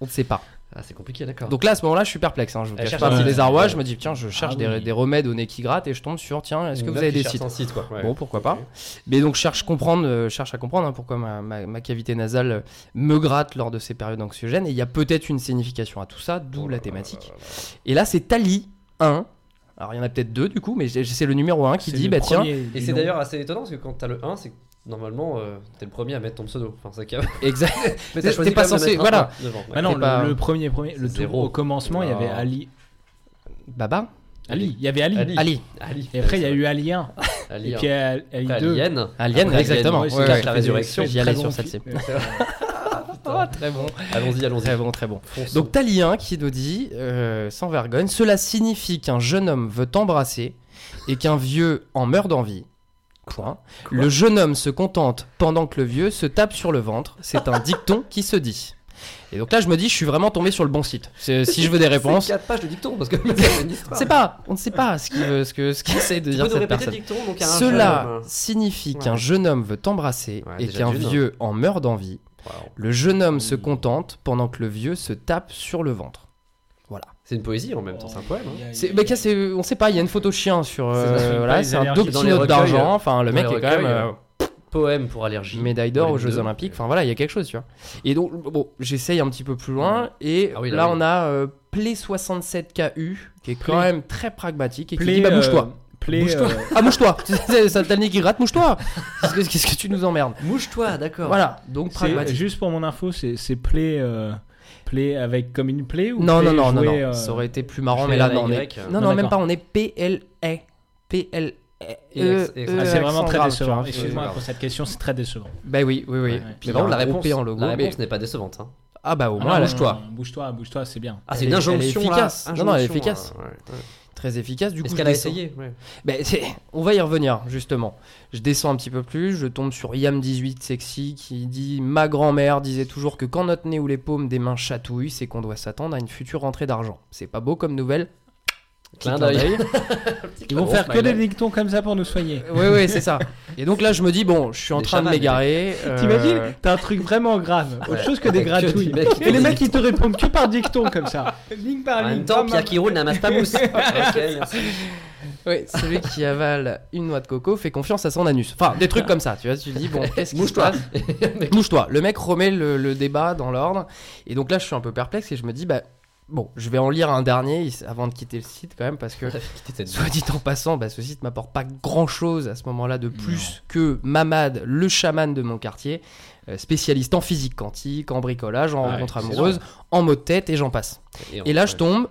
Speaker 5: On ne sait pas.
Speaker 3: Ah c'est compliqué d'accord.
Speaker 5: Donc là à ce moment-là je suis perplexe. hein, Je vous
Speaker 3: Elle
Speaker 5: cache
Speaker 3: cherche
Speaker 5: pas
Speaker 4: un
Speaker 5: un petit
Speaker 4: site.
Speaker 5: désarroi. Je me dis tiens je cherche
Speaker 4: Ah
Speaker 5: des,
Speaker 4: oui.
Speaker 5: des remèdes au nez qui gratte et je tombe sur tiens est-ce que vous avez des sites
Speaker 3: quoi. Ouais.
Speaker 5: Bon, pourquoi pas. Mais donc, cherche, comprendre, euh, cherche à comprendre hein, pourquoi ma, ma- ma cavité nasale euh, me gratte lors de ces périodes anxiogènes. Et il y a peut-être une signification à tout ça, d'où la thématique. Et là, c'est Tali 1. Alors, il y en a peut-être deux du coup, mais j'ai- c'est le numéro 1 qui
Speaker 4: C'est
Speaker 5: dit
Speaker 4: le
Speaker 5: Bah tiens,
Speaker 4: premier du
Speaker 3: Et c'est
Speaker 4: nom.
Speaker 3: d'ailleurs assez étonnant parce que quand t'as le 1 c'est que normalement euh, t'es le premier à mettre ton pseudo. Enfin c'est qu'il y a-
Speaker 5: exact.
Speaker 3: Mais
Speaker 5: T'es-
Speaker 3: choisi
Speaker 5: t'es pas
Speaker 3: quand même de
Speaker 5: censé-
Speaker 3: mettre un
Speaker 5: voilà.
Speaker 3: un devant, ouais.
Speaker 4: Bah non,
Speaker 5: c'est pas-
Speaker 4: le, le premier, premier, le tout
Speaker 3: Zéro.
Speaker 4: au commencement, il y avait
Speaker 3: Non.
Speaker 4: Ali.
Speaker 5: Baba
Speaker 4: Ali, il y avait Ali.
Speaker 3: Ali.
Speaker 5: Ali.
Speaker 3: Ali.
Speaker 4: Et après, il y a eu Ali 1.
Speaker 3: Ali,
Speaker 4: Et
Speaker 3: hein.
Speaker 4: puis, Ali
Speaker 3: Après,
Speaker 4: 2.
Speaker 3: Alien.
Speaker 5: Alien,
Speaker 3: Après,
Speaker 5: exactement.
Speaker 3: Alien,
Speaker 5: Ouais,
Speaker 3: Jack
Speaker 5: ouais.
Speaker 3: la résurrection.
Speaker 5: J'y allais sur celle-ci.
Speaker 3: euh,
Speaker 5: Ah, très bon.
Speaker 3: Allons-y, allons-y.
Speaker 5: Très bon, très bon.
Speaker 3: Fonçons.
Speaker 5: Donc Talien qui nous dit, euh, sans vergogne, cela signifie qu'un jeune homme veut t'embrasser et qu'un vieux en meurt d'envie. Quoi Le jeune homme se contente pendant que le vieux se tape sur le ventre. C'est un dicton qui se dit. Et donc là, je me dis, je suis vraiment tombé sur le bon site. C'est- euh, Si je veux des réponses,
Speaker 3: C'est 4 pages de dicton parce que c'est une histoire.
Speaker 5: c'est pas, on ne sait pas ce qu'il veut, ce que ce qu'essaie de
Speaker 3: Tu
Speaker 5: dire
Speaker 3: peux nous
Speaker 5: cette
Speaker 3: répéter le
Speaker 5: personne.
Speaker 3: dicton donc il y a un
Speaker 5: Cela
Speaker 3: jeune, euh,
Speaker 5: signifie
Speaker 3: Ouais.
Speaker 5: qu'un jeune homme veut t'embrasser
Speaker 3: Ouais,
Speaker 5: et
Speaker 3: déjà
Speaker 5: qu'un
Speaker 3: d'une. hein.
Speaker 5: vieux en meurt d'envie.
Speaker 3: euh, waouh.
Speaker 5: Le jeune homme se
Speaker 4: Oui.
Speaker 5: contente pendant que le vieux se tape sur le ventre. Voilà.
Speaker 3: C'est une poésie en même temps, c'est un poème. hein.
Speaker 5: C'est, bah, qu'est-ce que c'est- on sait pas, il y a une photo chien sur. euh,
Speaker 3: C'est ça,
Speaker 4: c'est
Speaker 5: voilà,
Speaker 4: pas
Speaker 5: c'est
Speaker 4: les
Speaker 5: un
Speaker 4: allergies
Speaker 3: dans les
Speaker 5: doctinote
Speaker 3: recueils, euh,
Speaker 5: d'argent. Enfin, le
Speaker 3: dans
Speaker 5: mec
Speaker 3: les
Speaker 5: est quand même
Speaker 3: recueils,
Speaker 5: euh,
Speaker 3: Poème pour allergie.
Speaker 5: médaille d'or aux
Speaker 3: Volume
Speaker 5: Jeux
Speaker 3: deux.
Speaker 5: Olympiques. Enfin voilà, il y a quelque chose, tu vois. Et donc, bon, j'essaye un petit peu plus loin. Et
Speaker 3: Ah oui, là,
Speaker 5: là,
Speaker 3: oui.
Speaker 5: on a euh, Play 67KU, qui est quand
Speaker 4: Play.
Speaker 5: même très pragmatique et qui
Speaker 4: Play,
Speaker 5: dit Bah,
Speaker 4: euh,
Speaker 5: mouche-toi.
Speaker 4: Play,
Speaker 5: Bouge-toi.
Speaker 4: euh,
Speaker 5: Ah, mouche-toi C'est- c'est- T'as le nez qui gratte, mouche-toi Qu'est-ce que- Qu'est-ce que tu nous emmerdes
Speaker 3: Mouche-toi, d'accord.
Speaker 5: Voilà, donc
Speaker 4: c'est- euh,
Speaker 5: pragmatique.
Speaker 4: juste pour mon info, c'est c'est Play, euh, Play avec comme une Play ou
Speaker 5: Non,
Speaker 4: Play
Speaker 5: non, non, non,
Speaker 4: joué,
Speaker 5: non.
Speaker 4: euh,
Speaker 5: Ça aurait été plus marrant,
Speaker 3: Play
Speaker 5: mais là,
Speaker 3: à la
Speaker 5: non, on est
Speaker 3: Y.
Speaker 5: Non,
Speaker 4: Non,
Speaker 5: non, même pas,
Speaker 4: d'accord.
Speaker 5: on est PLE. PLE.
Speaker 3: ex-
Speaker 5: E,
Speaker 3: ex-
Speaker 4: Ah, c'est vraiment très
Speaker 5: grave, tu
Speaker 4: décevant.
Speaker 5: vois.
Speaker 4: Excuse-moi
Speaker 3: grave.
Speaker 4: pour cette question, c'est très décevant.
Speaker 5: Bah oui, oui, oui.
Speaker 3: Mais
Speaker 4: Ouais.
Speaker 5: Puis il y a
Speaker 3: vraiment, la
Speaker 5: un gros
Speaker 3: réponse,
Speaker 5: P en logo,
Speaker 3: la
Speaker 5: mais-
Speaker 3: réponse n'est pas décevante. hein.
Speaker 5: Ah bah au
Speaker 4: Ah
Speaker 5: moins,
Speaker 4: non,
Speaker 5: elle-
Speaker 3: bouge-toi.
Speaker 4: non, Bouge-toi, bouge-toi, c'est bien.
Speaker 3: Ah, c'est
Speaker 5: Elle
Speaker 3: une
Speaker 5: est-
Speaker 3: injonction.
Speaker 5: elle est
Speaker 3: là.
Speaker 5: efficace. Non, non, elle est
Speaker 3: Injonction,
Speaker 5: efficace.
Speaker 3: ouais, ouais.
Speaker 5: très efficace. Du coup,
Speaker 3: Est-ce
Speaker 5: je
Speaker 3: qu'elle a
Speaker 5: descends.
Speaker 3: essayé Ouais.
Speaker 5: Bah, c'est- on va y revenir, justement. Je descends un petit peu plus, je tombe sur Yam18 Sexy qui dit Ma grand-mère disait toujours que quand notre nez ou les paumes des mains chatouillent, c'est qu'on doit s'attendre à une future rentrée d'argent. C'est pas beau comme nouvelle
Speaker 3: Clin
Speaker 5: Clin
Speaker 3: d'œil.
Speaker 4: Ils vont
Speaker 3: Bon,
Speaker 4: faire que
Speaker 3: smiley.
Speaker 4: des dictons comme ça pour nous soigner.
Speaker 5: Oui, oui, c'est ça. Et donc là, je me dis Bon, je suis en
Speaker 3: Des
Speaker 5: train de
Speaker 3: chamans,
Speaker 5: m'égarer. euh,
Speaker 4: T'imagines, t'as un truc vraiment grave, autre chose que des
Speaker 3: Ouais, que
Speaker 4: gratouilles.
Speaker 3: des mecs qui
Speaker 4: Et les
Speaker 3: font
Speaker 4: mecs ils te répondent que par dicton comme ça. Ligne par
Speaker 3: En
Speaker 4: ligne.
Speaker 3: même temps,
Speaker 4: bam,
Speaker 3: Pierre
Speaker 4: bam.
Speaker 3: Kirou n'amasse pas mousse. Ok, merci.
Speaker 5: Oui, celui qui avale une noix de coco fait confiance à son anus. Enfin, des trucs comme ça, tu vois, tu te dis, bon, qu'est-ce qui se
Speaker 3: Mouche-toi.
Speaker 5: passe Mouche-toi. Le mec remet le, le débat dans l'ordre. Et donc là, je suis un peu perplexe et je me dis, bah, bon, je vais en lire un dernier avant de quitter le site quand même, parce que Soit dit en passant, bah, ce site m'apporte pas grand chose à ce moment-là de plus que Mamad, le chaman de mon quartier, euh, spécialiste en physique quantique, en bricolage, en
Speaker 3: Ah ouais,
Speaker 5: rencontre
Speaker 3: c'est
Speaker 5: amoureuse, en mot de tête et j'en passe.
Speaker 3: on-
Speaker 5: Et là, je tombe,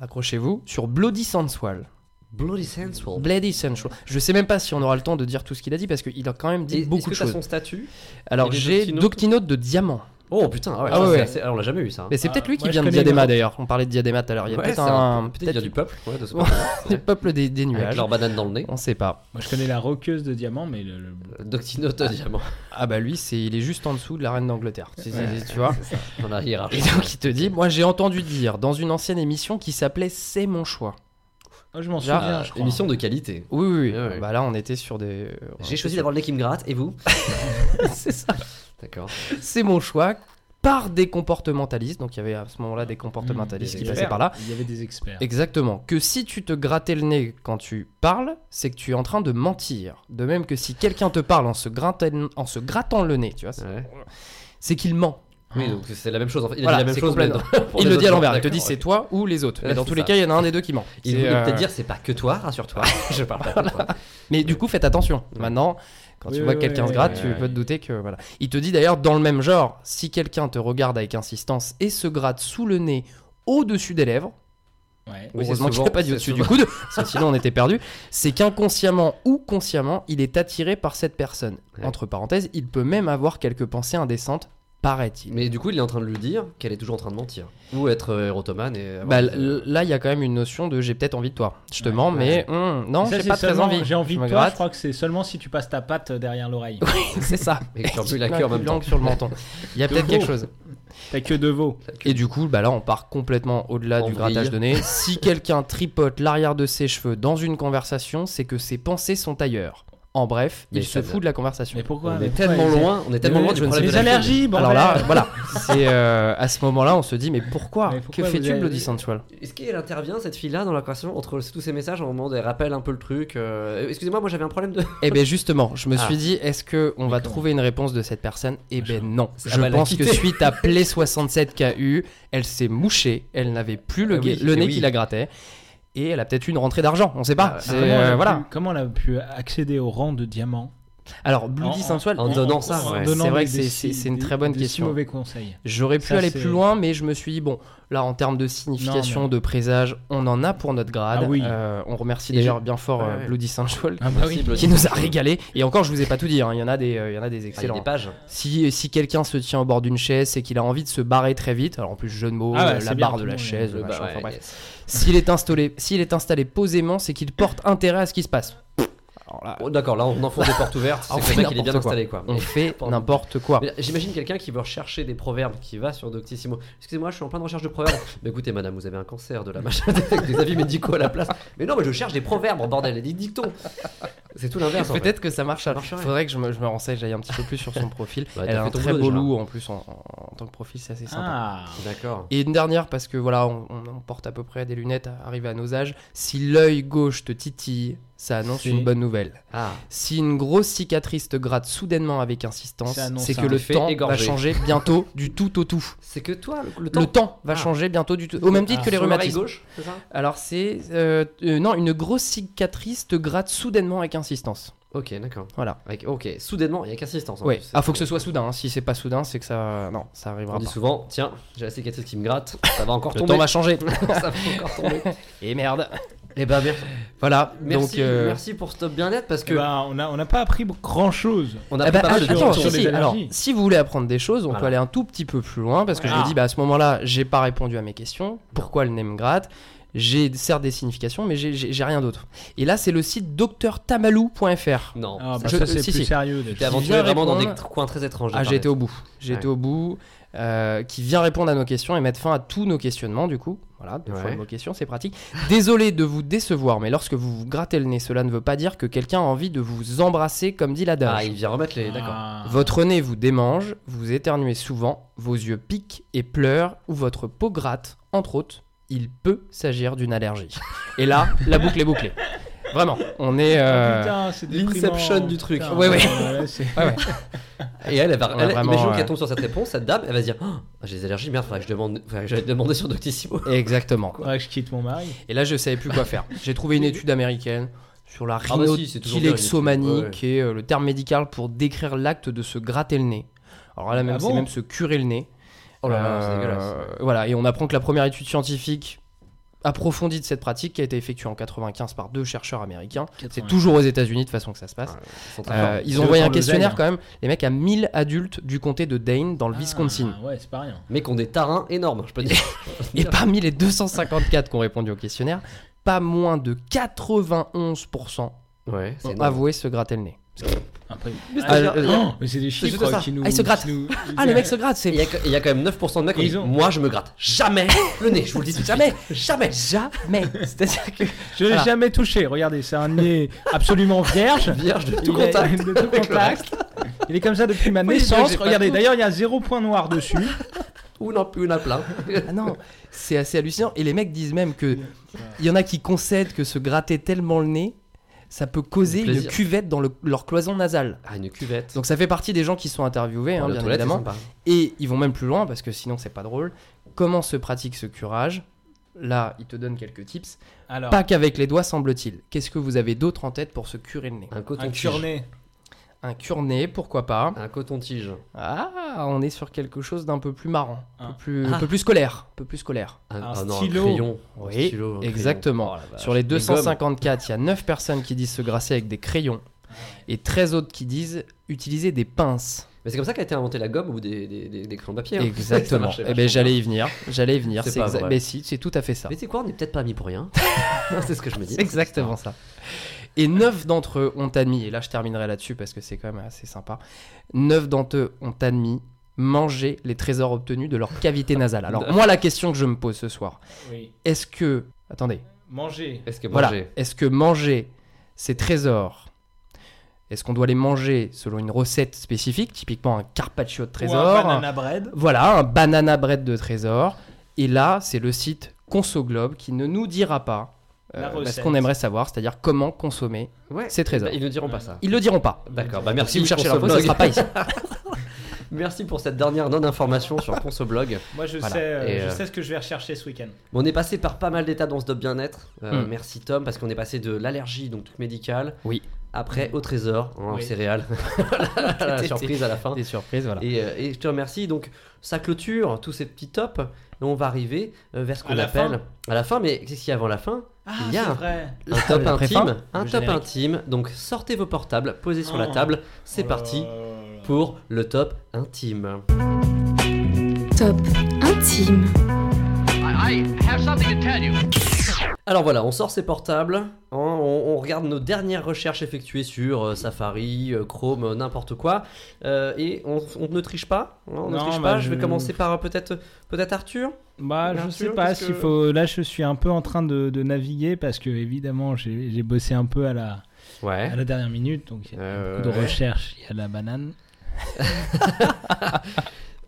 Speaker 5: accrochez-vous, sur Bloody Sensual.
Speaker 3: Bloody Sensual.
Speaker 5: Bloody Sensual. Je sais même pas si on aura le temps de dire tout ce qu'il a dit parce qu'il a quand même dit
Speaker 3: Et- est-ce
Speaker 5: beaucoup de
Speaker 3: que t'as
Speaker 5: choses.
Speaker 3: son statut
Speaker 5: Alors
Speaker 3: et les
Speaker 5: j'ai
Speaker 3: doctinotes
Speaker 5: Doctinote de diamant.
Speaker 3: Oh putain, ah ouais,
Speaker 5: Ah
Speaker 3: ça,
Speaker 5: ouais,
Speaker 3: c'est
Speaker 5: ouais.
Speaker 3: assez- alors, on l'a jamais eu ça.
Speaker 5: Mais c'est
Speaker 4: Ah,
Speaker 5: peut-être lui qui
Speaker 4: moi, je
Speaker 5: vient de
Speaker 4: connais
Speaker 5: Diadema
Speaker 4: une-
Speaker 5: d'ailleurs. On parlait de Diadema tout à l'heure. Il y a
Speaker 3: Ouais,
Speaker 5: peut-être
Speaker 3: ça,
Speaker 5: un.
Speaker 3: peut-être il vient du peuple, ouais, de ce peuple.
Speaker 5: du peuple des, des
Speaker 3: Avec
Speaker 5: nuages.
Speaker 3: leur banane dans le nez.
Speaker 5: On sait pas.
Speaker 4: Moi, je connais la roqueuse de diamant, mais le- le-
Speaker 3: Doctinote, diamant,
Speaker 5: Ah bah lui, c'est il est juste en dessous de la reine d'Angleterre. C'est- c'est-
Speaker 3: Ouais.
Speaker 5: Tu vois.
Speaker 3: dans la
Speaker 5: Et
Speaker 3: hiérarchie.
Speaker 5: donc il te dit, moi j'ai entendu dire dans une ancienne émission qui s'appelait C'est mon choix.
Speaker 4: Ah, je m'en
Speaker 5: Genre,
Speaker 4: souviens,
Speaker 3: Ah,
Speaker 4: je crois.
Speaker 3: émission de qualité.
Speaker 5: Oui, oui, oui.
Speaker 3: Ah ouais.
Speaker 5: Bah là on était sur des...
Speaker 3: J'ai choisi d'avoir le nez qui me gratte, et vous
Speaker 5: C'est ça.
Speaker 3: D'accord.
Speaker 5: C'est mon choix par des comportementalistes. Donc il y avait à ce moment-là des comportementalistes
Speaker 3: Mmh,
Speaker 5: qui
Speaker 3: des
Speaker 5: passaient
Speaker 4: experts.
Speaker 5: par là.
Speaker 4: Il y avait des experts.
Speaker 5: Exactement. Que si tu te grattais le nez quand tu parles, c'est que tu es en train de mentir. De même que si quelqu'un te parle en se, grattant, en se grattant le nez, tu vois, c'est-
Speaker 3: Ouais.
Speaker 5: c'est qu'il ment.
Speaker 3: Oui, donc c'est la même chose. en fait. Il a
Speaker 5: Voilà,
Speaker 3: dit la même
Speaker 5: c'est
Speaker 3: chose. mais
Speaker 5: complètement-
Speaker 3: dans- pour
Speaker 5: Il
Speaker 3: les
Speaker 5: le dit
Speaker 3: autres
Speaker 5: à
Speaker 3: gens.
Speaker 5: l'envers. Il te
Speaker 3: D'accord,
Speaker 5: dit
Speaker 3: ok.
Speaker 5: c'est toi ou les autres. Mais
Speaker 3: Ouais,
Speaker 5: dans
Speaker 3: c'est
Speaker 5: tous les
Speaker 3: ça.
Speaker 5: cas, il y en a un des deux qui ment.
Speaker 3: Il
Speaker 5: C'est,
Speaker 3: voulait
Speaker 5: euh,
Speaker 3: peut-être dire c'est pas que toi, rassure-toi. je parle pas de toi.
Speaker 5: Mais du coup, faites attention. Maintenant, quand
Speaker 4: Oui,
Speaker 5: tu vois
Speaker 4: oui,
Speaker 5: quelqu'un
Speaker 4: oui,
Speaker 5: se gratte,
Speaker 3: oui,
Speaker 5: tu
Speaker 3: oui.
Speaker 5: peux te douter que voilà. Il te dit d'ailleurs dans le même genre, si quelqu'un te regarde avec insistance et se gratte sous le nez, au-dessus des lèvres,
Speaker 4: Ouais.
Speaker 3: Oui, c'est
Speaker 5: heureusement qu'il
Speaker 3: souvent-
Speaker 5: n'a pas dit
Speaker 3: c'est
Speaker 5: au-dessus du
Speaker 3: souvent-
Speaker 5: coude, parce que sinon on était perdu, c'est qu'inconsciemment ou consciemment, il est attiré par cette personne.
Speaker 3: Ouais.
Speaker 5: Entre parenthèses, il peut même avoir quelques pensées indécentes, paraît-il.
Speaker 3: Mais du coup, il est en train de lui dire qu'elle est toujours en train de mentir. Ou être euh, érotomane et. avoir
Speaker 5: Bah,
Speaker 3: des-
Speaker 5: l- là, il y a quand même une notion de j'ai peut-être envie de toi. Je te
Speaker 4: Ouais.
Speaker 5: mens,
Speaker 3: Ouais.
Speaker 5: mais hum, non,
Speaker 4: Ça,
Speaker 5: j'ai
Speaker 4: c'est
Speaker 5: pas très
Speaker 4: seulement-
Speaker 5: envie.
Speaker 4: J'ai envie
Speaker 5: Je
Speaker 4: de
Speaker 5: me
Speaker 4: toi, je
Speaker 5: gratte.
Speaker 4: crois que c'est seulement si tu passes ta patte derrière l'oreille.
Speaker 5: c'est ça.
Speaker 3: Et que tu as plus la
Speaker 5: Tu
Speaker 3: queue en
Speaker 5: mets
Speaker 3: même
Speaker 5: langue
Speaker 3: temps.
Speaker 5: sur le menton. Il y a peut-être quelque chose.
Speaker 4: T'as que de veau.
Speaker 5: Et du coup, bah là, on part complètement au-delà
Speaker 3: En
Speaker 5: du grattage
Speaker 3: vrille.
Speaker 5: de nez. Si quelqu'un tripote l'arrière de ses cheveux dans une conversation, c'est que ses pensées sont ailleurs. En bref,
Speaker 3: Mais
Speaker 5: il
Speaker 3: ça
Speaker 5: se
Speaker 3: vient.
Speaker 5: fout de la conversation.
Speaker 4: Mais pourquoi
Speaker 3: On
Speaker 4: mais
Speaker 3: est
Speaker 4: pourquoi
Speaker 3: tellement
Speaker 4: ils-
Speaker 3: loin, on est tellement loin du
Speaker 5: je ne
Speaker 3: problème de
Speaker 4: Les
Speaker 3: la fibre.
Speaker 4: allergies, bon.
Speaker 5: Alors
Speaker 3: ben,
Speaker 5: là, voilà, c'est euh, à ce moment-là, on se dit, mais pourquoi,
Speaker 4: Mais pourquoi
Speaker 5: Que
Speaker 4: vous
Speaker 5: fais-tu,
Speaker 4: avez-
Speaker 5: Bloody Sensual
Speaker 3: Est-ce qu'elle intervient, cette fille-là, dans la conversation, entre tous ces messages, au moment où elle rappelle un peu le truc euh, Excusez-moi, moi j'avais un problème de.
Speaker 5: Eh ben justement, je me
Speaker 3: Ah.
Speaker 5: suis dit, est-ce que on va
Speaker 4: comment
Speaker 5: trouver une réponse de cette personne Eh ben non.
Speaker 3: Ça
Speaker 5: Je
Speaker 3: va la
Speaker 5: pense que
Speaker 3: quitter.
Speaker 5: suite à Play 67 KU, elle s'est mouchée, elle n'avait plus le,
Speaker 3: Ah oui,
Speaker 5: gai- le
Speaker 3: eh
Speaker 5: nez
Speaker 3: oui.
Speaker 5: qui la grattait, et elle a peut-être eu une rentrée d'argent. On sait pas.
Speaker 3: Ah,
Speaker 5: C'est,
Speaker 4: Comment elle a
Speaker 5: euh,
Speaker 4: pu-
Speaker 5: voilà.
Speaker 4: Comment elle a pu accéder au rang de diamant
Speaker 5: Alors Bloody
Speaker 4: En-
Speaker 5: Sensual,
Speaker 3: en donnant ça, ouais.
Speaker 5: C'est
Speaker 4: des-
Speaker 5: vrai que c'est-
Speaker 4: des-
Speaker 5: c'est- c'est une
Speaker 4: des-
Speaker 5: très bonne
Speaker 4: des
Speaker 5: question.
Speaker 4: mauvais conseils.
Speaker 5: J'aurais pu
Speaker 4: Ça,
Speaker 5: aller
Speaker 4: c'est-
Speaker 5: plus loin, mais je me suis dit, bon, là, en termes de signification,
Speaker 4: Non, mais-
Speaker 5: de présage, on en a pour notre grade.
Speaker 4: Ah oui.
Speaker 5: Euh, on remercie
Speaker 3: Et
Speaker 5: d'ailleurs
Speaker 3: je-
Speaker 5: bien fort euh,
Speaker 3: Ouais, ouais.
Speaker 5: Bloody Sensual,
Speaker 4: Ah bah
Speaker 3: Merci,
Speaker 4: oui.
Speaker 3: Bloody.
Speaker 5: qui nous a régalé. Et encore, je vous ai pas tout dit, hein, il y en a des, euh, il y en
Speaker 4: Bah,
Speaker 5: a des
Speaker 3: Ah, il y a
Speaker 5: excellents.
Speaker 3: des pages.
Speaker 5: Si, si quelqu'un se tient au bord d'une chaise et qu'il a envie de se barrer très vite, alors en plus, jeu de mots,
Speaker 4: Ah ouais,
Speaker 5: euh,
Speaker 4: c'est
Speaker 5: la
Speaker 4: bien,
Speaker 5: barre
Speaker 4: tout
Speaker 5: de
Speaker 4: le
Speaker 5: la
Speaker 4: monde,
Speaker 5: chaise,
Speaker 3: Le
Speaker 5: le
Speaker 3: bas,
Speaker 5: machin,
Speaker 3: ouais,
Speaker 5: enfin bref.
Speaker 3: yes.
Speaker 5: S'il est installé, s'il est installé posément, c'est qu'il porte intérêt à ce qui se passe. Alors là,
Speaker 3: Oh, D'accord, là on enfonce des portes ouvertes, c'est
Speaker 5: On
Speaker 3: que
Speaker 5: fait
Speaker 3: le mec il est bien
Speaker 5: n'importe quoi.
Speaker 3: installé quoi.
Speaker 5: on fait
Speaker 3: Pardon.
Speaker 5: n'importe quoi.
Speaker 3: Mais J'imagine quelqu'un qui veut rechercher des proverbes, qui va sur Doctissimo. Excusez-moi, je suis en pleine recherche de proverbes. mais écoutez, madame, vous avez un cancer de la machin, avec des avis médicaux à la place. Mais non, mais je cherche des proverbes, bordel, et des dictons. C'est tout l'inverse. en fait.
Speaker 5: Peut-être que ça marche. Il
Speaker 3: marcherait.
Speaker 5: faudrait que je me, je me renseigne, j'aille un petit peu plus sur son profil.
Speaker 3: Ouais,
Speaker 5: Elle
Speaker 3: Bah, t'as
Speaker 5: a
Speaker 3: fait ton
Speaker 5: un très
Speaker 3: boulot
Speaker 5: beau
Speaker 3: déjà.
Speaker 5: loup en plus en, en- en tant que profil, c'est assez sympa.
Speaker 4: Ah.
Speaker 3: D'accord.
Speaker 5: Et une dernière, parce que voilà, on, on- on porte à peu près des lunettes arrivé à nos âges. Si l'œil gauche te titille, ça annonce
Speaker 4: C'est-
Speaker 5: une bonne nouvelle.
Speaker 3: Ah,
Speaker 5: Si une grosse cicatrice te gratte soudainement avec insistance,
Speaker 4: Ça annonce
Speaker 5: c'est que
Speaker 4: un
Speaker 5: le
Speaker 3: effet
Speaker 5: temps va
Speaker 3: égorgé.
Speaker 5: changer bientôt du tout au tout.
Speaker 3: c'est que toi, le,
Speaker 5: Le temps va
Speaker 3: Ah.
Speaker 5: changer bientôt du tout. Au même titre
Speaker 4: Ah,
Speaker 5: que les
Speaker 3: sur l'oreille
Speaker 5: rhumatismes.
Speaker 3: gauche, c'est ça
Speaker 5: Alors c'est. euh, euh, non, une grosse cicatrice te gratte soudainement avec insistance.
Speaker 3: Ok, d'accord.
Speaker 5: Voilà.
Speaker 3: Avec- Ok, soudainement, il n'y a qu'assistance. hein, en
Speaker 5: Ouais.
Speaker 3: plus. C'est-
Speaker 5: Ah, faut que ce soit soudain. hein. Si c'est pas soudain, c'est que ça. Non, ça
Speaker 3: On
Speaker 5: arrivera
Speaker 3: dit
Speaker 5: pas.
Speaker 3: souvent, tiens, j'ai la cicatrice qui me gratte, ça va encore
Speaker 5: Le
Speaker 3: tomber.
Speaker 5: temps va changer.
Speaker 3: ça va encore tomber.
Speaker 5: Et merde.
Speaker 3: Eh ben, merci,
Speaker 5: Voilà.
Speaker 3: merci,
Speaker 5: Donc. euh,
Speaker 3: merci pour Stop Bien Net parce que
Speaker 4: Bah, on a on n'a pas appris grand chose.
Speaker 3: on a
Speaker 5: eh
Speaker 3: pris
Speaker 5: ben,
Speaker 3: pas mal de
Speaker 4: sur-
Speaker 5: attends,
Speaker 4: sur
Speaker 5: si,
Speaker 4: les
Speaker 5: si, alors,
Speaker 4: allergies.
Speaker 5: si vous voulez apprendre des choses, on peut
Speaker 3: Voilà.
Speaker 5: aller un tout petit peu plus loin parce que je
Speaker 4: Ah.
Speaker 5: me dis, bah, à ce moment-là, j'ai pas répondu à mes questions. Pourquoi le name gratte J'ai certes des significations, mais j'ai- j'ai j'ai rien d'autre. Et là, c'est le site docteurtamalou.fr.
Speaker 3: Non,
Speaker 4: Ah, bah,
Speaker 5: Je-
Speaker 4: ça c'est
Speaker 5: si,
Speaker 4: plus
Speaker 5: si.
Speaker 4: sérieux. déjà.
Speaker 3: T'es aventuré
Speaker 5: viens
Speaker 3: vraiment dans des
Speaker 5: répondre.
Speaker 3: tr- coins très étranges.
Speaker 5: Ah,
Speaker 3: d'Internet.
Speaker 5: j'étais au bout. J'étais
Speaker 3: Ouais.
Speaker 5: au bout. euh, qui vient répondre à nos questions et mettre fin à tous nos questionnements, du coup. Voilà, deux fois
Speaker 3: Ouais.
Speaker 5: le mot question, c'est pratique. Désolé de vous décevoir, mais lorsque vous vous grattez le nez, cela ne veut pas dire que quelqu'un a envie de vous embrasser, comme dit
Speaker 3: Ah,
Speaker 5: l'adage.
Speaker 3: il vient remettre les. D'accord.
Speaker 4: Ah.
Speaker 5: Votre nez vous démange, vous éternuez souvent, vos yeux piquent et pleurent, ou votre peau gratte, entre autres. Il peut s'agir d'une allergie. Et là, la boucle est bouclée. Vraiment, on est.
Speaker 4: Ah,
Speaker 3: Oh,
Speaker 5: euh,
Speaker 4: putain, c'est
Speaker 3: l'inception
Speaker 4: déprimant.
Speaker 3: du truc.
Speaker 4: Putain,
Speaker 5: Ouais, ouais.
Speaker 4: c'est-
Speaker 5: ouais, ouais.
Speaker 3: Et elle, elle va.
Speaker 5: Ouais,
Speaker 3: elle-
Speaker 5: vraiment,
Speaker 3: imagine
Speaker 5: ouais.
Speaker 3: qu'elle tombe sur cette réponse, cette dame, elle va se dire Oh, J'ai des allergies, merde, faudrait que je demande, faudrait que j'aille demander sur Doctissimo.
Speaker 5: Exactement.
Speaker 4: Faudrait que je quitte mon mari.
Speaker 5: Et là, je savais plus quoi faire. J'ai trouvé une étude américaine sur la
Speaker 3: bah si, c'est toujours bien, une
Speaker 5: rhinotylexomanie,
Speaker 3: étude, ouais.
Speaker 5: qui est euh, le terme médical pour décrire l'acte de se gratter le nez. Alors là, même,
Speaker 4: Ah
Speaker 5: c'est
Speaker 4: bon
Speaker 5: même se curer le nez.
Speaker 3: Oh là là, c'est
Speaker 5: Euh,
Speaker 3: dégueulasse.
Speaker 5: Voilà, et on apprend que la première étude scientifique approfondie de cette pratique, qui a été effectuée en 95 par deux chercheurs américains, c'est toujours aux États-Unis de façon que ça se passe.
Speaker 3: Ils sont très
Speaker 5: Euh,
Speaker 3: forts.
Speaker 5: ils
Speaker 4: C'est
Speaker 5: ont envoyé
Speaker 4: autant
Speaker 5: un
Speaker 4: de
Speaker 5: questionnaire
Speaker 4: zen, hein.
Speaker 5: quand même, les mecs, à 1000 adultes du comté de Dane, dans le Wisconsin.
Speaker 4: Ah, ouais, c'est pas rien.
Speaker 3: Mais qu'on des tarins énormes, je peux dire.
Speaker 5: Et parmi les 254 qui ont répondu au questionnaire, pas moins de 91%
Speaker 3: Ouais, c'est
Speaker 5: ont
Speaker 3: énorme.
Speaker 5: avoué se gratter le nez.
Speaker 4: Après,
Speaker 3: Mais c'est
Speaker 4: ah,
Speaker 3: déjà-
Speaker 4: euh, oh, mais c'est des
Speaker 5: juste
Speaker 4: chiffres
Speaker 5: ça.
Speaker 4: qui nous.
Speaker 5: Ah, il se gratte.
Speaker 4: qui nous-
Speaker 5: Ah, le mec se gratte,
Speaker 3: Il y,
Speaker 5: c'est.
Speaker 3: a, que- il y a quand même 9% de mecs qui
Speaker 4: Ils
Speaker 3: disent
Speaker 4: ont-
Speaker 3: Moi je me gratte jamais le nez, je vous le dis tout de
Speaker 5: Jamais,
Speaker 3: suite. Jamais
Speaker 5: jamais. C'est-à-dire que.
Speaker 4: Je l'ai
Speaker 5: Voilà.
Speaker 4: jamais touché. Regardez, c'est un nez absolument vierge.
Speaker 3: Vierge de tout
Speaker 4: Il est-
Speaker 3: contact.
Speaker 4: de tout
Speaker 3: avec le
Speaker 4: contact. Il est comme ça depuis ma
Speaker 5: Oui, donc
Speaker 4: naissance.
Speaker 5: j'ai pas
Speaker 4: Regardez,
Speaker 5: tout.
Speaker 4: d'ailleurs, il y a zéro point noir dessus.
Speaker 3: Ou non, plus, il y en a plein.
Speaker 5: Ah non, c'est assez hallucinant. Et les mecs disent même que. Il y en a qui concèdent que se gratter tellement le nez, ça peut causer
Speaker 3: Le
Speaker 5: une
Speaker 3: plaisir.
Speaker 5: cuvette dans le- leur cloison nasale.
Speaker 3: Ah, une cuvette.
Speaker 5: Donc ça fait partie des gens qui sont interviewés,
Speaker 3: Pour
Speaker 5: hein,
Speaker 3: aller aux
Speaker 5: bien
Speaker 3: toilettes, c'est
Speaker 5: évidemment.
Speaker 3: sympa.
Speaker 5: Et ils vont même plus loin parce que sinon c'est pas drôle. Comment se pratique ce curage Là, ils te donnent quelques tips.
Speaker 4: Alors,
Speaker 5: Pas qu'avec Ah. les doigts, semble-t-il. Qu'est-ce que vous avez d'autre en tête pour se curer le nez
Speaker 3: Un
Speaker 4: un
Speaker 3: coton-tige.
Speaker 4: cure-nez.
Speaker 5: Un cure-nez, pourquoi pas
Speaker 3: Un coton-tige.
Speaker 5: Ah, on est sur quelque chose d'un peu plus marrant,
Speaker 4: Ah.
Speaker 5: un peu plus, un
Speaker 3: Ah.
Speaker 5: peu plus scolaire, un peu plus scolaire.
Speaker 3: Un,
Speaker 4: Un
Speaker 3: ah non, un
Speaker 4: stylo.
Speaker 3: crayon. Un
Speaker 5: Oui,
Speaker 3: stylo, un crayon.
Speaker 5: exactement.
Speaker 3: Oh la vache.
Speaker 5: Sur les
Speaker 3: Des gommes.
Speaker 5: 254, il y a 9 personnes qui disent se grasser avec des crayons et 13 autres qui disent utiliser des pinces.
Speaker 3: Mais c'est comme ça qu'a été inventée la gomme ou des, des, des, des crayons de papier. hein. Ça
Speaker 5: Exactement.
Speaker 3: marchait
Speaker 5: Eh
Speaker 3: vachement
Speaker 5: ben j'allais y venir, j'allais y venir.
Speaker 3: C'est
Speaker 5: C'est
Speaker 3: pas
Speaker 5: exa-
Speaker 3: vrai.
Speaker 5: Mais si, c'est tout à fait ça.
Speaker 3: Mais c'est quoi, on n'est peut-être pas mis pour rien. c'est ce que je me dis.
Speaker 5: C'est exactement ça. Et 9 d'entre eux ont admis, et là je terminerai là-dessus parce que c'est quand même assez sympa, 9 d'entre eux ont admis manger les trésors obtenus de leur cavité nasale. Alors moi la question que je me pose ce soir,
Speaker 4: Oui.
Speaker 5: est-ce que... Attendez,
Speaker 4: Manger.
Speaker 3: Est-ce que
Speaker 5: voilà,
Speaker 3: manger
Speaker 5: est-ce que manger ces trésors, est-ce qu'on doit les manger selon une recette spécifique, typiquement un carpaccio de
Speaker 4: Ou un
Speaker 5: trésor, un-
Speaker 4: banana bread.
Speaker 5: voilà, un banana bread de trésor. Et là, c'est le site Consoglobe qui ne nous dira pas
Speaker 4: La
Speaker 5: bah, ce
Speaker 4: recette.
Speaker 5: qu'on aimerait savoir, c'est-à-dire comment consommer
Speaker 3: Ouais.
Speaker 5: ces trésors.
Speaker 3: Bah, Ils ne diront pas ça.
Speaker 5: Ils le diront pas.
Speaker 3: D'accord, bah
Speaker 5: Si
Speaker 3: merci.
Speaker 5: vous cherchez
Speaker 3: pour ce
Speaker 5: l'info, ça ne
Speaker 3: blog.
Speaker 5: sera pas ici.
Speaker 3: Merci pour cette dernière non-information sur Consoblog.
Speaker 4: Moi, je,
Speaker 5: Voilà.
Speaker 4: sais, euh,
Speaker 3: Et,
Speaker 4: je
Speaker 3: euh,
Speaker 4: sais ce que je vais rechercher ce week-end.
Speaker 3: Bon, on est passé par pas mal d'états dans ce top bien-être. Euh,
Speaker 5: Mm.
Speaker 3: Merci Tom, parce qu'on est passé de l'allergie, donc truc médical.
Speaker 5: Oui.
Speaker 3: Après, au trésor, en
Speaker 4: Oui.
Speaker 3: céréales. la surprise à la fin.
Speaker 5: Des surprises, voilà.
Speaker 3: Et, euh, et je te remercie. Donc, ça clôture tous ces petits tops. Et on va arriver euh, vers ce
Speaker 4: À
Speaker 3: qu'on
Speaker 4: la
Speaker 3: appelle. À la fin, mais qu'est-ce qu'il y a avant la fin
Speaker 4: Ah,
Speaker 3: il y
Speaker 4: c'est
Speaker 3: a un-
Speaker 4: vrai.
Speaker 3: Un top
Speaker 5: le prépa,
Speaker 3: intime. Un
Speaker 5: le
Speaker 3: top
Speaker 5: générique.
Speaker 3: intime. Donc, sortez vos portables, posez sur la
Speaker 4: Oh.
Speaker 3: table. C'est
Speaker 4: Oh là
Speaker 3: parti
Speaker 4: là là là.
Speaker 3: pour le top intime.
Speaker 6: Top intime.
Speaker 3: Alors voilà, on sort ses portables, hein, on, on regarde nos dernières recherches effectuées sur euh, Safari, euh, Chrome, euh, n'importe quoi, euh, et on, on ne triche pas. hein, on ne
Speaker 4: Non,
Speaker 3: triche
Speaker 4: bah,
Speaker 3: pas. Je vais
Speaker 4: je-
Speaker 3: commencer par euh, peut-être peut-être Arthur.
Speaker 4: Bah, je
Speaker 3: Arthur,
Speaker 4: sais pas
Speaker 3: qu'est-ce
Speaker 4: s'il
Speaker 3: que-
Speaker 4: faut. Là, je suis un peu en train de, de naviguer parce que, évidemment, j'ai j'ai bossé un peu à la,
Speaker 3: Ouais.
Speaker 4: à la dernière minute. Donc, il y a beaucoup de recherches. Il y a la banane.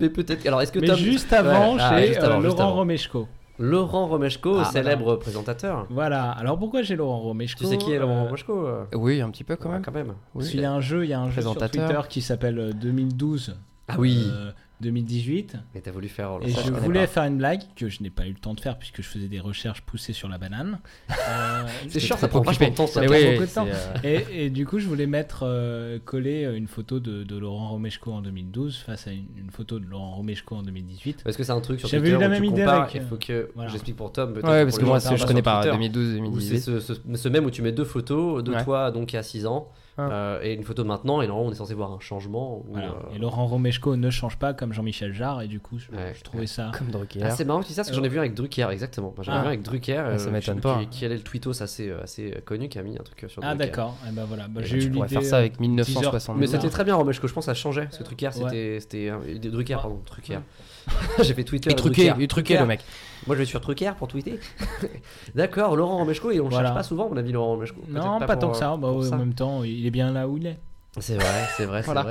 Speaker 3: Mais peut-être. Alors est-ce que
Speaker 4: Mais
Speaker 3: Tom,
Speaker 4: juste avant,
Speaker 3: Ouais, ah,
Speaker 4: j'ai
Speaker 3: juste
Speaker 4: euh,
Speaker 3: avant, juste
Speaker 4: Laurent
Speaker 3: avant.
Speaker 4: Romeshko.
Speaker 3: Laurent Romeshko,
Speaker 5: Ah,
Speaker 3: célèbre présentateur.
Speaker 4: Voilà. Alors, pourquoi j'ai Laurent Romeshko
Speaker 3: Tu sais qui est Laurent
Speaker 4: Euh,
Speaker 3: Romeshko euh
Speaker 5: Oui, un petit peu quand
Speaker 3: Ouais,
Speaker 5: même.
Speaker 3: Quand même.
Speaker 5: Oui.
Speaker 4: Parce qu'il y a un jeu, il y a un jeu sur
Speaker 5: Présentateur.
Speaker 4: Twitter qui s'appelle euh, 2012.
Speaker 3: Ah oui.
Speaker 4: euh, 2018.
Speaker 3: Mais t'as voulu faire.
Speaker 4: Et
Speaker 3: ça,
Speaker 4: je
Speaker 3: connais
Speaker 4: voulais
Speaker 3: pas.
Speaker 4: faire une blague que je n'ai pas eu le temps de faire puisque je faisais des recherches poussées sur la banane. Euh,
Speaker 3: C'est
Speaker 5: J'étais
Speaker 3: chiant, ça
Speaker 5: très
Speaker 3: prend
Speaker 5: occupé.
Speaker 3: vachement de temps. ça.
Speaker 5: Mais
Speaker 4: prend
Speaker 5: oui,
Speaker 4: beaucoup de
Speaker 5: c'est,
Speaker 4: temps.
Speaker 5: euh,
Speaker 4: et, et du coup, je voulais mettre euh, coller une photo de, de Laurent Romeshko en 2012 face à une, une photo de Laurent Romeshko en 2018.
Speaker 3: Est-ce que c'est un truc sur
Speaker 4: J'avais
Speaker 3: Twitter
Speaker 4: eu la
Speaker 3: où
Speaker 4: même
Speaker 3: tu
Speaker 4: idée
Speaker 3: compares
Speaker 4: avec,
Speaker 3: et
Speaker 4: euh,
Speaker 3: faut que
Speaker 4: voilà.
Speaker 3: j'explique pour Tom. peut-être
Speaker 5: Ouais,
Speaker 3: pour
Speaker 5: parce que
Speaker 3: les
Speaker 5: moi,
Speaker 3: gens
Speaker 5: c'est- je
Speaker 3: qui
Speaker 5: connais
Speaker 3: sont
Speaker 5: pas
Speaker 3: sur Twitter.
Speaker 5: 2012-2018.
Speaker 3: Ou c'est ce, ce, ce même où tu mets deux photos de
Speaker 5: Ouais.
Speaker 3: toi donc il y a 6 ans
Speaker 5: Ah.
Speaker 3: euh, et une photo de maintenant et normalement on est censé voir un changement ou,
Speaker 4: Voilà.
Speaker 3: euh,
Speaker 4: Et Laurent Romeshko ne change pas comme Jean-Michel Jarre et du coup, je,
Speaker 3: Ouais,
Speaker 4: je trouvais ça.
Speaker 5: Comme Drucker.
Speaker 3: Ah, c'est marrant que tu dis ça parce que j'en ai vu un avec Drucker exactement Moi, j'en ai
Speaker 4: Ah.
Speaker 3: vu un avec Drucker euh,
Speaker 5: ça
Speaker 3: je
Speaker 5: m'étonne
Speaker 3: sais plus
Speaker 5: pas.
Speaker 3: qui, qui allait le tweetos assez euh, assez connu qui a mis un truc euh, sur
Speaker 4: Ah
Speaker 3: Drucker.
Speaker 4: d'accord. Eh ben voilà. Bah,
Speaker 5: Et
Speaker 4: j'ai
Speaker 5: tu
Speaker 4: eu
Speaker 5: pourrais
Speaker 4: l'idée.
Speaker 5: faire ça avec
Speaker 3: mais
Speaker 5: 1972.
Speaker 3: c'était très bien Romeshko je pense que ça changeait parce que Drucker c'était c'était euh, des- Drucker pardon Drucker j'ai fait Twitter
Speaker 5: Et truqué,
Speaker 3: Drucker.
Speaker 5: et truqué le mec.
Speaker 3: moi je vais sur Drucker pour tweeter d'accord Laurent Romeshko et on
Speaker 4: Voilà.
Speaker 3: cherche pas souvent à mon avis Laurent Romeshko Peut-être
Speaker 4: Non, pas, tant
Speaker 3: pour,
Speaker 4: que
Speaker 3: euh,
Speaker 4: ça. Bah,
Speaker 3: pour
Speaker 4: ouais, En même temps, il est bien là où il est.
Speaker 3: C'est vrai, c'est vrai,
Speaker 5: Voilà.
Speaker 3: c'est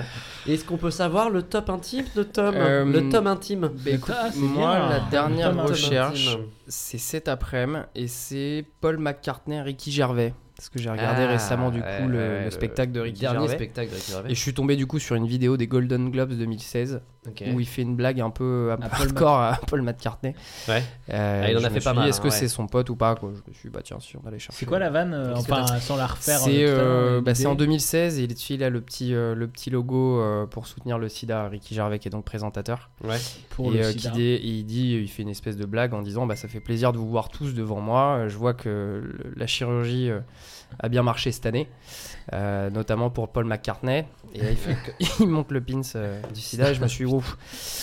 Speaker 3: vrai. Est-ce qu'on peut savoir le top intime de Tom
Speaker 5: Euh,
Speaker 3: Le top intime
Speaker 5: Bah, écoute,
Speaker 4: Ah, c'est
Speaker 5: moi,
Speaker 4: bien.
Speaker 5: la dernière
Speaker 4: Thomas
Speaker 5: recherche,
Speaker 3: Martin.
Speaker 5: c'est cet après-midi et c'est Paul McCartney, Ricky Gervais. Parce que j'ai regardé
Speaker 3: Ah,
Speaker 5: récemment du coup
Speaker 3: ouais,
Speaker 5: le,
Speaker 3: ouais,
Speaker 5: le
Speaker 3: le-
Speaker 5: spectacle de Ricky
Speaker 3: Dernier
Speaker 5: Gervais.
Speaker 3: spectacle de Ricky Gervais.
Speaker 5: Et je suis tombé du coup sur une vidéo des Golden Globes 2016
Speaker 3: Ok.
Speaker 5: où il fait une blague un peu, un peu
Speaker 4: À Paul
Speaker 5: hardcore à Paul McCartney.
Speaker 3: Ouais.
Speaker 5: Euh,
Speaker 3: Ah, il en a
Speaker 5: je me
Speaker 3: fait pas
Speaker 5: suis dit,
Speaker 3: mal,
Speaker 5: Est-ce
Speaker 3: hein,
Speaker 5: que
Speaker 3: ouais.
Speaker 5: c'est son pote ou pas quoi Je me suis dit, bah tiens, si on allait chercher.
Speaker 4: C'est quoi la vanne euh,
Speaker 5: Qu'est-ce que
Speaker 4: Enfin, sans la refaire. euh, tout
Speaker 5: C'est
Speaker 4: à l'heure,
Speaker 5: euh,
Speaker 4: mais
Speaker 5: bah, c'est en
Speaker 4: l'idée-
Speaker 5: 2016 et il il a le petit, euh, le petit logo euh, pour soutenir le sida. Ricky Gervais qui est donc présentateur.
Speaker 3: Ouais.
Speaker 4: pour
Speaker 5: et
Speaker 4: le
Speaker 5: euh,
Speaker 4: sida.
Speaker 5: qui dit- et il dit, il fait une espèce de blague en disant bah ça fait plaisir de vous voir tous devant moi. Euh, Je vois que le- la chirurgie euh, a bien marché cette année, euh, notamment pour Paul McCartney. Et là, il, fait que- il monte le pins euh, du sida. Et je me suis dit, ouf.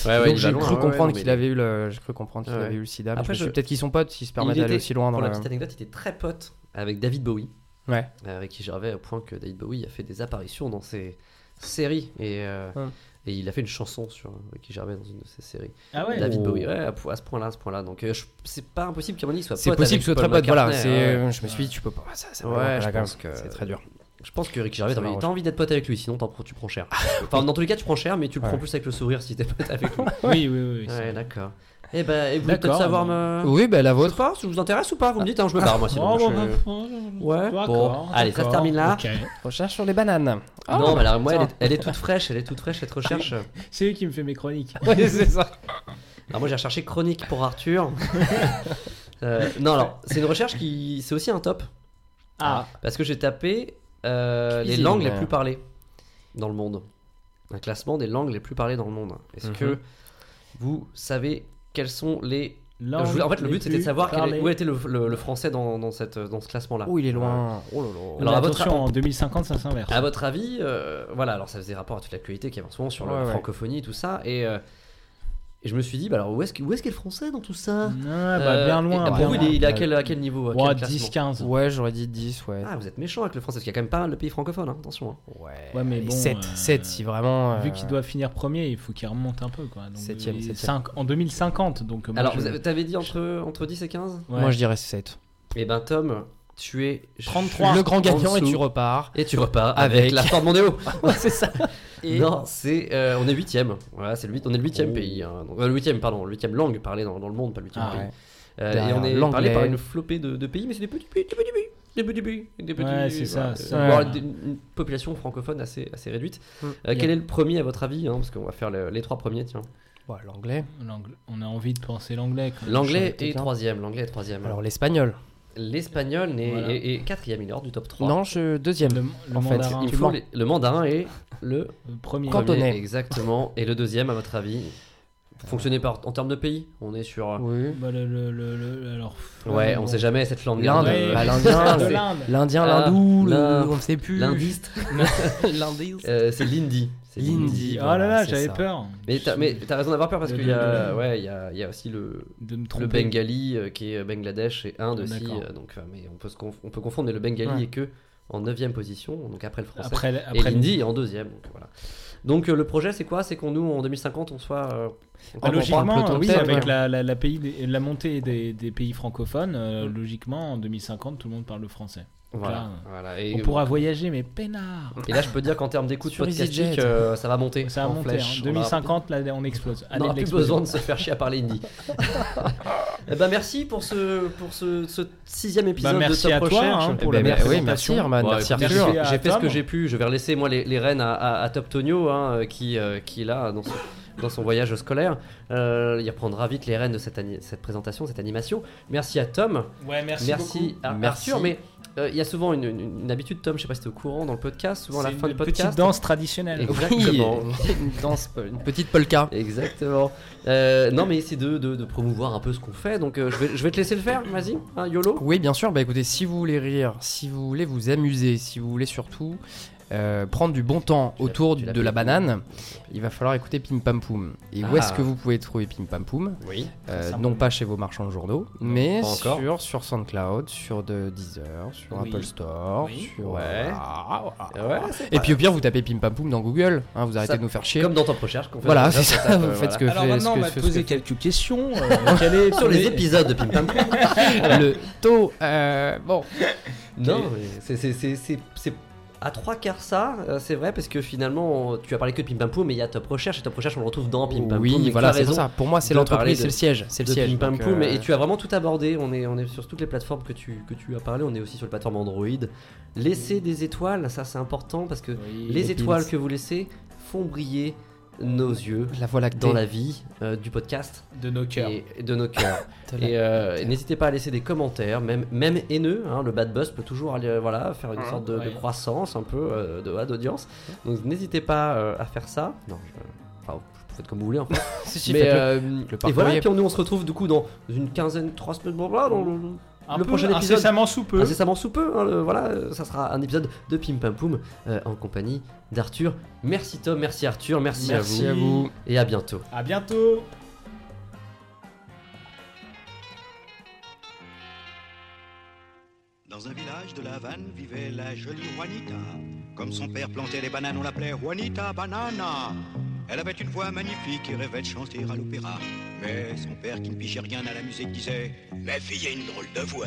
Speaker 3: ouais,
Speaker 5: Donc
Speaker 3: il va
Speaker 5: j'ai
Speaker 3: loin,
Speaker 5: cru
Speaker 3: ouais, ouais,
Speaker 5: comprendre
Speaker 3: non, mais
Speaker 5: qu'il
Speaker 3: il-
Speaker 5: avait eu le, j'ai cru comprendre qu'il
Speaker 3: Ouais,
Speaker 5: avait eu le sida. mais
Speaker 3: Après,
Speaker 5: je me suis
Speaker 3: je-
Speaker 5: dit, peut-être qu'ils sont potes, s'ils se
Speaker 3: Il
Speaker 5: permettent
Speaker 3: était-
Speaker 5: d'aller aussi loin dans
Speaker 3: Pour
Speaker 5: la.
Speaker 3: la petite anecdote, il était très pote avec David Bowie.
Speaker 5: Ouais.
Speaker 3: Euh, Ricky Gervais, au point que David Bowie a fait des apparitions dans ses séries. Et, euh,
Speaker 5: Ouais.
Speaker 3: et il a fait une chanson sur Ricky Gervais dans une de ses séries.
Speaker 4: Ah ouais
Speaker 3: David
Speaker 5: Oh.
Speaker 3: Bowie, ouais, à à ce point-là, à ce point-là. Donc euh, je- c'est pas impossible qu'à mon avis, il soit
Speaker 5: C'est
Speaker 3: pote
Speaker 5: possible
Speaker 3: avec
Speaker 5: que ce soit très
Speaker 3: Paul
Speaker 5: pote. Voilà,
Speaker 3: McCartney, hein,
Speaker 5: c'est. euh,
Speaker 3: ouais.
Speaker 5: je me suis dit, tu peux pas. Ça, ça va
Speaker 3: Ouais,
Speaker 5: loin,
Speaker 3: je
Speaker 5: quand même.
Speaker 3: pense que-
Speaker 5: c'est très dur.
Speaker 3: Je pense que Ricky Gervais,
Speaker 5: Ça
Speaker 3: t'as
Speaker 5: m'arrange.
Speaker 3: t'as envie d'être pote avec lui, sinon t'en prends- tu prends cher. Enfin, dans tous les cas, tu prends cher, mais tu le prends
Speaker 5: Ouais.
Speaker 3: plus avec le sourire si t'es pote avec lui.
Speaker 4: oh, Oui, oui, oui. c'est-
Speaker 3: ouais, d'accord. Eh ben, et vous voulez
Speaker 4: D'accord,
Speaker 3: peut-être savoir
Speaker 4: mais-
Speaker 3: me.
Speaker 5: Oui, bah la
Speaker 3: Votre
Speaker 5: vôtre.
Speaker 3: part, ça vous intéresse ou pas Vous me dites, hein, je me barre moi sinon.
Speaker 4: Oh,
Speaker 3: je-
Speaker 4: bah, bah,
Speaker 3: Ouais,
Speaker 4: d'accord,
Speaker 3: bon. Allez, ça se
Speaker 4: d'accord,
Speaker 3: termine là.
Speaker 4: ok.
Speaker 5: Recherche sur les bananes.
Speaker 3: non, mais alors, moi, elle
Speaker 5: Ah, putain.
Speaker 3: est, elle est toute fraîche, elle est toute fraîche cette recherche.
Speaker 4: C'est lui qui me fait mes chroniques.
Speaker 5: Ouais, c'est ça.
Speaker 3: Alors, moi, j'ai recherché chronique pour Arthur. Euh, non, alors, c'est une recherche qui. C'est aussi un top.
Speaker 4: Ah,
Speaker 3: Parce que j'ai tapé euh, les
Speaker 5: Cuisine.
Speaker 3: langues les plus parlées dans le monde. Un classement des langues les plus parlées dans le monde. Est-ce
Speaker 5: Mhm.
Speaker 3: que vous savez quelles sont les.
Speaker 4: là,
Speaker 3: Je voulais- en fait, le but c'était de savoir quel est- où
Speaker 4: est.
Speaker 3: était le, le- le français dans, dans cette, dans ce classement-là.
Speaker 5: Oh, il est loin. Oh là là.
Speaker 3: Alors, à votre-
Speaker 4: attention, en 2050, ça s'inverse.
Speaker 3: À votre avis, euh, voilà, alors ça faisait rapport à toute l'actualité qu'il y avait en ce moment sur
Speaker 5: Ouais,
Speaker 3: la
Speaker 5: ouais.
Speaker 3: francophonie et tout ça, et, euh, et je me suis dit, bah alors où est-ce que- où est-ce qu'est le français dans tout ça
Speaker 4: Ah, bah,
Speaker 3: Euh,
Speaker 4: bien
Speaker 3: et
Speaker 4: loin.
Speaker 3: pour
Speaker 4: bien
Speaker 3: vous,
Speaker 4: loin.
Speaker 3: il est, il est à, quel, à quel niveau à
Speaker 4: Ouais,
Speaker 3: quel
Speaker 4: 10,
Speaker 3: classement
Speaker 4: 15.
Speaker 5: Ouais, j'aurais dit 10, ouais.
Speaker 3: Ah, vous êtes méchant avec le français, parce qu'il y a quand même pas mal de pays francophones, hein, attention. hein.
Speaker 5: Ouais,
Speaker 4: Ouais, mais bon,
Speaker 5: 7,
Speaker 4: euh,
Speaker 5: 7 si vraiment. euh,
Speaker 4: Vu qu'il doit finir premier, il faut qu'il remonte un peu. Quoi. Donc,
Speaker 5: Septième,
Speaker 4: il-
Speaker 5: septième.
Speaker 4: cinq- en 2050. Donc, euh, moi,
Speaker 3: alors,
Speaker 4: je-
Speaker 3: vous avez- t'avais dit entre, entre 10 et 15
Speaker 4: ouais.
Speaker 5: Moi, je dirais 7.
Speaker 3: Et ben, Tom, tu es
Speaker 4: 33.
Speaker 5: Le grand gagnant
Speaker 3: en
Speaker 5: et tu
Speaker 3: dessous.
Speaker 5: repars.
Speaker 3: Et tu repars
Speaker 5: Avec.
Speaker 3: avec, la Ford Mondeo.
Speaker 5: c'est ça. Et-
Speaker 3: Non, c'est euh, on est huitième. Voilà, c'est le huit- on est le huitième
Speaker 5: Oh.
Speaker 3: pays. hein. Donc, euh, le huitième, pardon, le huitième langue parlée dans, dans le monde, pas le huitième
Speaker 5: Ah
Speaker 3: pays.
Speaker 5: ouais.
Speaker 3: Euh, et
Speaker 5: Derrière
Speaker 3: on est
Speaker 5: l'anglais.
Speaker 3: parlé par une flopée de, de pays, mais c'est des petits pays, des petits pays, des petits pays, des petits.
Speaker 4: Ouais, c'est ça,
Speaker 3: voilà.
Speaker 4: c'est-
Speaker 3: Euh,
Speaker 5: Ouais.
Speaker 3: bon, des- une population francophone assez assez réduite.
Speaker 5: Hmm.
Speaker 3: Euh,
Speaker 4: Yeah.
Speaker 3: quel est le premier à votre avis hein, Parce qu'on va faire le- les trois premiers, tiens.
Speaker 5: Ouais, L'anglais.
Speaker 4: L'angle- On a envie de penser l'anglais. quoi.
Speaker 3: L'anglais
Speaker 5: peut-être
Speaker 3: est
Speaker 5: un.
Speaker 3: troisième. L'anglais est troisième.
Speaker 5: Alors l'espagnol.
Speaker 3: l'espagnol n'est
Speaker 4: Voilà.
Speaker 3: est, est quatrième, il est hors du top 3
Speaker 5: Non, je deuxième.
Speaker 4: Le, le
Speaker 5: en fait,
Speaker 4: mandarin,
Speaker 3: Il
Speaker 5: tu
Speaker 3: faut
Speaker 5: mens.
Speaker 3: les- le mandarin est le
Speaker 4: le premier.
Speaker 5: Quand- Cantonais.
Speaker 3: premier, exactement. Et le deuxième, à votre avis, fonctionnez par en termes de pays On est sur.
Speaker 5: Oui.
Speaker 4: Bah, le- le- le- le- alors,
Speaker 3: Ouais,
Speaker 4: bon.
Speaker 3: on sait jamais cette Euh, langue.
Speaker 5: L'Inde,
Speaker 4: Ouais, mais-
Speaker 5: bah, l'Indien,
Speaker 4: de
Speaker 5: le-
Speaker 4: l'Inde.
Speaker 5: L'Indien,
Speaker 3: Ah,
Speaker 5: l'hindou, le-
Speaker 3: l'Inde.
Speaker 5: on ne sait plus.
Speaker 3: L'indiste.
Speaker 5: L'indiste.
Speaker 3: Euh, c'est l'indie. C'est
Speaker 5: L'indie.
Speaker 4: Oh
Speaker 5: Voilà,
Speaker 4: là là,
Speaker 5: c'est
Speaker 4: j'avais
Speaker 5: ça.
Speaker 4: peur.
Speaker 3: Mais t'as, mais t'as raison d'avoir peur parce
Speaker 4: De-
Speaker 3: qu'il
Speaker 4: de-
Speaker 3: y a,
Speaker 4: de-
Speaker 3: ouais, il y a, il y a aussi le,
Speaker 4: De me
Speaker 3: le
Speaker 4: tromper.
Speaker 3: Bengali euh, qui est Bangladesh et Inde aussi.
Speaker 4: D'accord.
Speaker 3: euh, Donc, euh, mais on peut, se conf- on peut confondre, mais le Bengali
Speaker 5: Ouais.
Speaker 3: est que en 9 position, donc après le français.
Speaker 4: Après,
Speaker 3: et
Speaker 4: après
Speaker 3: l'indie est en deuxième. Donc, voilà. donc euh, le projet, c'est quoi C'est qu'on nous, en 2050, on soit. euh, on comprend pas
Speaker 4: Ah,
Speaker 3: un peu
Speaker 4: logiquement,
Speaker 3: ton
Speaker 4: oui,
Speaker 3: thème,
Speaker 4: avec
Speaker 3: hein.
Speaker 4: la, la, la pays des- la montée des, des pays francophones, euh, logiquement, en 2050, tout le monde parle le français.
Speaker 3: Voilà,
Speaker 4: là,
Speaker 3: voilà. Et,
Speaker 4: On pourra voyager, mais peinard
Speaker 3: et là, je peux dire qu'en termes d'écoute
Speaker 5: Sur
Speaker 3: podcastique,
Speaker 5: EasyJet.
Speaker 3: euh, ça va monter.
Speaker 4: Ça
Speaker 3: en
Speaker 4: va monter.
Speaker 3: flèche.
Speaker 4: hein.
Speaker 3: On aura-
Speaker 4: 2050, là, on explose.
Speaker 3: On
Speaker 4: Année
Speaker 3: n'aura
Speaker 4: de
Speaker 3: plus
Speaker 4: l'explosion.
Speaker 3: besoin de se faire chier à parler indie. Eh ben, merci pour ce, pour ce, ce sixième épisode
Speaker 4: Bah, merci
Speaker 3: de Top
Speaker 4: à toi,
Speaker 3: Recherche.
Speaker 4: hein,
Speaker 5: Eh
Speaker 4: pour
Speaker 5: ben,
Speaker 4: la
Speaker 5: bah, oui,
Speaker 4: présentation.
Speaker 5: merci Herman,
Speaker 3: Bah,
Speaker 5: merci
Speaker 3: écoute,
Speaker 5: Arthur.
Speaker 4: à
Speaker 3: J'ai fait ce
Speaker 4: Tom.
Speaker 3: que j'ai pu. Je vais relaisser moi les, les rênes à, à, à Top Tonio, hein, euh, qui, euh, qui est là dans son, dans son voyage scolaire. Euh, il reprendra vite les rênes de cette, ani- cette présentation, cette animation. Merci à Tom.
Speaker 4: Ouais, merci.
Speaker 3: Merci, à
Speaker 5: Merci.
Speaker 3: Arthur. Mais euh, il y a souvent une, une- une habitude, Tom. Je sais pas si t'es au courant dans le podcast. Souvent à la
Speaker 4: C'est
Speaker 3: fin
Speaker 4: une
Speaker 3: du
Speaker 4: petite
Speaker 3: podcast.
Speaker 4: danse traditionnelle.
Speaker 3: Exactement.
Speaker 5: une danse, une petite polka.
Speaker 3: Exactement. Euh, non, mais c'est de, de, de promouvoir un peu ce qu'on fait. Donc euh, je, vais, je vais te laisser le faire, vas-y, hein, YOLO.
Speaker 5: Oui, bien sûr. Bah écoutez, si vous voulez rire, si vous voulez vous amuser, si vous voulez surtout euh, prendre du bon temps
Speaker 3: l'as-
Speaker 5: autour
Speaker 3: tu
Speaker 5: du-
Speaker 3: l'as
Speaker 5: de la
Speaker 3: payé.
Speaker 5: banane, il va falloir écouter Pim Pam Poum. Et où
Speaker 3: Ah.
Speaker 5: est-ce que vous pouvez trouver Pim Pam Poum
Speaker 3: Oui.
Speaker 5: Euh,
Speaker 4: simplement.
Speaker 5: Non pas chez vos marchands de journaux, mais
Speaker 3: pas encore.
Speaker 5: sur, sur SoundCloud, sur de Deezer, sur
Speaker 4: Oui.
Speaker 5: Apple Store,
Speaker 4: Oui.
Speaker 5: sur...
Speaker 3: Ouais. Euh, Ouais, c'est
Speaker 5: Et puis au pire, vous tapez Pim Pam Poum dans Google. hein, vous arrêtez
Speaker 3: Ça-
Speaker 5: de nous faire chier.
Speaker 3: comme dans Top Recherche qu'on fait.
Speaker 5: Voilà,
Speaker 3: déjà
Speaker 5: c'est
Speaker 3: sur
Speaker 5: ça.
Speaker 3: Top,
Speaker 5: Vous
Speaker 3: euh,
Speaker 5: faites ce
Speaker 3: voilà.
Speaker 5: que
Speaker 4: Alors
Speaker 5: fait-
Speaker 4: maintenant,
Speaker 5: ce que-
Speaker 4: on m'a
Speaker 5: ce que
Speaker 4: posé
Speaker 5: fait-
Speaker 4: quelques questions. euh, quel est-
Speaker 3: Sur les épisodes de Pim Pam Pum.
Speaker 5: le taux. euh, bon.
Speaker 3: non, mais c'est- c'est- c'est- c'est c'est à trois quarts ça, euh, c'est vrai, parce que finalement, on- tu as parlé que de Pim Pam Poum, mais il y a Top Recherche, et Top Recherche, on le retrouve dans Pim Pam Poum. mais
Speaker 5: oui,
Speaker 3: tu as
Speaker 5: voilà, c'est
Speaker 3: raison
Speaker 5: pour ça. Pour moi, c'est
Speaker 3: de parler
Speaker 5: l'entreprise,
Speaker 3: de-
Speaker 5: c'est le siège. C'est le
Speaker 3: de
Speaker 5: siège.
Speaker 3: Pim Pam
Speaker 5: donc,
Speaker 3: Poum,
Speaker 5: euh,
Speaker 3: et tu as vraiment tout abordé, on est, on est sur toutes les plateformes que tu, que tu as parlé, on est aussi sur les plateformes Android. Laissez des étoiles, ça c'est important, parce que les
Speaker 5: les
Speaker 3: étoiles
Speaker 5: bits.
Speaker 3: que vous laissez font briller nos yeux
Speaker 5: La voie lactée.
Speaker 3: dans la vie euh, du podcast
Speaker 4: de nos cœurs.
Speaker 3: et et de nos cœurs.
Speaker 5: De la-
Speaker 3: Et euh, et n'hésitez pas à laisser des commentaires, même, même haineux. hein, le bad buzz peut toujours aller, euh, voilà, faire une
Speaker 5: Ah,
Speaker 3: sorte de, de
Speaker 4: ouais.
Speaker 3: croissance un peu euh, de- ouais, d'audience. Donc n'hésitez pas euh, à faire ça. Non, je- enfin, vous faites comme vous voulez. hein. en fait.
Speaker 5: Si, si,
Speaker 3: Mais,
Speaker 5: faites-le.
Speaker 3: euh,
Speaker 5: parcours
Speaker 3: et voilà,
Speaker 5: est-
Speaker 3: puis nous on se retrouve du coup dans une quinzaine, trois semaines, blablabla, dans
Speaker 5: Mmh.
Speaker 3: le,
Speaker 4: Un
Speaker 3: le
Speaker 4: peu
Speaker 3: prochain épisode.
Speaker 4: incessamment sous peu.
Speaker 3: Incessamment sous peu, hein, le- voilà, euh, ça sera un épisode de Pim Pam Poum euh, en compagnie d'Arthur. Merci Tom, merci Arthur, merci,
Speaker 5: Merci
Speaker 3: à
Speaker 5: à
Speaker 3: vous
Speaker 5: vous.
Speaker 3: et à bientôt.
Speaker 4: À bientôt.
Speaker 7: Dans un village de La Havane vivait la jolie Juanita. Comme son père plantait les bananes, on l'appelait Juanita Banana. Elle avait une voix magnifique et rêvait de chanter à l'opéra. Mais son père, qui ne pigeait rien à la musique, disait Ma fille a une drôle de voix.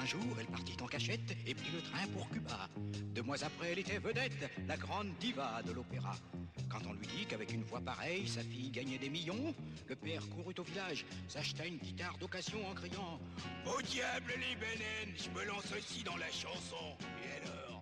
Speaker 7: Un jour, elle partit en cachette et prit le train pour Cuba. Deux mois après, elle était vedette, la grande diva de l'opéra. Quand on lui dit qu'avec une voix pareille, sa fille gagnait des millions, le père courut au village, s'acheta une guitare d'occasion en criant Au diable les bananes, je me lance aussi dans la chanson. Et alors